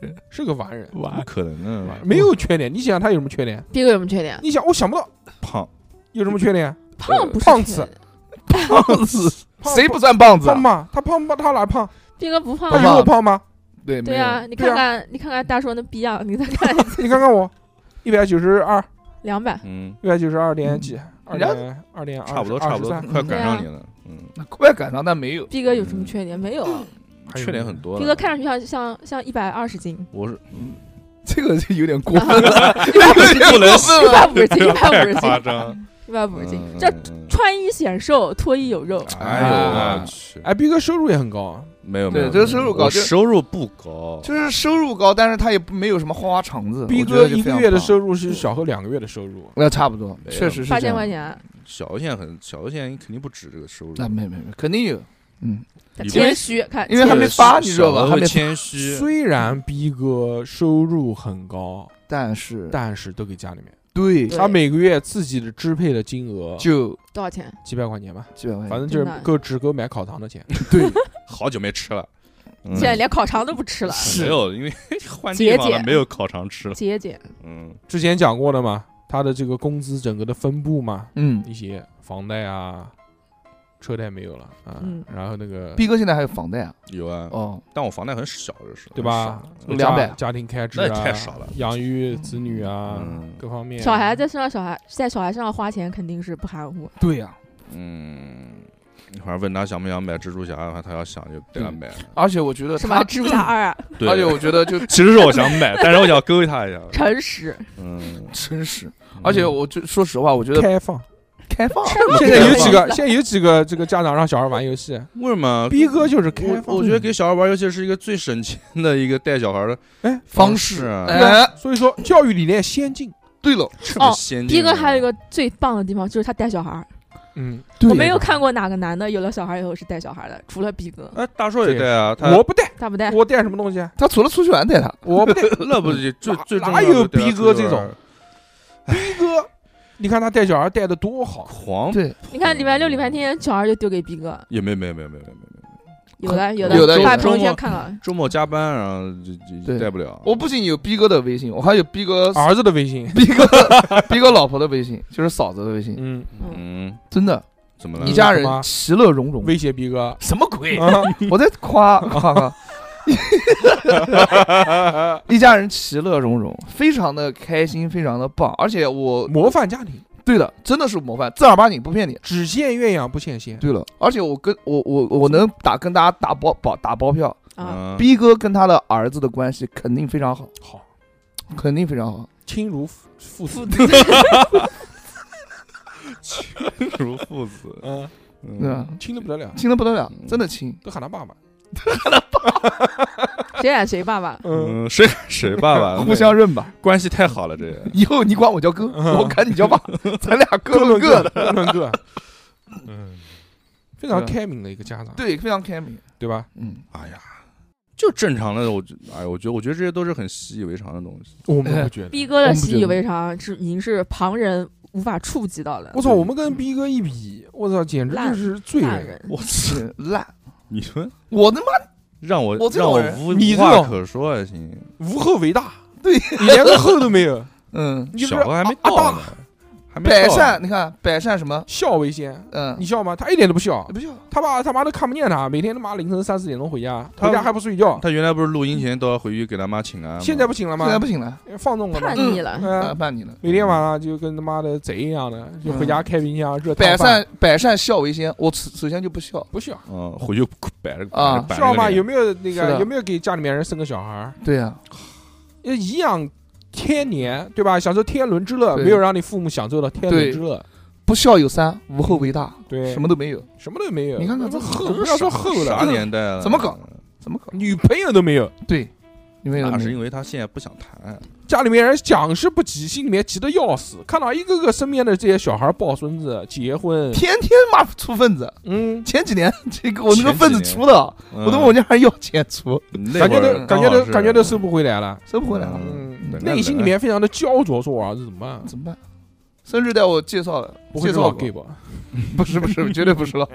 S4: 人
S3: 是个完人，
S6: 不可能啊，
S3: 没有缺点。你想他有什么缺点？
S5: 第一个有什么缺点？
S3: 你想我想不到
S6: 胖，
S3: 有什么缺点。
S5: 胖不是
S3: 胖
S5: 缺
S3: 子
S5: 点，
S4: 胖子，
S3: 胖
S4: 谁不算胖子啊？
S3: 胖吗？他胖吗？他哪胖？
S5: 斌哥不胖
S3: 他
S5: 啊
S4: 胖
S3: 有我胖吗？
S4: 对，没
S5: 对
S4: 有
S5: 啊，你
S3: 对啊
S5: 看看你看看大叔那逼样，你再看
S3: 你看看我，一百九十二，
S5: 两百，
S6: 嗯，
S3: 一百九十二点几，二
S4: 人家
S3: 点二点
S6: 差不多，差不多，快赶上你了。嗯，
S4: 那快赶上，但没有，
S5: 逼哥有什么缺点？没有，啊
S6: 缺点很多。
S5: 逼哥看上去像像像一百二十斤，
S6: 我是，
S4: 这个就有点过分了，
S6: 不能
S4: 嗯
S5: 一百五十斤，一百五
S6: 太
S5: 十斤，
S6: 夸张，
S5: 一百五十斤，
S6: 嗯
S5: 这穿衣显瘦，脱衣有肉。
S6: 哎呦我去，
S3: 哎，斌哥收入也很高啊，
S6: 没有没
S4: 对
S6: 有，
S4: 这个收入高
S6: 我
S4: 就
S6: 收入不高，
S4: 就是收入高，但是他也不没有什么花花肠子。
S3: 斌
S4: 我觉
S3: 哥
S4: 得就
S3: 一
S4: 非
S3: 个
S4: 常
S3: 月的
S4: 棒
S3: 收入是小何两个月的收入，
S4: 那差不多，
S6: 没有
S4: 确实是
S5: 八
S4: 这
S5: 千
S4: 样
S5: 块。钱，
S6: 小额现在很小额现在肯定不止这个收入，
S4: 那没没没，肯定有，嗯，
S6: 里
S5: 谦
S6: 边
S5: 虚，看
S4: 因为还没发你知道吧
S6: 小额
S4: 还没
S6: 会
S4: 发
S6: 谦虚，
S3: 虽然逼哥收入很高，
S4: 但是
S3: 但是都给家里面。
S4: 对
S5: 对
S3: 他每个月自己的支配的金额就
S4: 就嗯
S5: 多少钱？
S3: 几百块钱吧，
S4: 几百块
S3: 反
S4: 钱，
S3: 正就是
S5: 真的
S3: 够只够买烤肠的钱。
S4: 对，
S6: 好久没吃了，嗯
S5: 现在连烤肠都不吃了，
S4: 是
S6: 没有，因为换地
S5: 节
S6: 方了，
S5: 俭
S6: 没有烤肠吃了，
S5: 节俭。
S6: 嗯，
S3: 之前讲过的嘛，他的这个工资整个的分布嘛，
S4: 嗯，
S3: 一些房贷啊、车贷没有了啊，
S5: 嗯
S3: 然后那个
S4: 逼哥现在还有房贷啊，
S6: 有啊，
S4: 哦，
S6: 但我房贷很小，这是
S3: 对吧？
S4: 很
S3: 家
S4: 少200
S3: 家庭开支
S6: 那
S3: 啊，
S6: 也太少了
S3: 养育子女啊，
S6: 嗯
S3: 各方面。
S5: 小孩在身上，小孩在小孩身上花钱肯定是不含糊。
S4: 对呀，
S6: 嗯，一会儿问他想不想买蜘蛛侠，他要想就给他买。
S4: 而且我觉得
S5: 什
S4: 他嗯
S5: 么蜘蛛侠二啊，
S6: 对，哎
S4: 而且我觉得就
S6: 其实是我想买，但是我想勾引他一下。
S5: 诚实，
S6: 嗯，
S4: 真实，而且我就说实话，我觉得
S3: 开放，
S4: 开放
S3: 现在有几
S4: 个
S3: 个，现在有几个这个家长让小孩玩游戏，
S6: 为什么？
S3: 逼哥就是开放。
S6: 呃我我觉得给小孩玩游戏是一个最省钱的一个带小孩的
S3: 哎，
S4: 方
S6: 式
S4: 式，
S6: 啊
S4: 哎，
S3: 所以说教育理念先进，
S4: 对了，
S6: 这
S5: 哦
S6: 么先进。
S5: 逼哥还有一，个最棒的地方就是他带小孩儿，
S3: 嗯，
S4: 对
S5: 我没有看过哪个男的有了小孩以后是带小孩的，除了逼哥，
S6: 哎，大硕也带啊，他
S3: 我不带，
S5: 他不带。
S4: 嗯
S3: 我带什么东西啊？
S4: 他除了出去玩带他，
S3: 我 不带，
S6: 那不是最
S3: 哪
S6: 最重
S3: 嗯哪
S6: 要的
S3: 有
S6: 对啊
S3: 逼哥
S6: 最
S3: 这
S6: 重要
S3: 种逼哥，你看他带小孩带的多好，
S6: 狂？
S4: 对，
S5: 你看礼拜六、礼拜天小孩就丢给逼哥，
S6: 也没有没有没有没有没有没有，
S5: 有的
S4: 有的
S5: 有的，
S4: 有的
S5: 发朋友
S6: 周末
S5: 圈看
S4: 嗯
S5: 了，
S6: 周末加班然后就就
S4: 对
S6: 就带不了。
S4: 我不仅有逼哥的微信，我还有逼哥
S3: 儿子的微信，
S4: 逼哥 逼哥老婆的微信，就是嫂子的微信，
S3: 嗯，
S5: 嗯，
S6: 嗯，
S4: 真的，
S6: 怎
S3: 嗯
S6: 么了
S4: 一？家人
S3: 什么
S4: 其乐融融。
S3: 威胁逼哥，
S4: 什么鬼
S3: 啊
S4: 我在 夸夸夸，一家人其乐融融，非常的开心，非常的棒。而且我
S3: 模范家庭，
S4: 对的，真的是模范，正儿八经不骗你。
S3: 只羡鸳鸯不羡仙。
S4: 对了，而且我跟我我我能打跟大家打包保打包票，
S5: 啊，
S6: 嗯
S4: 逼哥跟他的儿子的关系肯定非常好，
S3: 好，
S4: 肯定非常好。
S3: 亲如父父子，
S6: 如父子，
S3: 嗯，
S6: 嗯
S4: 对吧？
S3: 亲的不得了，
S4: 亲的不得了，
S6: 嗯
S4: 真的亲。
S3: 都喊他爸爸。
S5: 谁喊谁爸爸？
S3: 嗯，
S6: 嗯，谁谁爸 爸
S4: 互相认吧，
S6: 关系太好了，这
S4: 以后你管我叫哥，
S3: 嗯
S4: 我管你叫爸，咱俩各论各的。
S3: 各论各。 嗯，啊非常
S4: 对
S3: 开明的一个家长，
S4: 对，非常开明。
S3: 对吧？
S4: 嗯，
S6: 哎呀，就正常的，我觉哎呀，我觉得我觉得这些都是很习以为常的东西。
S3: 我们不觉得。
S5: 逼哥
S4: 我
S5: 的
S4: 们不
S5: 习
S4: 觉
S5: 以
S4: 得
S5: 为常是已经是旁人无法触及到的
S3: 我操，我们跟逼哥一比，我操，简直
S5: 烂
S3: 就是罪
S5: 大
S3: 人。
S5: 人。
S6: 我操，
S4: 是烂。
S6: 你们
S4: 我他妈
S6: 让我
S4: 我这
S6: 让
S4: 种
S6: 我
S4: 人
S6: 无
S3: 你
S6: 无
S3: 这种
S6: 话可说还行，
S3: 无后为大，
S4: 对
S3: 你连个后都没有，
S4: 嗯，
S3: 你
S6: 小何还没
S3: 啊
S6: 到
S3: 大
S6: 呢，还没
S4: 百
S6: 到啊
S4: 善，你看百善什么？
S3: 笑为 先。
S4: 嗯
S3: 你，笑吗？他一点都不 笑，
S4: 不笑。
S3: 他爸他妈都看不见他，每天他妈凌晨三四点钟回家，
S6: 他
S3: 回家还不睡觉。
S6: 他原来不是录音前都要回去给他妈请安吗？
S3: 现在不行了吗
S4: 现？在不行了，
S3: 放纵了吗
S5: 叛？逆了，
S4: 啊，
S3: 嗯，
S4: 办你了。
S3: 每天晚上就跟他妈的贼一样的，就回家开冰箱热汤
S4: 嗯百
S3: 饭
S4: 善百善孝为先，我首首先就不孝。
S3: 不笑，
S6: 嗯，回去摆着
S4: 啊
S6: 摆着
S3: 笑吗？
S6: 个脸
S3: 有没有那
S4: 是
S3: 个
S4: 的
S3: 有没有给家里面人生个小孩儿？
S4: 对呀，
S3: 颐养天年，对吧？享受天伦之乐，
S4: 对
S3: 没有让你父母享受到天伦之乐，
S4: 不孝有三，无后为大，
S3: 对，
S4: 什么都没有，
S3: 什么都没有。
S4: 你看看
S3: 这
S4: 这
S3: 后，
S4: 这
S3: 不要说后
S6: 啥
S3: 了，
S6: 年代了？
S4: 怎么搞？怎么搞？
S3: 女朋友都没有，
S4: 对，你们有
S6: 那
S4: 没
S6: 是
S4: 有？
S6: 因为他现在不想谈，
S3: 家里面人讲是不急，心里面急得要死。看到一个个身边的这些小孩抱孙子、结婚，
S4: 天天妈出份子，
S3: 嗯，
S4: 前几年这个我那个
S6: 前几
S4: 份子
S6: 年
S4: 出的，我
S6: 我
S4: 都问我家还要钱出，
S3: 感觉都
S4: 嗯
S3: 感觉都感觉都收不回来了。
S4: 收不回来了，
S3: 嗯
S6: 嗯，
S3: 内心里面非常的焦灼，说我儿子怎么办？
S4: 怎么办？甚至带我介绍了，
S3: 嗯不会
S4: 介
S3: 是
S4: 绍
S3: 老
S4: 过
S3: gay 吧？
S4: 不是不是，绝对不是 了。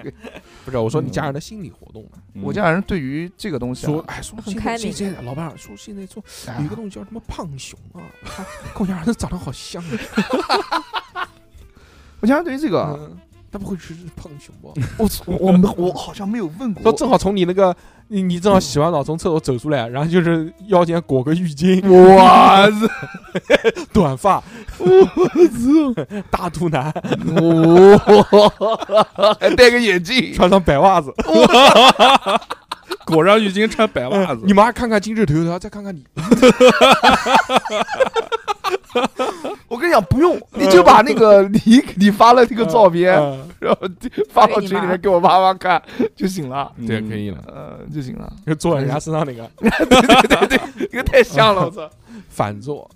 S3: 不是，我说你家人的心理活动嘛。
S6: 嗯
S4: 我家人对于这个东西
S3: 嗯说
S4: 啊，
S3: 哎，说
S5: 很
S3: 现在
S5: 开
S3: 现
S5: 明
S3: 现在老板说现在做
S4: 哎
S3: 有一个东西叫什么胖熊 啊，看跟我家儿子长得好像啊。
S4: 我家人对于这个啊，
S3: 嗯，他不会吃胖熊吧？
S4: 我我我我好像没有问
S3: 嗯说
S4: 过，
S3: 正好从你那个你你正好洗完澡从厕所走出来，然后就是腰间裹个浴巾，
S4: 哇塞！
S3: 短发， 大肚腩，
S4: 哦，还戴个眼镜，
S3: 嗯穿上白袜子，
S6: 裹上浴巾，穿白袜子
S3: 你。妈看看今日头条，再看看你，
S4: 我跟你讲，不用，你就把那个你你发了那个照片，
S3: 嗯
S4: 然后就发到群里面给我妈妈看就行了，
S3: 这可以了，
S4: 呃，就行 了。
S3: 就坐人家身上那个
S4: 对对对对，这个太像了，我操！
S3: 反坐。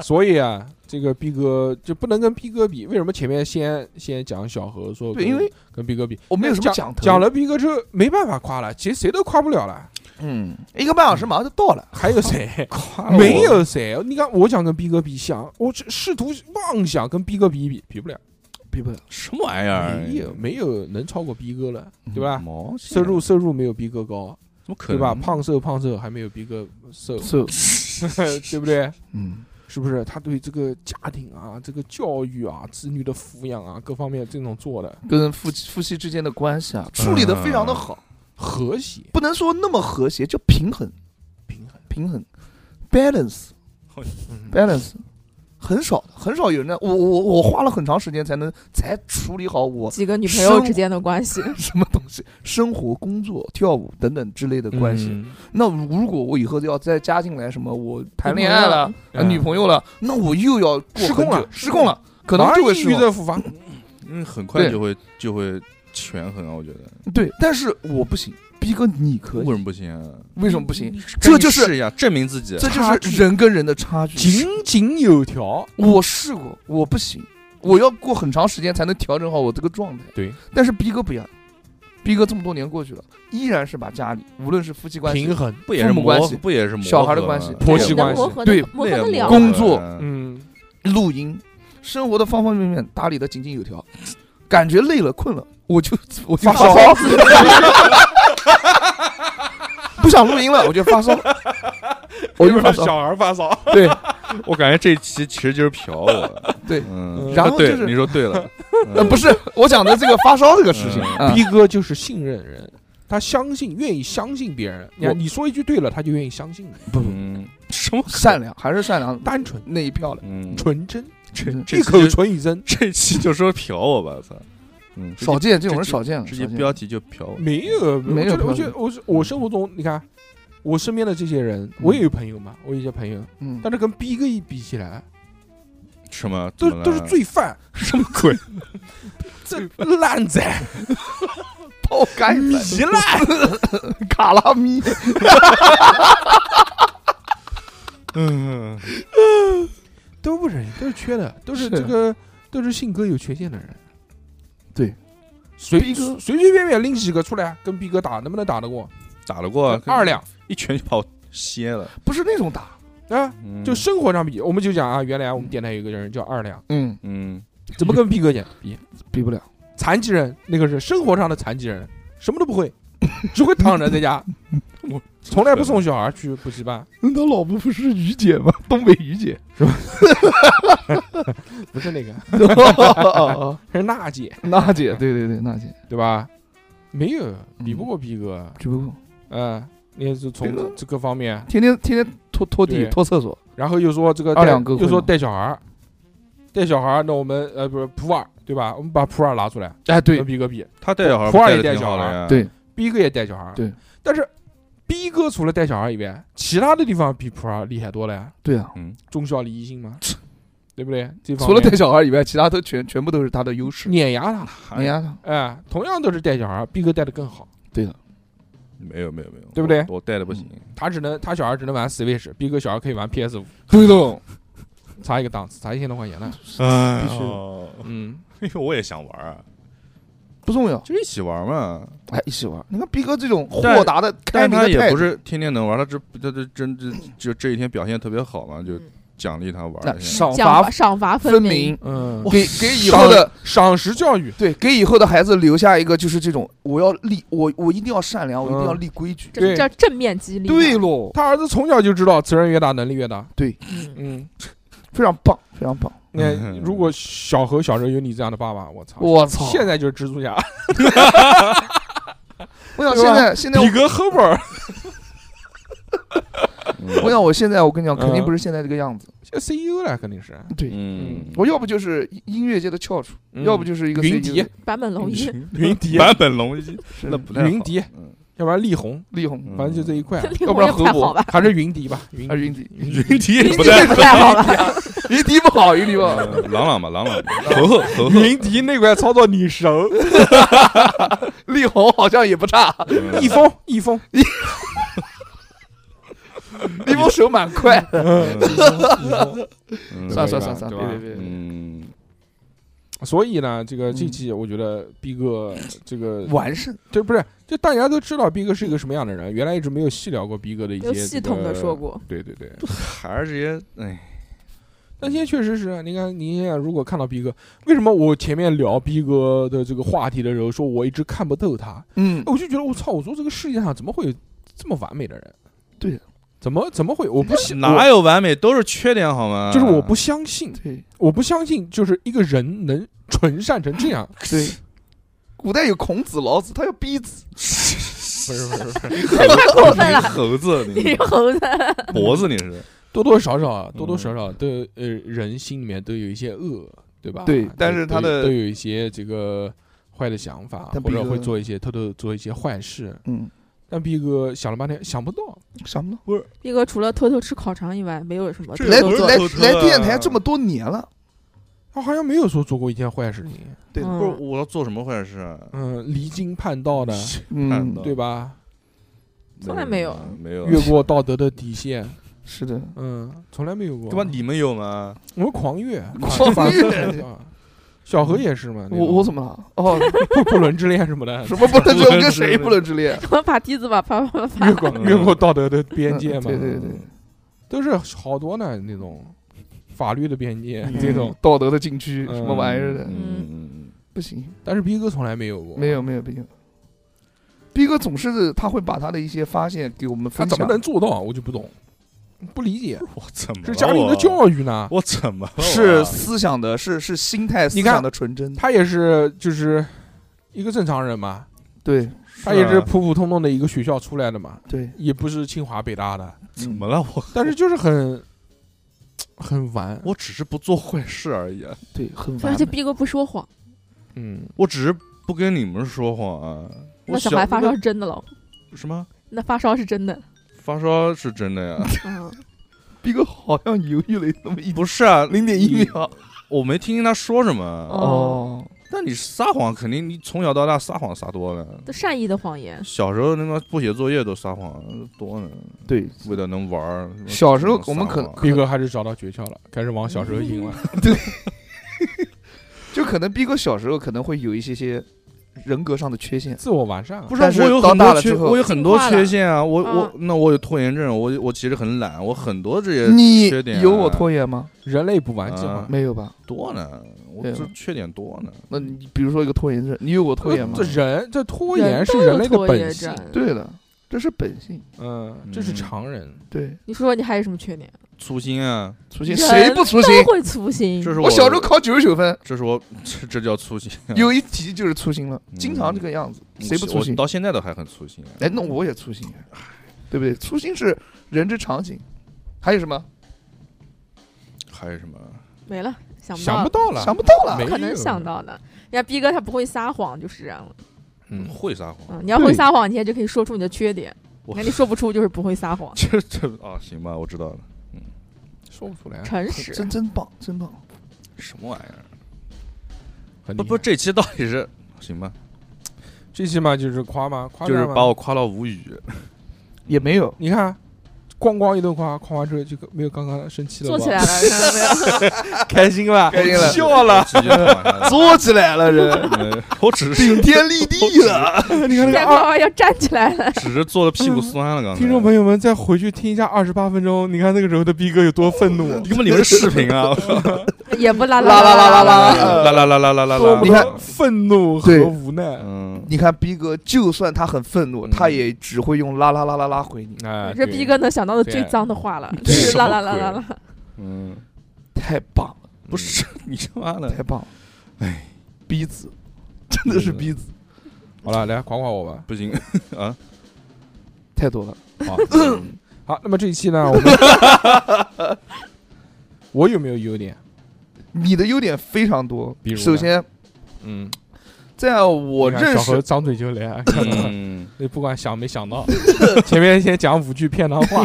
S3: 所以啊，这个逼哥就不能跟逼哥比。为什么前面先先讲小何说跟，
S4: 对，因为
S3: 跟逼哥比，哎
S4: 我没有什么
S3: 讲
S4: 讲头
S3: 讲了逼哥之后没办法夸了，其实谁都夸不了了。
S4: 嗯，一个半小时马上就到了，
S3: 还有谁？
S4: 夸
S3: 没有谁。你看，我想跟逼哥比想，我只试图妄想跟逼哥比一比，比不了，
S4: 比不了，
S6: 什么玩意儿？
S3: 没有没有能超过逼哥了，对
S4: 啊
S6: 对吧？
S4: 嗯
S3: 吧？
S6: 毛线
S3: 收入收入没有逼哥高，
S6: 怎么可
S3: 对
S6: 能
S3: 吧？胖瘦胖瘦还没有逼哥 瘦，
S4: so
S3: 对不对？
S4: 嗯，
S3: 是不是？他对这个家庭啊、这个教育啊、子女的抚养啊各方面这种做的
S4: 跟夫妻夫妻之间的关系啊，处理的非
S3: 嗯
S4: 常的好，
S3: 和谐
S4: 不能说那么和谐，就平衡，
S3: 平衡，
S4: 平衡，balance
S3: 嗯
S4: balance，很少的，很少有人在，我我我花了很长时间才能才处理好我
S5: 几个女朋友之间的关 系，
S4: 什么东西，生活、工作、跳舞等等之类的关系。
S3: 嗯
S4: 那如果我以后要再加进来什么，我谈恋爱了，呃女朋友了，那我又要过
S3: 失控
S4: 很久嗯
S3: 了
S4: 失控了，可能就会
S3: 抑
S4: 失
S3: 郁
S4: 控。
S3: 症复发。
S6: 嗯，很快
S4: 对
S6: 就会就会权衡啊，我觉得
S4: 对，但是我不行，逼哥你可
S6: 为
S4: 以，
S6: 什么不行啊？
S4: 为什么不行？
S6: 赶
S4: 这
S6: 紧
S4: 就是
S6: 试一下，证明自己。
S4: 这
S3: 差
S4: 就
S3: 距
S4: 是人跟人的差距
S3: 井。井有条，
S4: 我试过，我不行，我要过很长时间才能调整好我这个状态。
S3: 对，
S4: 但是逼哥不一样，逼哥这么多年过去了，依然是把家里无论是夫妻关系、
S3: 平衡，
S6: 不也是
S4: 父母
S6: 磨
S4: 关系
S6: 不也是啊磨
S4: 小孩的
S6: 合
S4: 关
S6: 吗
S4: 系
S3: 婆媳
S5: 你
S3: 关
S5: 能
S3: 系
S5: 磨合
S4: 对
S5: 的磨合
S6: 那
S5: 得
S6: 也啊
S5: 了吗。
S6: 磨
S4: 工作
S6: 合
S3: 嗯，
S4: 录音，生活的方方面面打理的井井有条，感觉累了困了，我就我就
S3: 发烧
S4: 烧， 不想录音了，我就发烧，我就发烧，
S3: 小孩发烧，
S4: 对，
S6: 我感觉这期其实就是嫖 我。
S4: 对
S6: 嗯，
S4: 然后
S6: 对
S4: 就是
S6: 你说对了，
S4: 呃，不是我讲的这个发烧这个事情，啊
S3: 逼哥就是信任人。他相信，愿意相信别人。你看
S4: 我
S3: 你说一句对了，他就愿意相信你。
S6: 嗯，什么
S4: 善良还是善良
S3: 单纯、
S4: 那一票的，
S6: 嗯，
S3: 纯真，
S4: 真
S6: 这
S3: 一
S6: 期
S3: 口
S6: 就
S3: 纯以真，
S6: 这期就说嫖我吧，操，嗯，
S4: 少见这种人
S6: 这
S4: 少见了，
S6: 直接
S4: 少见
S6: 标题就嫖我，
S3: 没有，
S4: 没有
S3: 我觉得，
S4: 标准
S3: 我觉得，我是我生活中，你看，我身边的这些人，我也有朋友嘛，我有一些朋友，
S4: 嗯，
S3: 但是跟逼哥一比起来，
S6: 什么
S3: 都
S6: 怎么了
S3: 都是罪犯，
S6: 什么鬼？
S3: 这烂仔，
S4: 爆肝
S3: 糜 烂，
S4: 嗯卡拉咪，
S6: 嗯，
S3: 都不忍心，都是缺 的，都是
S4: 是
S6: 啊
S3: 这个，都是性格有缺陷的人。
S4: 对，
S3: 随
S4: 逼哥
S3: 随随便便拎几个出来跟逼哥打，能不能打得过？
S6: 打得过
S3: 二两
S6: 一拳就把我歇了，
S4: 不是那种打，
S3: 啊！
S6: 嗯
S3: 就生活上比，我们就讲啊，原来我们电台有一个人叫二两，
S4: 嗯，
S6: 嗯，
S3: 怎么跟逼哥讲？比
S4: 比不了。
S3: 残疾人，那个是生活上的残疾人，什么都不会， 只会躺着在 家。我从来不送小孩去补习班，
S4: 他老婆不是于姐吗？东北于姐，
S3: 不是那个，是娜姐，
S4: 娜姐，对对对，娜姐，
S3: 对吧？没有，比不过逼哥，
S4: 只不过
S3: 嗯，你也是
S4: 嗯逼哥
S3: 从这个方面，
S4: 天天天天拖拖地、
S3: 对
S4: 拖厕所，
S3: 然后又说这个带
S4: 二两哥会
S3: 又说
S4: 吗
S3: 带小孩儿，带小孩儿，那我们呃不是普洱对吧？我们把普洱拿出来
S4: 哎，对
S3: 跟，逼哥比，
S6: 他带小孩儿
S3: 普洱
S6: 带
S3: 也
S6: 得
S3: 带
S6: 挺
S3: 小
S6: 好的
S3: 孩儿
S6: 呀，
S4: 对
S3: 逼哥也带小孩儿，
S4: 对，
S3: 但是逼哥除了带小孩儿以外，其他的地方比普洱厉害多了呀。
S4: 对啊，
S3: 忠孝礼义性嘛，对不对？这方
S4: 除了
S3: 面
S4: 带小孩以外，其他都全全部都是他的优势。
S3: 碾压他，
S4: 哎呀，
S3: 哎，同样都是带小孩，逼哥带的更好，
S6: 没有没有没有，
S3: 对不对
S6: 我我带的不行，
S3: 他只能他小孩只能玩 Switch，逼哥小孩可以玩 PS 五，
S4: 对的，
S3: 差一个档次，差一千多块钱呢。
S6: 哎
S4: 须
S6: 呦，
S3: 嗯，
S6: 我也想玩儿，
S4: 不重要，
S6: 就一起玩儿嘛。
S4: 哎，一起玩。你看逼哥这种
S6: 但
S4: 豁达的、开
S6: 但
S4: 明
S6: 他
S4: 的
S6: 也
S4: 态
S6: 不
S4: 度，
S6: 是天天能玩儿，他这他这真这就这一天表现特别好嘛，就奖励他玩儿
S4: 那
S6: 一下。
S4: 赏
S5: 奖罚
S4: 罚
S5: 赏罚
S4: 分
S5: 明，
S4: 明，
S3: 嗯，
S4: 给给以后的
S3: 赏识教育，
S4: 对，给以后的孩子留下一个就是这种，我要立，我我一定要善良，我一定要
S3: 嗯
S4: 立规矩。
S3: 对
S5: 这叫正面激励。
S4: 对，喽，
S3: 他儿子从小就知道责任越大，能力越大。
S4: 对，
S3: 嗯，
S4: 非常棒，非常棒。
S3: 那
S4: 嗯
S3: 如果小何小时候有你这样的爸爸，我操，
S4: 我操！
S3: 现在就是蜘蛛侠，
S4: 我想
S3: 对
S4: 现
S3: 吧
S4: 在现在我
S3: 比格赫本儿，
S4: 我想我现在我跟你讲，
S3: 嗯
S4: 肯定不是现在这个样子。
S3: 现在 CEO 了，肯定是，
S4: 对，
S6: 嗯，
S4: 我要不就是音音乐界的翘楚，
S3: 嗯
S4: 要不就是一个
S3: 云
S4: CEO
S3: 迪
S5: 哦版本龙一，
S3: 嗯云迪，
S6: 版本龙一，
S4: 是
S6: 那不太好
S3: 云迪，
S6: 嗯
S3: 要要不然力宏，
S4: 力宏
S6: 嗯
S3: 反正就这一块，啊
S5: 力
S4: 要不
S5: 宏
S4: 然
S5: 也
S4: 何
S5: 不太
S4: 博
S5: 好吧？
S3: 还是云迪吧，云
S4: 啊， 云迪，
S3: 云迪
S6: 云迪也不
S5: 迪
S6: 在
S5: 也，不太好吧？
S4: 云迪不好，云迪不好。
S6: 呃朗朗吧，朗朗，猴猴猴猴，
S3: 云迪那块操作你熟，
S4: 力宏好像也不差，
S3: 易峰 易峰，
S4: 力宏手蛮快。
S6: 嗯
S3: 对
S4: 算了算了
S3: 吧
S4: 算了，
S3: 对
S4: 别
S3: 吧
S4: 别别别，
S6: 嗯，
S3: 所以呢，这个这
S4: 嗯
S3: 期我觉得逼哥这个
S4: 完胜。
S3: 这不是，就大家都知道逼哥是一个什么样的人，原来一直没有细聊过逼哥的一些
S5: 有系统的
S3: 这个
S5: 说，过，
S3: 对对对。
S6: 还是这些，哎，
S3: 但现在确实是啊，你看，你现在如果看到逼哥，为什么我前面聊逼哥的这个话题的时候，说我一直看不透他，哎
S4: 嗯，
S3: 我就觉得我操，我说这个世界上怎么会有这么完美的人？
S4: 对，
S3: 怎么怎么会？我不信，
S6: 哪
S3: 有？
S6: 有啊完美，都是缺点好吗？
S3: 就是我不相信，
S4: 对
S3: 我不相信，就是一个人能纯善成这样。
S4: 对。古代有孔子、老子，他有逼子，
S3: 不是不是，不是
S5: 太过分
S6: 你
S5: 了
S6: 是。猴子，
S5: 你
S6: 你
S5: 是猴子，
S6: 脖子你是，
S3: 多多少少，
S4: 嗯
S3: 多多少少都呃人心里面都有一些恶，对吧？
S4: 对
S3: 都
S4: 但是他的
S3: 都有一些这个坏的想法，
S4: 但
S3: 或者
S4: 逼哥
S3: 会做一些偷偷做一些坏事。
S4: 嗯，
S3: 但逼哥想了半天想不到，
S4: 想不到。
S5: 毕哥除了偷偷吃烤肠以外，没有什么
S6: 这
S5: 偷
S4: 来
S5: 偷
S6: 个不是
S5: 做嗯
S4: 来
S5: 的。
S6: 偷车
S4: 来
S6: 啊
S4: 电
S3: 嗯
S4: 台这么多年了，
S3: 他好像没有说做过一件坏事情。
S4: 对
S5: 嗯
S6: 不是我要做什么坏事啊？
S3: 嗯，离经叛道的，
S6: 看
S4: 嗯
S6: 到，
S3: 对吧？
S5: 从来没有
S6: 没有，
S3: 越过道德的底线，
S4: 是的，
S3: 嗯，从来没有过。
S6: 对吧？你们有吗？
S3: 我们狂越，
S4: 狂
S3: 反
S4: 越
S3: 反反小何也是嘛，那
S4: 我
S3: 种
S4: 我怎么了？ 哦，
S3: 不不伦之恋什么 的，
S4: 什么不能这跟谁不能之恋？
S5: 我把梯子吧，啪啪啪啪
S3: 越过越过道德的边界嘛，
S4: 对对对，
S3: 都是好多呢那种法律的边界
S4: 嗯
S3: 这种，
S4: 道德的禁区，
S3: 嗯
S4: 什么玩意儿的，
S6: 嗯嗯
S4: 不行，
S3: 但是逼哥从来没有过，
S4: 没有没有没有。逼哥总是他会把他的一些发现给我们
S3: 他
S4: 分
S3: 怎么
S4: 享，
S3: 能做到？我就不懂，不理解，
S6: 嗯，我怎么
S3: 这家里的
S6: 了
S3: 教育呢？
S6: 我怎么了
S4: 是
S6: 我
S4: 思想的，是是心态思
S3: 哦你看
S4: 想的纯真，
S3: 他也是就是一个正常人嘛，
S4: 对
S3: 他也是
S6: 啊
S3: 普普通通的一个学校出来的嘛，
S4: 对，
S3: 也不是清华北大的，
S6: 怎么了？我
S3: 但是就是很很玩，
S6: 我只是不做坏事而已啊，
S4: 对很
S5: 而
S4: 完
S5: 且
S4: 美。
S5: 毕哥不说谎，
S3: 嗯，
S6: 我只是不跟你们说谎啊。
S5: 那
S6: 我
S5: 小孩发烧是真的喽，
S6: 那什么
S5: 那发烧是真的。
S6: 发烧是真的呀？
S5: 嗯，
S4: 逼哥好像犹豫了那么一
S6: 不是啊，
S4: 零点一秒，
S6: 我没听见他说什么。
S5: 哦
S4: 哦，
S6: 但你撒谎肯定，你从小到大撒谎撒多了。
S5: 都善意的谎言，
S6: 小时候他妈不写作业都撒谎多呢，
S4: 对，
S6: 为了能玩儿。
S4: 小时候
S6: 撒
S4: 我们可
S6: 谎
S3: 逼哥还是找到诀窍了，开始往小时候引了，
S4: 就可能逼哥小时候可能会有一些些人格上的缺陷，
S3: 自我完善了，
S6: 不
S3: 不
S6: 是啊
S4: 但
S6: 我
S4: 是
S6: 有
S4: 到
S6: 很
S4: 大
S6: 多
S4: 了
S6: 缺，
S4: 之后
S6: 我有很多
S5: 进化了
S6: 缺陷啊，我我
S5: 嗯
S6: 那我有拖延症，我我其实很懒，我很多这些
S4: 你
S6: 缺点啊
S4: 有我拖延吗？
S3: 人类不完整嘛
S6: 啊，
S4: 没有吧？
S6: 多呢，我
S4: 对啊
S6: 这
S4: 吧
S6: 缺点多呢。
S4: 那你比如说一个拖延症，你有我拖延吗
S3: 这？人这拖
S5: 人
S3: 延是
S5: 都有
S3: 人类的
S5: 拖
S3: 本
S5: 延
S3: 性，
S5: 症
S4: 对的，这是本性。
S3: 嗯，这是常人。
S4: 对，
S5: 你说说你还有什么缺点？
S6: 粗心啊，
S4: 粗心谁不粗心？
S5: 人都会粗心。
S6: 这是
S4: 嗯我小时候考九十九分，
S6: 这是我这这叫粗心啊。
S4: 有一题就是粗心了，
S6: 嗯
S4: 经常这个样子，
S6: 我
S4: 谁不粗
S6: 嗯我
S4: 心？
S6: 到现在都还很粗心啊。
S4: 哎，那我也粗心，啊对不对？粗心是人之常情。还有什么？
S6: 还有什么？
S5: 没了，想不
S3: 想
S5: 到
S3: 不，到了，
S4: 想不到了
S3: 没。
S5: 不可能
S3: 有
S5: 想到的。人家逼哥他不会撒谎，就是这样了。
S6: 嗯，会撒谎。
S5: 嗯，你要
S4: 对
S5: 会撒谎，你现在就可以说出你的缺点。
S6: 我
S5: 那你说不出，就是不会 撒谎，
S6: 这这啊，行吧，我知道了。
S3: 说不出来，
S5: 诚实。
S4: 真真棒，真棒！
S6: 什么玩意儿？
S3: 很
S6: 不
S3: 厉
S6: 不，
S3: 害
S6: 这期到底是行吧？
S3: 这期嘛就是夸嘛，夸
S6: 就是
S3: 赞嘛
S6: 把我夸到无语。
S4: 也没有，
S3: 你看，咣咣一顿夸，夸完之后就没有刚刚生气了吧，
S5: 做起 来了，看到 没有？
S3: 开心吧，
S4: 开心了
S3: 笑了。
S6: 继续夸一下
S4: 坐起来了，人
S6: 嗯 我只是
S4: 顶天立地了。
S3: 你看那
S5: 该
S3: 个
S5: 快
S3: 二，
S5: 快要站起来了。
S6: 只是坐的屁股酸了。刚才
S3: 听众朋友们再回去听一下二十八分钟，你看那个时候的逼哥有多愤怒。
S6: 你们你们视频啊，
S5: 也不啦
S4: 啦
S5: 啦
S4: 啦啦啦
S5: 啦
S6: 啦啦啦啦啦啦
S3: 多
S6: 啦！
S3: 么
S4: 你看
S3: 愤怒和
S4: 对
S3: 无奈，
S6: 嗯，
S4: 你看逼哥，就算他很愤怒，
S6: 嗯
S4: 他也只会用啦啦啦啦啦回你，
S3: 哎
S5: 这逼哥，能想到的最
S3: 对
S5: 脏的话 了，
S3: 对
S5: 就是
S6: 什
S5: 啦
S6: 么
S5: 啦啦
S6: 鬼
S5: 啦啦。
S6: 嗯，
S4: 太棒了，
S6: 不是你他妈的
S4: 太棒了！
S6: 哎，
S4: 逼子，嗯真的是逼子，
S3: 好了，来夸夸我吧。
S6: 不行啊！
S4: 太多了。
S3: 好， 好，那么这一期呢，我们我有没有优点？
S4: 你的优点非常多
S3: 比，如呢
S4: 首先
S3: 嗯，
S4: 在我
S3: 你看
S4: 认
S3: 小
S4: 识
S3: 何张嘴就来，啊看到吗
S6: 嗯，
S3: 你不管想没想 到，前面先讲五句片汤话。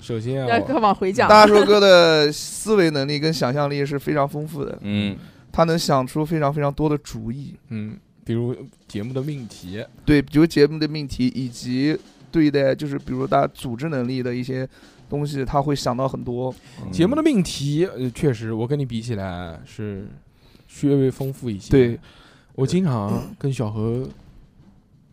S3: 首先
S5: 要
S3: 啊，我
S5: 往回讲，
S4: 大硕哥的思维能力跟想象力是非常丰富的，
S6: 嗯，
S4: 他能想出非常非常多的主意，
S3: 嗯，比如节目的命题，
S4: 对，比如节目的命题以及对待就是比如大家组织能力的一些东西，他会想到很多。
S6: 嗯
S3: 节目的命题，呃，确实我跟你比起来是稍微丰富一些。
S4: 对，
S3: 我经常跟小何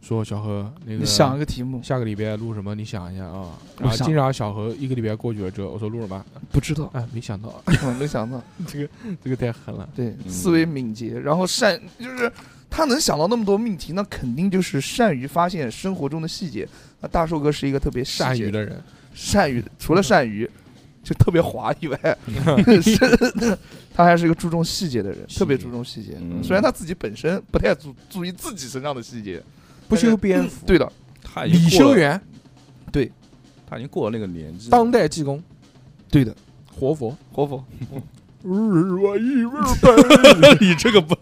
S3: 说，小何那
S4: 你
S3: 个
S4: 想一个题目，
S3: 下个礼拜录什么？你想一下啊。
S4: 我
S3: 然后
S4: 想
S3: 经常小何一个礼拜过去了之后，我说录什么？
S4: 不知 道，
S3: 哎，没想到，
S4: 我嗯没想到。
S3: 这个这个太狠了。
S4: 对，
S6: 嗯
S4: 思维敏捷，然后善就是他能想到那么多命题，那肯定就是善于发现生活中的细节。那大寿哥是一个特别细节
S3: 善于，的人，
S4: 善于除了善于就特别滑 以外，是他还是一个注重细节的人，
S3: 节
S4: 特别注重细节。
S6: 嗯
S4: 虽然他自己本身不太注注意自己身上的细节，
S6: 嗯
S3: 不修边幅。
S4: 对的，
S6: 他已
S3: 李
S6: 经过
S3: 修
S6: 了，
S3: 缘，
S6: 他已经过了那个年纪了，
S3: 哎当代济公，
S4: 对的，
S3: 活佛。
S4: 活佛，
S3: 我一味
S6: 你这个不，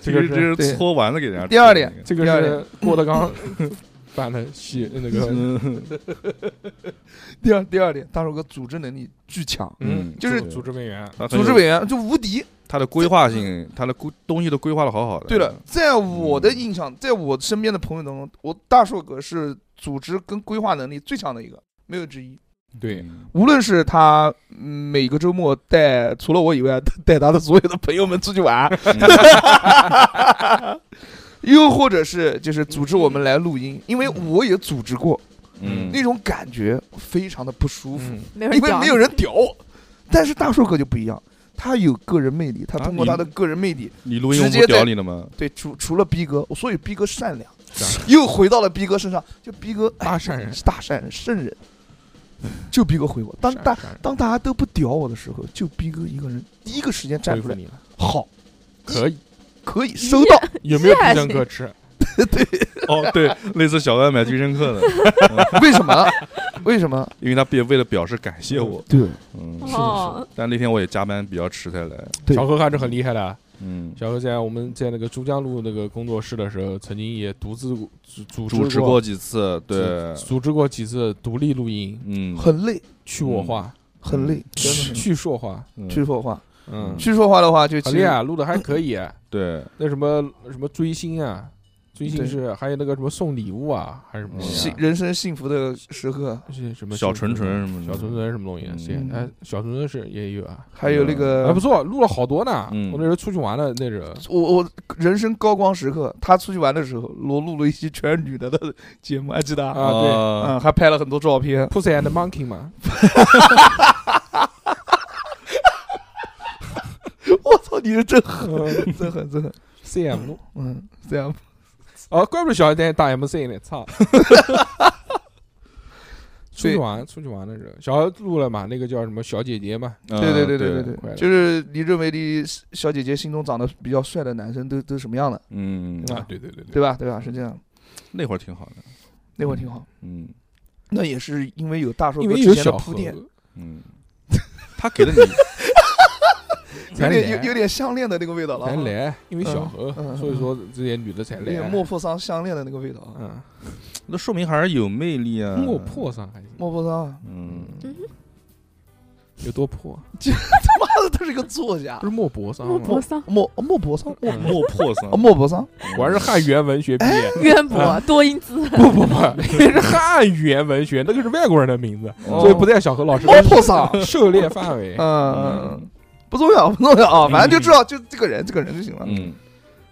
S3: 这个是
S6: 这是搓完了给人家。
S4: 第二点，
S3: 这个
S4: 第二点
S3: 是郭德纲 版的戏，那个
S6: 嗯
S4: 第二第二点，大寿哥组织能力巨强，
S3: 嗯，
S4: 就是
S3: 组织委员，
S6: 他很
S4: 组
S6: 有
S4: 织委员就无敌。
S6: 他的规划性，他的规东西都规划的好好的。
S4: 对了，，在我的印象，在我身边的朋友当中，我大硕哥是组织跟规划能力最强的一个，没有之一。
S3: 对，
S6: 嗯
S4: 无论是他嗯每个周末带除了我以外带他的所有的朋友们出去玩，
S6: 嗯
S4: 又或者是就是组织我们来录音，因为我也组织过，
S6: 嗯，
S4: 那种感觉非常的不舒服，
S3: 嗯，
S5: 没有
S4: 因
S5: 人
S4: 为
S5: 讲，
S4: 没有人屌我。但是大硕哥就不一样，他有个人魅力，他
S6: 啊
S4: 通过
S6: 你
S4: 他的个人魅力
S6: 你录音我
S4: 直
S6: 不
S4: 接在
S6: 屌你了吗？
S4: 对，除除了逼哥，所以逼哥善良
S3: 是啊，
S4: 又回到了逼哥身上。就逼哥哎
S3: 大善人，
S4: 是大善人、圣人，就逼哥回我。当大
S3: 善人
S4: 当大家都不屌我的时候，就逼哥一个人第一个时间站
S3: 恢
S4: 出
S3: 复
S4: 来，
S3: 你了，
S4: 好，
S3: 可以，
S4: 可以收到。
S3: 有没有必
S5: 谢
S3: 胜
S5: 谢
S3: 客吃？
S6: 哦，对，类似小外卖必胜客 的，
S4: 为什么？啊为什么？
S6: 因为他别为了表示感谢我，
S4: 对，
S6: 嗯，
S5: 哦，
S6: 但那天我也加班比较迟才来，
S4: 对
S3: 小何还是很厉害的。啊
S6: 嗯，
S3: 小何在我们在那个珠江路那个工作室的时候，曾经也独自组
S6: 主
S3: 组
S6: 持
S3: 织
S6: 过几次，对，
S3: 组织过几次独立录音，
S6: 嗯，
S4: 很累，
S3: 去我化，
S4: 很
S3: 嗯
S4: 累，真的很累。
S3: 去说话，
S6: 嗯
S4: 去说话，
S3: 嗯，
S4: 去说话的话，就其
S3: 很
S4: 实
S3: 厉害，录啊的还可以。
S6: 对，
S3: 那什么什么追星啊，追星
S4: 对
S3: 是还有那个什么送礼物啊，还是什么东西
S4: 幸
S3: 啊？
S4: 人生幸福的时刻，
S3: 是什么
S6: 小纯纯什么的
S3: 小纯纯什么东西？谁
S4: 嗯？呃
S3: 哎，小纯纯是也有啊，
S4: 还有那个
S3: 还不错，录了好多呢。
S6: 嗯
S3: 我那时候出去玩了，那时 候
S4: 我我人生高光时刻，他出去玩的时候，我录了一期全是女的的节目，还记得啊？
S3: 啊对
S6: 啊，
S4: 嗯，还拍了很多照片。
S3: Pussy and Monkey 嘛，
S4: 我操，你是真狠，
S3: 嗯
S4: 真狠，真狠。
S3: CM
S4: 嗯，这样。
S3: 哦，怪不得小孩在打 MC 呢， 操！出去玩，出去玩的时候，小孩录了嘛，那个叫什么小姐姐嘛，
S6: 对
S4: 对对对对
S6: 对
S4: 对
S3: 嗯快
S4: 对，
S3: 乐
S4: 就是你认为你小姐姐心中长得比较帅的男生都都什么样的，
S6: 嗯，
S4: 啊
S3: 对对对对，
S4: 对吧？对吧？是这样，
S6: 那会儿挺好的，
S4: 那会儿挺好。
S6: 嗯
S4: 那也是因为有大硕
S3: 因
S4: 哥
S3: 为
S4: 之
S3: 有
S4: 前的
S3: 小
S4: 铺
S3: 何
S4: 垫，
S6: 嗯， 他给了你，
S4: 有
S3: 才
S4: 点有有
S3: 来
S4: 点相恋的那个味道了
S3: 才
S4: 啊，
S3: 来，因为小
S4: 嗯
S3: 何
S4: 嗯，嗯
S3: 所以说这些女的才
S4: 有点
S3: 来。
S4: 莫泊桑相恋的那个味道啊。
S3: 嗯，
S6: 那说明还是有魅 力啊，
S3: 莫，破上还行，
S4: 嗯莫泊桑啊，
S6: 嗯，
S3: 有多破？
S4: 他是个作家
S3: 不，是莫泊桑
S5: 莫
S4: 嗯
S3: 吗
S5: 泊？桑，
S4: 啊莫莫泊哎桑，莫
S3: 嗯
S6: 莫破
S4: 啊
S6: 桑，
S4: 莫泊桑，
S3: 我还是汉语言文学毕业，
S5: 渊
S4: 啊
S5: 博多音字，
S3: 不不不，那是汉语言文学，那个是外国人的名字，
S6: 哦
S3: 所以不在小何老师
S4: 莫泊桑，
S3: 狩猎范围。
S4: 嗯，不重要，不重要啊，反正就知道就这个人，这个人就行了。
S6: 嗯，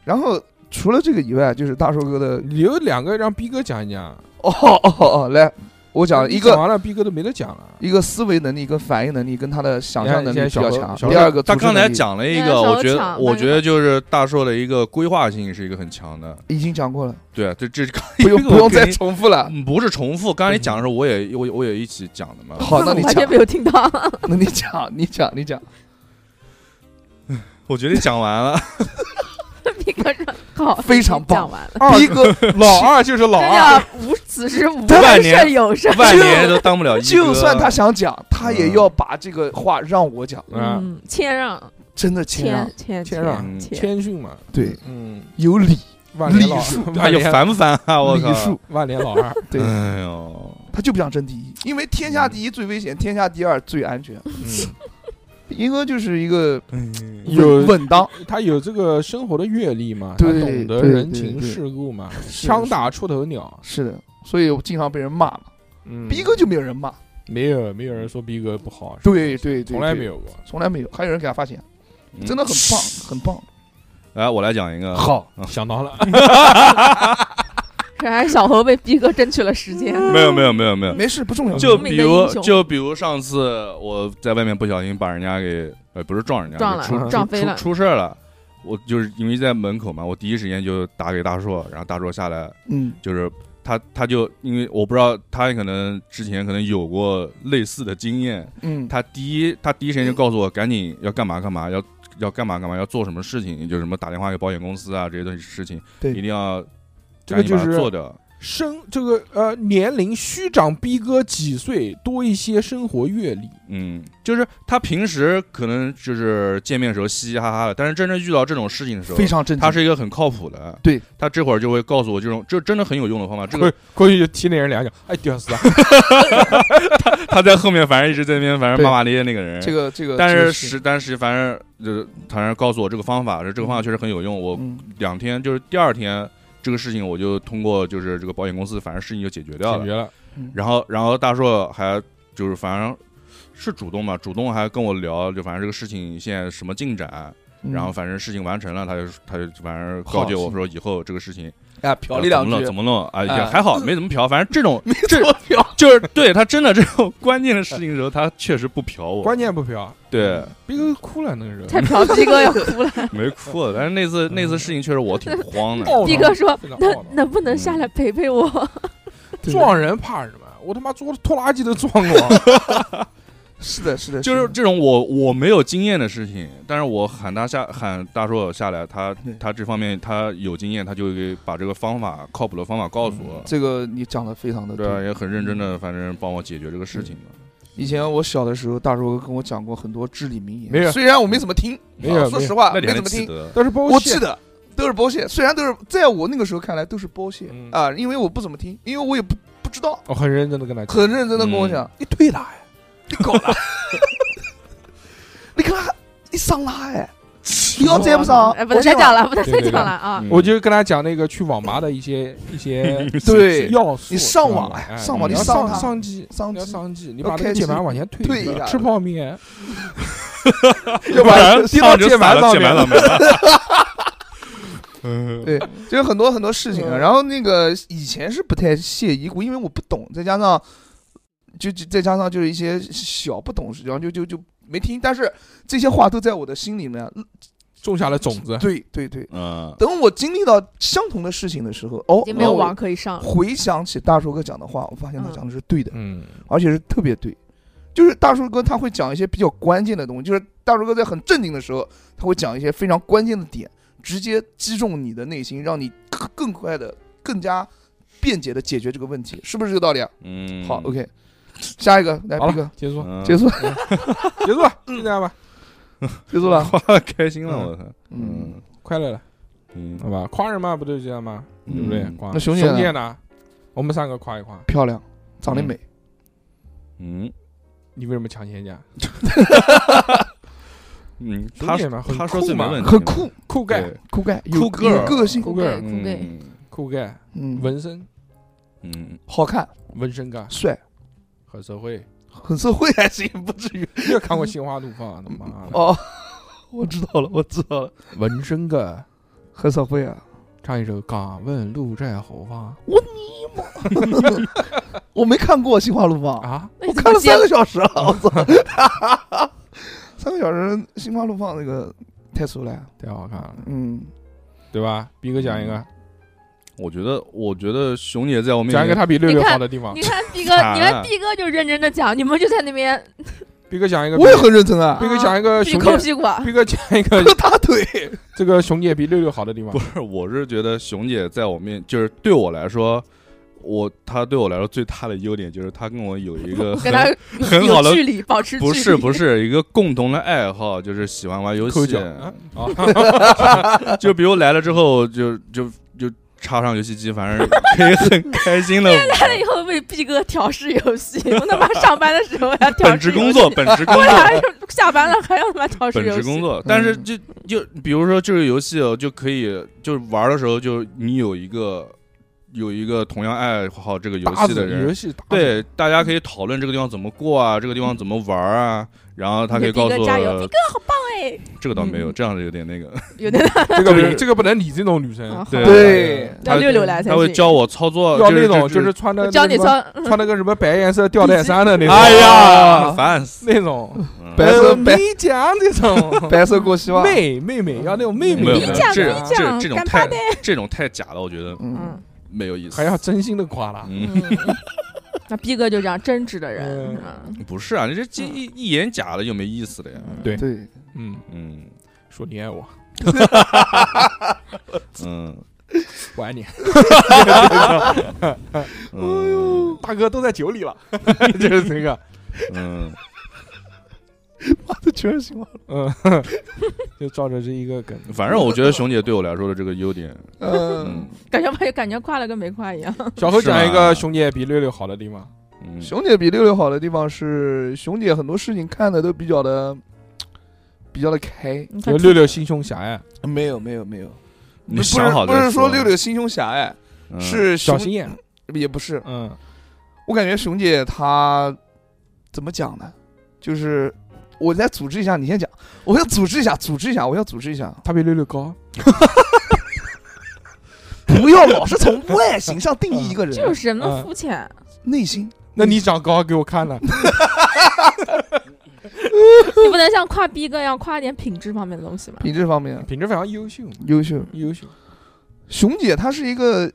S4: 然后除了这个以外，就是大硕哥的
S3: 有两个让逼哥讲一讲，
S4: 哦哦哦，来，我讲啊
S3: 你
S4: 一个
S3: 完了，逼哥都没得讲了。
S4: 一个思维能力跟反应能力跟他的想象能力比
S3: 你
S4: 较
S3: 看现在小
S4: 强。
S3: 何小何
S4: 第二个，
S6: 他刚才讲了一
S5: 那
S6: 个，
S5: 个
S6: 我觉
S5: 手
S6: 得，
S5: 抢
S6: 我
S5: 那
S6: 觉
S5: 个
S6: 得就是大硕的一个规划性是一个很强的，
S4: 已经讲过 了，
S6: 对，啊这这刚
S4: 不用
S6: 这个
S4: 不
S6: 我
S4: 用
S6: 给
S4: 再
S6: 你
S4: 重复了。
S6: 嗯不是重复，刚才你讲的时候，我也我也我也一起讲的嘛。
S4: 好，那你
S5: 完全
S4: 讲
S5: 没，有听到，
S4: 那你讲，你讲，你讲。
S6: 我觉得你讲完 了，
S5: 比哥 说好，
S4: 非常棒啊
S5: 讲完了，
S4: 第一个
S3: 老哦二就是老
S5: 真
S3: 二，
S5: 的无此时无
S6: 万年
S5: 事有事，
S6: 万年都当不了一哥。
S4: 就算他想讲，他也要把这个话让我讲，
S3: 嗯，
S5: 嗯，谦让，
S4: 真的啊谦让
S5: 谦，谦
S4: 谦让
S6: 嗯
S5: 谦
S3: 谦逊嘛，
S4: 对，
S3: 嗯，
S4: 有理，
S3: 万年
S4: 礼
S3: 老
S4: 数
S6: 哎
S3: 万
S6: 呀，
S3: 年
S6: 烦不烦啊？我
S4: 礼
S6: 靠
S4: 数！，
S3: 万年老 二，
S4: 对
S6: 哎呦，
S4: 他就不想争第一，因为天下第一最危险，天下第二最安全。银哥就是一个
S6: 嗯
S3: 有
S4: 稳稳当，
S3: 他有这个生活的阅历嘛，他
S4: 对
S3: 懂得
S4: 对
S3: 人
S4: 对
S3: 情
S4: 对
S3: 世故嘛，
S4: 是
S3: 枪打出头鸟。
S4: 是的，所以我经常被人骂嘛。
S3: 嗯
S4: 逼哥就没有人骂，
S3: 没有没有人说逼哥不好，是吧
S4: 对对对，
S3: 从来没
S4: 有，
S3: 有过。
S4: 从来没有，还有人给他发钱，
S6: 嗯
S4: 真的很棒，很棒。
S6: 来，我来讲一个，
S4: 好，
S3: 想到了，
S5: 然而小猴被逼哥争取了时间，
S4: 嗯
S6: 没有没有没有没有，
S4: 没事，不重要。
S6: 就
S5: 无名
S6: 比
S5: 嗯的
S6: 如
S5: 英雄
S6: 就比如上次我在外面不小心把人家给呃不是撞人家
S5: 撞
S6: 就
S5: 了
S6: 出
S5: 撞
S6: 出
S5: 飞了
S6: 出出事儿了。我就是因为在门口嘛，我第一时间就打给大硕，然后大硕下来
S4: 嗯，
S6: 就是他他就因为我不知道他可能之前可能有过类似的经验，
S4: 嗯，
S6: 他第一他第一时间就告诉我赶紧要干嘛干嘛要。要干嘛干嘛，要做什么事情，就什么打电话给保险公司啊，这些东西事情，
S4: 对
S6: 一定要
S3: 这个
S6: 赶紧
S3: 就
S6: 把它做
S3: 是
S6: 掉。
S3: 生这个呃年龄虚长逼哥几岁，多一些生活阅历。
S6: 嗯，就是他平时可能就是见面的时候嘻嘻哈哈的，但是真正遇到这种事情的时候，
S4: 非常正经。
S6: 他是一个很靠谱的。
S4: 对，
S6: 他这会儿就会告诉我这种，这真的很有用的方法。这
S3: 过
S6: 个
S3: 过去就踢那人两脚，哎，屌丝啊！
S6: 他在后面反正一直在那边反正
S4: 对
S6: 骂骂咧咧那个人。
S4: 这
S6: 个，
S4: 个这个，
S6: 但
S4: 这
S6: 是
S4: 个
S6: 实但是反正就是反正告诉我这个方法，这这个方法确实很有用。我
S4: 嗯，
S6: 两天就是第二天这个事情，我就通过就是这个保险公司，反正事情就解决掉
S3: 解
S6: 了
S3: 决。了，
S4: 嗯
S6: 然后然后大硕还就是反正是主动嘛，主动还跟我聊，就反正这个事情现在什么进展，
S4: 嗯
S6: 然后反正事情完成了，他就他就反正告诫我
S4: 好
S6: 说以后这个事情
S4: 哎嫖
S6: 呃
S4: 了两
S6: 怎么
S4: 句
S6: 弄，怎么弄啊，也
S4: 哎
S6: 还好没怎么嫖，反正这种这
S4: 么嫖？
S6: 就是对他真的这种 关键的事情的时候，他确实不嫖我，
S3: 关键不嫖。
S6: 对，
S3: 逼哥哭了那个时候，
S5: 才嫖逼哥 要哭了。
S6: 没哭的，但是那次那次事情确实我
S4: 嗯
S6: 挺慌的，
S3: 懊恼
S5: 逼哥说
S3: 非常：“
S5: 能
S3: 懊恼
S5: 能
S6: 嗯
S5: 不能下来陪陪我？”
S4: 对
S3: 撞人怕什么？我他妈坐拖拉机都撞 过，
S4: 是的，是的，
S6: 就是
S4: 的
S6: 这种我我没有经验的事情，但是我喊他下喊大硕下来，他
S4: 对
S6: 他这方面他有经验，他就给把这个方法靠谱的方法告诉我，
S4: 这个你讲的非常的
S6: 对啊，
S4: 对。
S6: 也很认真
S4: 嗯
S6: 的，反正帮我解决这个事情嘛。
S4: 以前我小的时候，大叔跟我讲过很多至理名言，
S3: 没有
S4: 虽然我没怎么听，
S3: 没有
S4: 啊说
S3: 没有
S4: 实话
S6: 那
S4: 没
S6: 你还
S4: 怎
S6: 能
S4: 么
S6: 记
S4: 听，
S6: 得？
S3: 都是包
S4: 我记得都是剥削，虽然都是在我那个时候看来都是剥削
S3: 嗯
S4: 啊，因为我不怎么听，因为我也不不知道，
S3: 我哦很认真的跟他讲，
S4: 很认真的跟我讲，你对了哎，你搞了， 你看你上拉哎，你要再不上，
S5: 哎，不
S4: 我
S5: 能
S4: 先
S5: 再
S4: 讲
S5: 讲，了，不能
S3: 对
S5: 再
S3: 对
S5: 讲
S3: 对
S5: 了
S6: 嗯
S5: 啊！
S3: 我就跟他讲那个去网吧的一些一些
S4: 对
S3: 要素。
S4: 你上网
S3: 知道吧
S4: 哎
S3: 哎
S4: 上
S6: 网
S3: 你
S6: 你
S3: 要
S6: 上
S3: 上
S4: 它
S3: 上机，
S4: 上
S3: 你要
S4: 机
S3: 上机，你
S4: 要
S3: 把那
S4: 开
S3: 个键
S4: 机
S3: 盘往前推
S4: 推一
S3: 一
S4: 下
S3: 下，吃泡面，
S4: 要 不然
S3: 踢到
S6: 就
S3: 键
S6: 散
S3: 盘
S6: 了
S3: 上
S6: 键
S3: 面
S6: 盘上面了。嗯，
S4: 对，就是很多很多事情啊。
S3: 嗯
S4: 然后那个以前是不太屑一顾，因为我不懂，再加上就就再加上就是一些小不懂事，然后就就就没听。但是这些话都在我的心里面。嗯
S3: 种下了种子。
S4: 对对对，
S6: 嗯，
S4: 等我经历到相同的事情的时候，哦
S5: 已，经没
S4: 那
S5: 有
S4: 我
S5: 网可以上了。
S4: 回想起大叔哥讲的话，我发现他
S5: 嗯
S4: 讲的是对的，
S3: 嗯，
S4: 而且是特别对。就是大叔哥他会讲一些比较关键的东西，就是大叔哥在很正经的时候，他会讲一些非常关键的点，直接击中你的内心，让你更更快的、更加便捷的解决这个问题，是不是这个道理啊？
S6: 嗯，
S4: 好，OK，下一个来
S3: 好
S4: 毕哥
S3: 了，，结束，
S6: 嗯
S4: 结 束
S3: 结束吧，就这样吧，
S4: 结束了，
S6: 哇，开心了，我操，
S4: 嗯，
S6: 嗯
S3: 快乐了，
S6: 嗯
S3: 好，吧？夸人嘛，不就是这样吗？对不对？
S6: 嗯
S3: 夸
S4: 那熊姐呢
S3: 熊姐呢？我们三个夸一夸，
S4: 漂亮，长得美，
S6: 嗯
S3: 你为什么抢先讲？
S6: 嗯，
S3: 熊
S6: 他
S3: 姐嘛很
S6: 他说
S3: 酷
S6: 最没
S3: 嘛
S6: 问题，
S4: 很酷，
S3: 酷
S6: 对，
S3: 盖，
S4: 酷盖，有
S6: 嗯酷 girl
S4: 有个性，
S5: 酷
S3: 酷盖
S5: 盖，酷盖，
S6: 嗯
S3: 酷盖，
S4: 嗯，
S3: 纹身，
S6: 嗯，
S4: 好看，
S3: 纹身盖，
S4: 帅，
S3: 很社会。
S4: 很社会还行，不至于。
S3: 没有看过《心花怒放》，他妈的，
S4: 哦，我知道了，我知道了，
S3: 纹身盖。
S4: 很社会啊。
S3: 唱一首《敢问路在何方
S4: 我没看过《心花怒 放》》，
S3: 啊？
S5: 那
S4: 我
S5: 你怎
S4: 看
S5: 么
S4: 了
S5: 接
S4: 三？个小时了，我操！ 三个小时，《心花怒放》那个太熟了呀。
S3: 太好看了，
S4: 嗯，
S3: 对吧？逼哥讲一个，
S6: 我觉得我觉得熊姐在我
S4: 嗯
S6: 面
S3: 讲一个
S6: 前，
S3: 他比六
S5: 你
S3: 六
S5: 看
S3: 好的地方
S5: 你。看逼哥，
S6: 惨啊
S5: 你
S6: 了
S5: 看逼哥就认真的讲，你们就在那边
S3: 逼哥讲一个，
S4: 我也很认真啊
S5: 啊。
S3: 逼哥讲一个
S5: 去
S3: 熊
S5: 抠
S3: 姐，
S5: 屁股。
S3: 逼哥讲一 个
S4: 磕大腿，
S3: 这个熊姐比六六好的地方
S6: 不。是，我是觉得熊姐在我面，就是对我来说，我他对我来说最大的优点就是他跟我有一 个
S5: 跟
S6: 很
S5: 他
S6: 很
S5: 有
S6: 好的
S5: 距离，保持距离。
S6: 不是不是一个共同的爱好，就是喜欢玩游
S3: 抠
S6: 戏啊
S3: 脚。啊啊
S6: 就比如来了之后，就就就插上游戏机，反正可以很开心的。
S5: 他以后为毕哥调试游戏，我他妈上班的时候要调试
S6: 本职工作，本职工
S5: 我
S6: 作，
S5: 俩下班了还要他妈调试
S6: 本
S5: 游
S6: 职
S5: 戏。
S6: 工作。但是就就比如说这个游戏哦就可以，就是玩的时候就你有一个有一个同样爱好这个游
S3: 搭
S6: 戏
S3: 子
S6: 的人
S3: 游，戏搭子，
S6: 对，大家可以讨论这个地方怎么过啊，这个地方怎么玩啊，然后他可以
S5: 你逼
S6: 告
S5: 哥
S6: 诉
S5: 加油，逼
S6: 我
S5: 哥，好棒哎！
S6: 这个倒没有，这样子有点那个。
S5: 有点
S3: 这个
S6: 就是
S3: 不这个不能你这种女
S5: 啊
S3: 生，
S5: 好
S4: 对
S6: 他
S5: 要六六来才
S6: 他会
S5: 行。
S6: 教我操作，
S3: 要
S6: 是
S3: 那种
S6: 哦就
S3: 就是穿的
S5: 我教你
S3: 穿
S5: 操，
S3: 穿那个什么白颜色吊带衫的那种，啊
S6: 哎呀，烦死！
S3: 那种
S6: 嗯
S4: 白色
S3: 呃
S4: 白
S3: 米酱那种
S4: 白色过希望，
S3: 妹妹妹要那种妹妹
S6: 没有没啊有，
S5: 米
S6: 这
S5: 酱
S6: 这
S5: 米
S6: 这
S5: 酱
S6: 这种
S5: 干
S6: 太
S5: 巴
S6: 这种太假了，我觉得
S4: 嗯，
S5: 嗯
S6: 没有意思。
S3: 还要真心的夸他，
S6: 嗯，
S5: 嗯， 那逼哥就这样真挚的人
S3: 嗯，
S5: 嗯
S6: 不是啊，你这这一一演假的就没意思了呀。
S3: 对
S4: 对，
S3: 嗯，
S6: 嗯
S3: 说你爱我，
S6: 嗯，
S3: 我爱你， 哎
S6: 嗯
S3: 大哥都在酒里了， 就是这个，
S6: 嗯，
S4: 这全是希望。
S3: 嗯， 就照着这一个梗，
S6: 反正我觉得熊姐对我来说的这个优点，
S4: 嗯
S6: 嗯，
S5: 感觉感觉夸了跟没夸一样。
S3: 小何讲一
S6: 是吗
S3: 个熊姐比六六好的地方，
S6: 嗯，
S4: 熊姐比六六好的地方是，熊姐很多事情看的都比较的，比较的开。
S5: 你看
S3: 就六六心胸狭隘，
S4: 没有，没有，没有，
S6: 你
S4: 不是
S6: 想好
S4: 不
S6: 再
S4: 是说六六心胸狭隘，
S6: 嗯
S4: 是
S3: 小
S4: 熊
S3: 心眼，
S4: 也不是。
S3: 嗯，
S4: 我感觉熊姐她怎么讲呢？就是我来组织一下，你先讲，我要组织一下，组织一下，我要组织一下，
S3: 他比六六高，
S4: 不要老是从外形上定义一 个人，
S5: 这有什么
S3: 嗯
S5: 肤浅？
S4: 内心。
S3: 那你长高给我看了，
S5: 你不能像夸逼哥一样夸点品质方面的东西吗？
S4: 品质方面
S3: 品质非常优秀，
S4: 优秀，
S3: 优秀，
S4: 熊姐她是一个，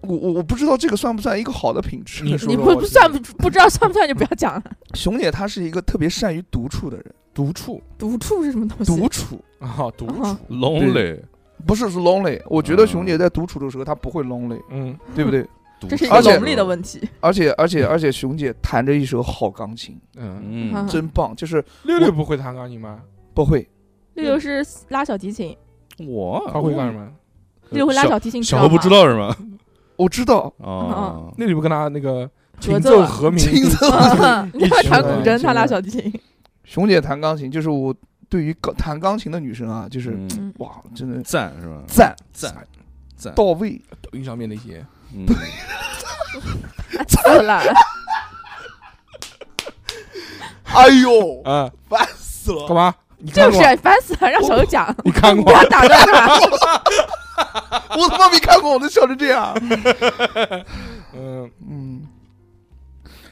S4: 我我我不知道这个算不算一个好的品质。
S3: 你说
S5: 你
S3: 说
S5: 不
S3: 我
S5: 不
S3: 听
S5: 算不不知道算不算就不要讲了。
S4: 熊姐她是一个特别善于独处的人，
S3: 独处
S5: 独处是什么东西？
S4: 独处
S3: 啊，独
S5: 啊
S3: 处，
S6: lonely，
S4: 不是是 lonely。我觉
S3: 啊
S4: 得熊姐在独处的时候她不会 lonely，
S3: 嗯，
S4: 对不对？
S5: 这是一
S4: 而
S5: 个
S4: 且
S5: 龙力的问题。
S4: 而且而且而且熊姐弹着一手好钢琴，
S3: 嗯，
S6: 嗯，
S4: 真棒，就是
S3: 六六不会弹钢琴吗？
S4: 不会。
S5: 六六是拉小提琴，
S3: 嗯
S6: 我
S3: 他会干什么？
S5: 六六会拉小提琴，
S6: 小何不知
S5: 吗？嗯
S6: 道是吗？
S4: 我知道，
S6: 哦，
S3: 那你不跟他那个
S5: 合
S3: 琴
S5: 奏
S3: 奏
S5: 啊
S3: 和鸣？
S4: 琴奏
S5: 嗯你要弹古筝，
S4: 一起
S5: 他拉小提琴。
S4: 熊姐弹钢琴，就是我对于钢弹钢琴的女生啊，就是、
S6: 嗯
S5: 嗯
S4: 哇，真的
S6: 赞是吧？
S4: 赞
S6: 赞赞，
S4: 到位。
S3: 抖音上面那些，
S6: 嗯
S5: 死了，
S4: 哎呦，
S3: 啊，
S4: 烦死了！
S3: 干嘛？你看
S5: 就
S3: 过？
S5: 是烦死了，让小友讲，
S3: 你看
S5: 不
S3: 过？
S5: 要打断他。
S4: 我他妈没看过，我都笑成这样。啊
S3: 嗯，
S4: 嗯，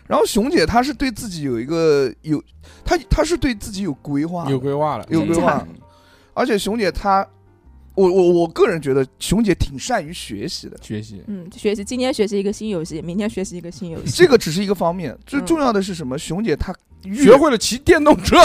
S4: 然后熊姐她是对自己有一个有，她她是对自己有规
S5: 啊
S4: 划的，
S3: 有规划了，
S4: 有规划，
S6: 嗯
S4: 而且熊姐她，我我我个人觉得熊姐挺善于学习的，
S3: 学习，
S5: 嗯，学习，今天学习一个新游戏，明天学习一个新游戏。
S4: 这个只是一个方面，最
S5: 嗯
S4: 重要的是什么？熊姐她越
S3: 学会了骑电动车，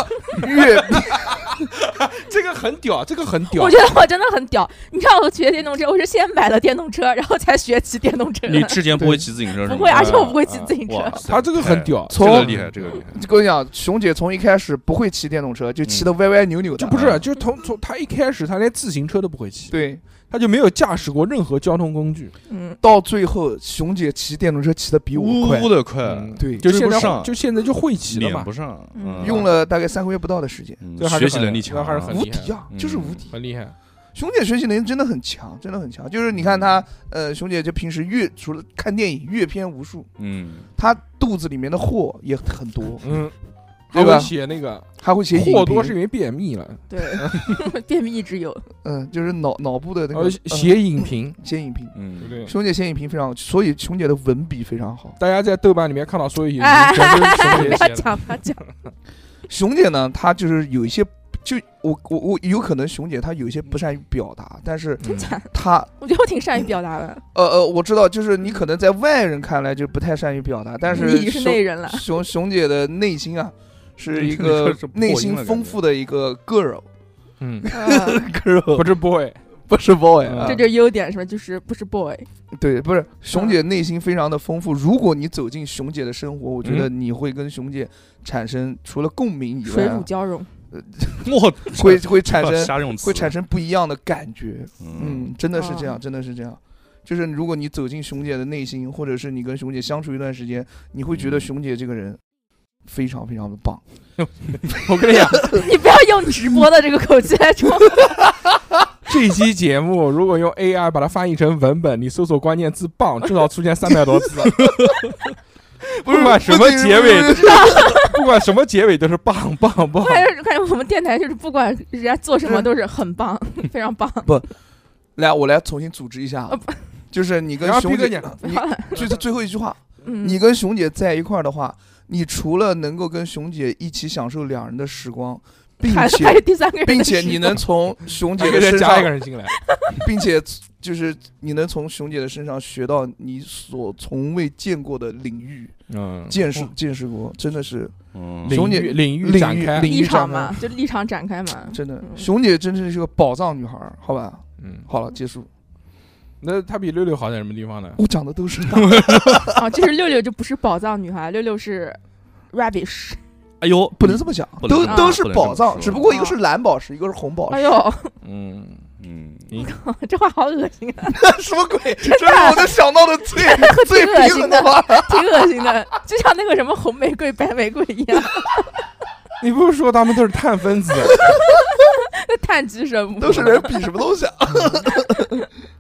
S4: 越
S3: 这个很屌，这个很屌
S5: 我。觉得我真的很屌。你知道我学电动车，我是先买了电动车，然后才学骑电动车。
S6: 你之前不会骑自行车是吗？
S5: 不会，而且我不会
S3: 啊
S5: 骑
S3: 啊
S5: 自行车。
S6: 哇塞，
S3: 他哎这个很屌，
S6: 这个
S4: 从
S6: 厉害，这个厉 害。
S4: 跟你讲，熊姐从一开始不会骑电动车，就骑得歪歪扭扭的，啊
S3: 就嗯不是，就是从从他一开始，他连自行车都不会骑，
S4: 对，
S3: 他就没有驾驶过任何交通工具。
S5: 嗯，
S4: 到最后熊姐骑电动车骑得比我快
S6: 呜，的快，
S3: 嗯
S4: 对，
S3: 就
S6: 追
S3: 现
S6: 不
S3: 在
S6: 上
S3: 就现在就会骑了
S6: 连
S3: 嘛
S6: 不，上，
S5: 嗯
S4: 用了大概三个月不到的时间，
S6: 嗯
S3: 这还是
S6: 学习
S3: 很
S6: 能力
S3: 那
S6: 强，
S3: 还是很
S4: 无
S3: 厉害嗯
S4: 敌啊，就是无敌。
S3: 很厉害。
S4: 熊姐学习能力真的很强，真的很强。就是你看她，呃，熊姐就平时阅除了看电影阅片无数，
S6: 嗯，
S4: 她肚子里面的货也很多，
S3: 嗯，还
S4: 对
S3: 会
S4: 吧？
S3: 写那个
S4: 还会写影
S3: 货多
S4: 评
S3: 是因为便秘了，
S5: 对，便秘一直有。
S4: 嗯，就是脑脑部的那
S3: 呃
S4: 个，
S3: 写影评，
S4: 嗯写影评。
S3: 对不
S6: 嗯，
S3: 对？
S4: 熊姐写影评非常好，所以熊姐的文笔非常好。
S3: 大家在豆瓣里面看到所有影
S5: 哎
S3: 评，全都是熊
S5: 不
S3: 姐
S5: 要
S3: 写的。
S5: 讲，不要讲。
S4: 熊姐呢，她就是有一些，就我我我有可能熊姐她有一些不善于表达，但
S3: 嗯
S4: 是
S5: 真假？
S4: 她
S5: 我觉得我挺善于表达的，
S4: 呃呃，我知道，就是你可能在外人看来就不太善于表达，但是
S5: 嗯你是
S4: 熊
S5: 内人啊了。
S4: 熊熊姐的内心啊，是一
S6: 你说
S4: 个
S6: 是破音
S4: 内
S6: 了
S4: 心
S6: 感觉
S4: 丰富的一个 girl
S3: 嗯，
S5: 嗯
S4: girl，
S3: 不是 boy，
S4: 不是 boy，
S3: 嗯
S4: 啊
S5: 这就是优点是吧？就是不是 boy，
S4: 对，不是熊姐内心非常的丰
S6: 嗯
S4: 富。如果你走进熊姐的生活，我觉得你会跟熊姐产生除了共鸣以
S5: 水
S4: 外
S5: 乳
S4: 啊，
S5: 交融。
S6: 我
S4: 会 会产
S6: 啥
S4: 生
S6: 啥这种词
S4: 会产生不一样的感觉。
S6: 嗯
S4: 嗯，真的是这
S5: 哦
S4: 样，真的是这样。就是如果你走进熊姐的内心，或者是你跟熊姐相处一段时间，你会觉得
S6: 嗯
S4: 熊姐这个人非常非常的棒。
S3: 我跟你讲，
S5: 你不要用直播的这个口气来说，
S3: 这期节目如果用 AI 把它翻译成文本，你搜索关键字“棒”，至少出现三百多次。 不管什么结尾， 不管什么结尾都是棒棒棒。
S5: 快点快点，我们电台就是不管人家做
S4: 嗯
S5: 什么都是很棒，非常棒。
S4: 来，我来重新组织一下
S5: 啊不，
S4: 就是你跟
S3: 然后
S4: 熊
S3: 逼哥
S4: 姐，
S3: 讲
S4: 你就是最后一句话，
S5: 嗯，
S4: 你跟熊姐在一块儿的话，你除了能够跟熊姐一起享受两人的时光，并
S5: 还还
S4: 且
S5: 是第三个人的
S4: 并且
S5: 时
S4: 你
S5: 光
S4: 能从熊姐
S3: 这
S4: 的
S3: 个再
S4: 身
S3: 加一个
S4: 上，
S3: 人进来，
S4: 并且就是你能从熊姐的身上学到你所从未见过的领域，
S3: 嗯，
S4: 见识见识过，真的是
S6: 嗯，
S4: 熊
S3: 领
S4: 姐
S3: 域领
S4: 领
S3: 域
S4: 域
S3: 展开，
S4: 领
S5: 立
S4: 域
S5: 场
S4: 展
S5: 嘛
S4: 开，，
S5: 就立场展开嘛。
S4: 真的
S5: 嗯
S4: 熊姐真的是个宝藏女孩儿，好吧？
S3: 嗯，
S4: 好了，结束，
S3: 那他比六六好在什么地方呢？
S4: 我讲的都 是她
S5: 啊，就是六六就不是宝藏女孩，六六是 rubbish。
S6: 哎呦，
S4: 不能这么讲，
S6: 不能
S4: 都
S6: 这么
S4: 都
S6: 说
S4: 是
S6: 不能这么
S4: 宝藏，
S6: 说
S4: 只不过一个是蓝宝石，一个是红宝
S5: 啊哎
S4: 石，
S5: 呦，
S3: 嗯，
S6: 嗯，
S3: 你
S5: 这话好恶心啊，
S4: 什么鬼？这是我能想到的最最
S5: 挺恶
S4: 平
S5: 心
S4: 衡
S5: 的
S4: 的话。
S5: 挺恶心的，就像那个什么红玫瑰、白玫瑰一样，
S3: 你不是说他们都是碳分子？
S5: 那碳基生物
S4: 都是人比什么东西啊！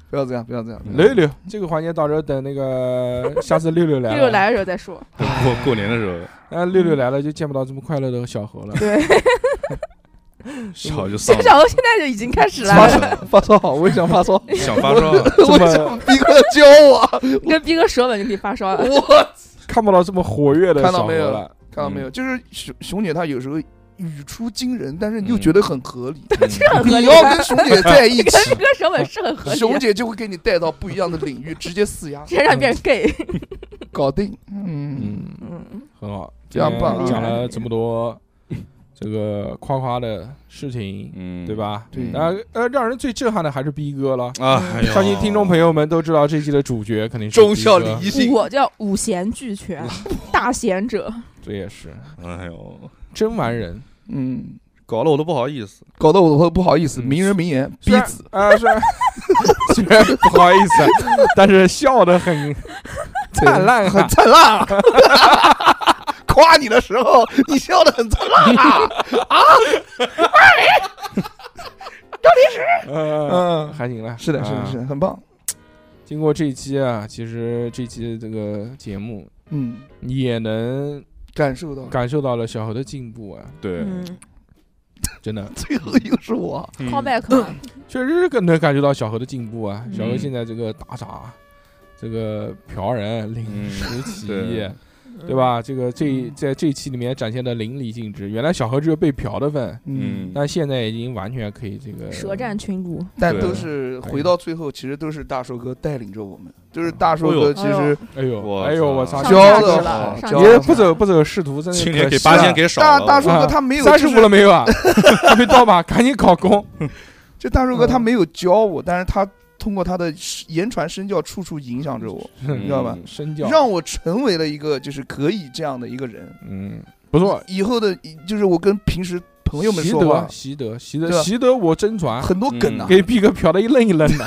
S4: 不要这样，不要这样。
S3: 六六，这个环节到时候等那个下次六六来
S4: 啊
S5: 六
S3: 了，
S5: 六，来的时候再
S4: 嗯
S5: 说。
S6: 过过年的时候，
S3: 那六六来了就见不到这么快乐的小何了。
S5: 对，
S6: 小
S3: 嗯
S6: 就丧
S5: 这个
S6: 了，
S5: 小欧现在就已经开始
S4: 发
S5: 了，
S4: 烧，发烧好，我也想发烧，
S6: 想发烧 啊，
S3: 这
S4: 我也
S3: 么
S4: 想逼哥教我。
S5: 你跟逼哥舌吻就可以发烧了。
S4: 我
S3: 看不到这么活跃的
S4: 看到
S3: 小何
S4: 没有
S3: 了，
S4: 看到没有，就是熊熊姐她有时候语出惊人，但是你又觉得很合理。
S6: 嗯
S5: 很合
S4: 你
S5: 理啊
S4: 要
S5: 的
S4: 跟熊姐在一
S5: 你跟逼
S4: 起，
S5: 哥舌吻是很合理
S4: 熊
S5: 的，
S4: 姐就会给你带到不一样的领域，直接撕压
S5: 直，接让你变
S4: 嗯
S5: 成 gay。
S4: 搞定。嗯，
S3: 嗯，
S5: 嗯，
S3: 很好，
S4: 这样
S3: 今
S4: 吧
S3: 天
S4: 啊
S3: 讲了这么多这个夸夸的事情，
S6: 嗯，
S3: 对？吧？
S4: 对哎
S3: 然后呃，让人最震撼的还是逼哥了。
S6: 啊，
S3: 相信听众朋
S6: 友，
S3: 友们都知道这期的主角肯定是
S4: 忠
S3: 逼
S4: 孝
S3: 哥
S4: 礼仪性，
S5: 我叫五贤俱全，
S4: 嗯
S5: 大贤者。
S3: 这也是
S6: 哎呦，
S3: 真完人。
S4: 嗯，
S6: 搞得我都不好意思，
S4: 搞得我都不好意思。
S3: 嗯
S4: 名人名言，逼
S3: 虽然
S4: 子，
S3: 啊，虽然 虽然不好意 思，啊但是笑的很
S4: 对
S3: 灿烂啊
S4: 很 灿烂啊！ 夸你的时候，你笑得很灿烂啊！
S3: 呃，
S4: 嗯，
S3: 还行了。
S4: 是的，是的，
S3: 啊
S4: 是。的，很棒。
S3: 经过这一期啊，其实这期这个节目
S4: 嗯，
S3: 也能
S4: 感受到。
S3: 感受到了小何的进步啊，
S6: 对，
S5: 嗯
S3: 真的
S4: 最后一个是我，
S6: 嗯
S5: ，callback 啊嘛
S3: 确实更能感觉到小何的进步啊。
S5: 嗯
S3: 小何现在这个打傻，这个嫖人、领
S6: 嗯
S3: 食起义。
S6: 对
S4: 嗯
S3: 对？吧？这个这在这一期里面展现的淋漓尽致。原来小何只有被嫖的份，
S6: 嗯，
S3: 但现在已经完全可以这个
S5: 舌战群儒，
S4: 但
S6: 对
S4: 都是回到最后，其实都是大硕哥带领着我们。就是大硕
S6: 哎
S4: 哥，
S6: 呦
S4: 其实
S3: 哎呦，
S6: 我
S3: 哎呦，我操！
S5: 上
S4: 教
S5: 价值
S4: 得
S5: 了，
S4: 好
S5: 上
S4: 教
S5: 价
S3: 也
S4: 得
S5: 值
S3: 不走
S5: 了
S3: 不走仕途，真
S6: 青
S3: 的
S6: 年
S3: 可
S6: 给
S3: 惜
S6: 八
S3: 了
S6: 千给少
S4: 大
S6: 了，
S4: 大硕
S3: 啊
S4: 哥他没有
S3: 三十五
S4: 就是
S3: 了没有啊？还没到 吧？赶紧考公。
S4: 就大硕哥他
S3: 嗯
S4: 没有教我，但是他通过他的言传身教，处处影响着我，
S6: 你
S4: 你知道吧？
S3: 身教
S4: 让我成为了一个就是可以这样的一个人。
S3: 嗯不错，
S4: 以后的就是我跟平时朋友们
S3: 习
S4: 说话
S3: 得，习得习
S4: 对
S3: 得
S4: 吧
S3: 习得我真传，
S4: 很
S5: 嗯
S4: 多梗啊，
S3: 给毕哥嫖的一愣一愣 的。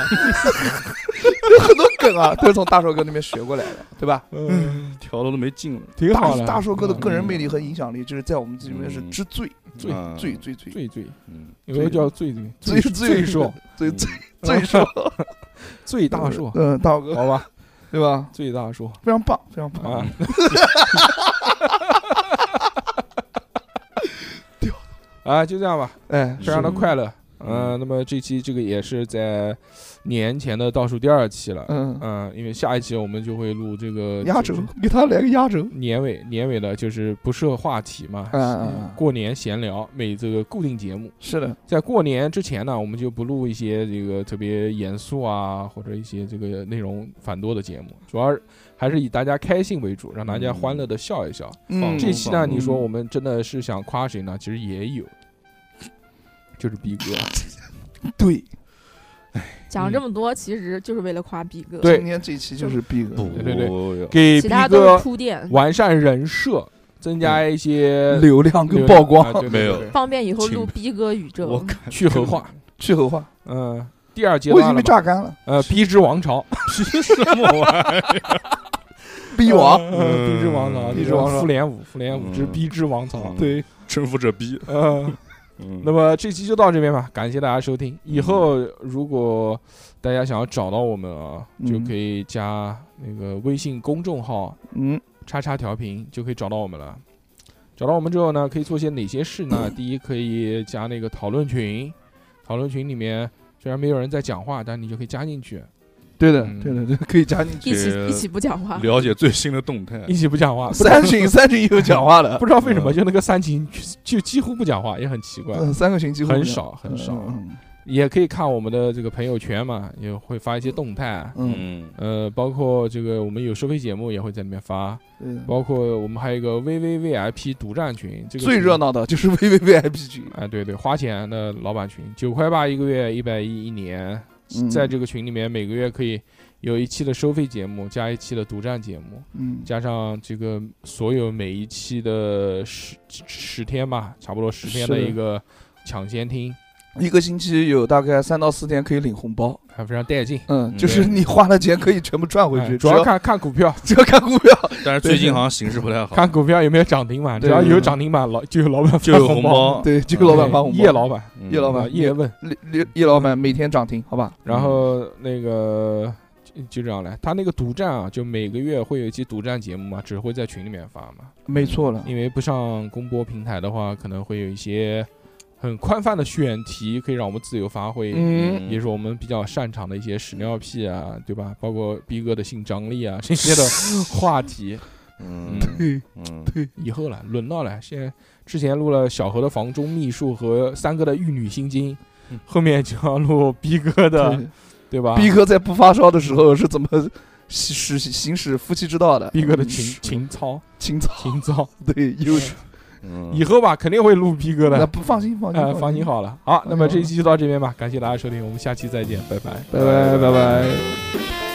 S4: 很多梗啊，都是从大硕哥那边学过来的，对吧？
S3: 嗯，
S6: 调的都没劲了，
S3: 挺好
S4: 大
S3: 的。
S4: 大硕哥的个人
S3: 嗯
S4: 魅力和影响力，就是在我们这里面是之最最
S6: 嗯
S4: 最最最
S3: 最最
S6: 嗯，
S3: 有个叫最 最最
S4: 最
S3: 嗯
S4: 最
S3: 硕
S4: 最最最硕
S3: 最大 硕，
S4: 嗯，大硕哥
S3: 好吧，
S4: 对吧？
S3: 最大 硕。
S4: 非常棒，非常棒，
S3: 啊，啊，就这样吧，
S4: 哎，
S3: 非常的
S5: 是
S3: 快乐。嗯、那么这期这个也是在年前的倒数第二期了。
S4: 嗯，
S3: 嗯、因为下一期我们就会录这个
S4: 压轴，给他来个压轴，
S3: 年尾年尾的，就是不设话题嘛，
S4: 嗯嗯，嗯
S3: 过年闲聊，每这个固定节目。
S4: 是的，
S3: 在过年之前呢，我们就不录一些这个特别严肃啊，或者一些这个内容繁多的节目，主要还是以大家开心为主，让大家欢乐的笑一笑。
S4: 嗯，
S3: 这期呢，
S6: 放
S3: 你说我们真的是想夸谁呢？其实也有，就是逼哥，
S4: 对，
S5: 讲这么多，其实就是为了夸逼哥，
S3: 对
S4: 今天这一期就是逼格，
S6: 不，
S3: 对对对
S6: 对，
S3: 给逼
S5: 其他都
S3: 哥
S5: 是铺垫，
S3: 完善人设，增加一些
S4: 流量
S3: 流量
S4: 跟曝光，
S3: 啊对对
S6: 没有
S3: 对对
S5: 方便以后
S6: 请
S5: 录逼哥宇
S6: 我
S5: 宙。
S3: 去核 化，
S4: 去核化，
S3: 嗯，第二阶
S4: 我已经
S3: 段了嘛，
S4: 被榨干了，
S3: 呃，逼之王 朝，
S6: 什么玩意？
S4: 逼王，
S3: 嗯逼之王朝，
S4: 逼之王朝
S3: 复联五，复联五之
S6: 嗯
S3: 逼之王朝，
S6: 嗯
S3: 对，
S6: 征服者逼，
S3: 嗯。
S6: 嗯
S3: 那么这期就到这边吧，感谢大家收听。以
S6: 嗯
S3: 后如果大家想要找到我们啊，就
S4: 嗯
S3: 可以加那个微信公众号
S4: 嗯，
S3: “叉叉调频”，就可以找到我们了。找到我们之后呢，可以做些哪些事 呢？第一，可以加那个讨论群，讨论群里面虽然没有人在讲话，但你就可以加进去，
S4: 对的
S3: 嗯，
S4: 对的，对的， 可以加进去。
S5: 一起
S6: 这
S5: 一起不讲话，
S6: 了解最新的动态
S4: 嗯
S3: 一，起不讲话。不知道
S4: 三群三群有讲话的，
S3: 不知道为什么，就那个三群就几乎不讲话，也很奇怪，
S4: 嗯嗯，三个群几乎
S3: 很
S4: 没有
S3: 少很少
S4: 嗯嗯
S3: 也可以看我们的这个朋友圈嘛，也会发一些动态。
S4: 嗯，
S6: 嗯，
S3: 呃，包括这个我们有收费节目也会在里面发，
S4: 对的
S3: 包括我们还有一个 VVVIP 独占群，这个
S4: 最
S3: 群
S4: 热。闹的就是 VVVIP 群，
S3: 哎，对对，花钱的老板群，九块八一个月，一百一一年，
S4: 嗯
S3: 在这个群里面每个月可以有一期的收费节目，加一期的独占节目，
S4: 嗯，
S3: 加上这个所有每一期的十十天吧，差不多十天的
S4: 是的
S3: 一个抢先听，
S4: 一个星期有大概三到四天可以领红包，
S3: 还非常带劲。
S4: 嗯，
S6: 嗯
S4: 就是你花了钱可以全部赚回
S3: 哎
S4: 去，
S3: 主
S4: 只
S3: 要看看股票，
S4: 只要看 股票，
S6: 但是最近好像形势不太好，
S3: 看股票有没有涨停板，只
S4: 对
S3: 要
S4: 对
S3: 有
S4: 对
S3: 涨停板，老就有老板
S6: 就
S3: 发
S6: 有
S3: 红
S6: 红包，
S4: 对，就给老板发红包。
S3: 嗯叶老板，
S6: 嗯
S4: 叶老板
S3: 啊叶问，
S4: 叶叶叶老板每天涨停，好吧？
S3: 然后
S4: 嗯
S3: 那个就就这样来，他那个独占啊，就每个月会有一期独占节目嘛，只会在群里面发嘛，
S4: 没错了，
S3: 因为不上公播平台的话，可能会有一些很宽泛的选题，可以让我们自由发挥。
S4: 嗯，
S3: 也是我们比较擅长的一些屎尿屁啊，对吧？包括逼哥的性张力啊这些的 话题，
S6: 嗯
S4: 对
S6: 嗯，
S4: 对，
S3: 以后了，轮到了。现在之前录了小何的房中秘术和三哥的玉女心经
S6: 嗯，
S3: 后面就要录逼哥的，对
S4: 对
S3: 啊吧？
S4: 逼哥在不发烧的时候是怎么行使行使夫妻之道的？
S3: 逼哥的
S4: 嗯
S3: 情情 操，
S4: 情操，
S3: 情操，
S4: 对，有
S6: 嗯
S3: 以后吧肯定会录逼哥
S4: 那
S3: 的，
S4: 不放心，放
S3: 呃，
S4: 心，
S3: 放心，好了，好，那么
S4: 放心好了
S3: 这一期就到这边吧，感谢大家收听，我们下期再见，拜拜。
S4: 拜拜拜拜。
S6: 拜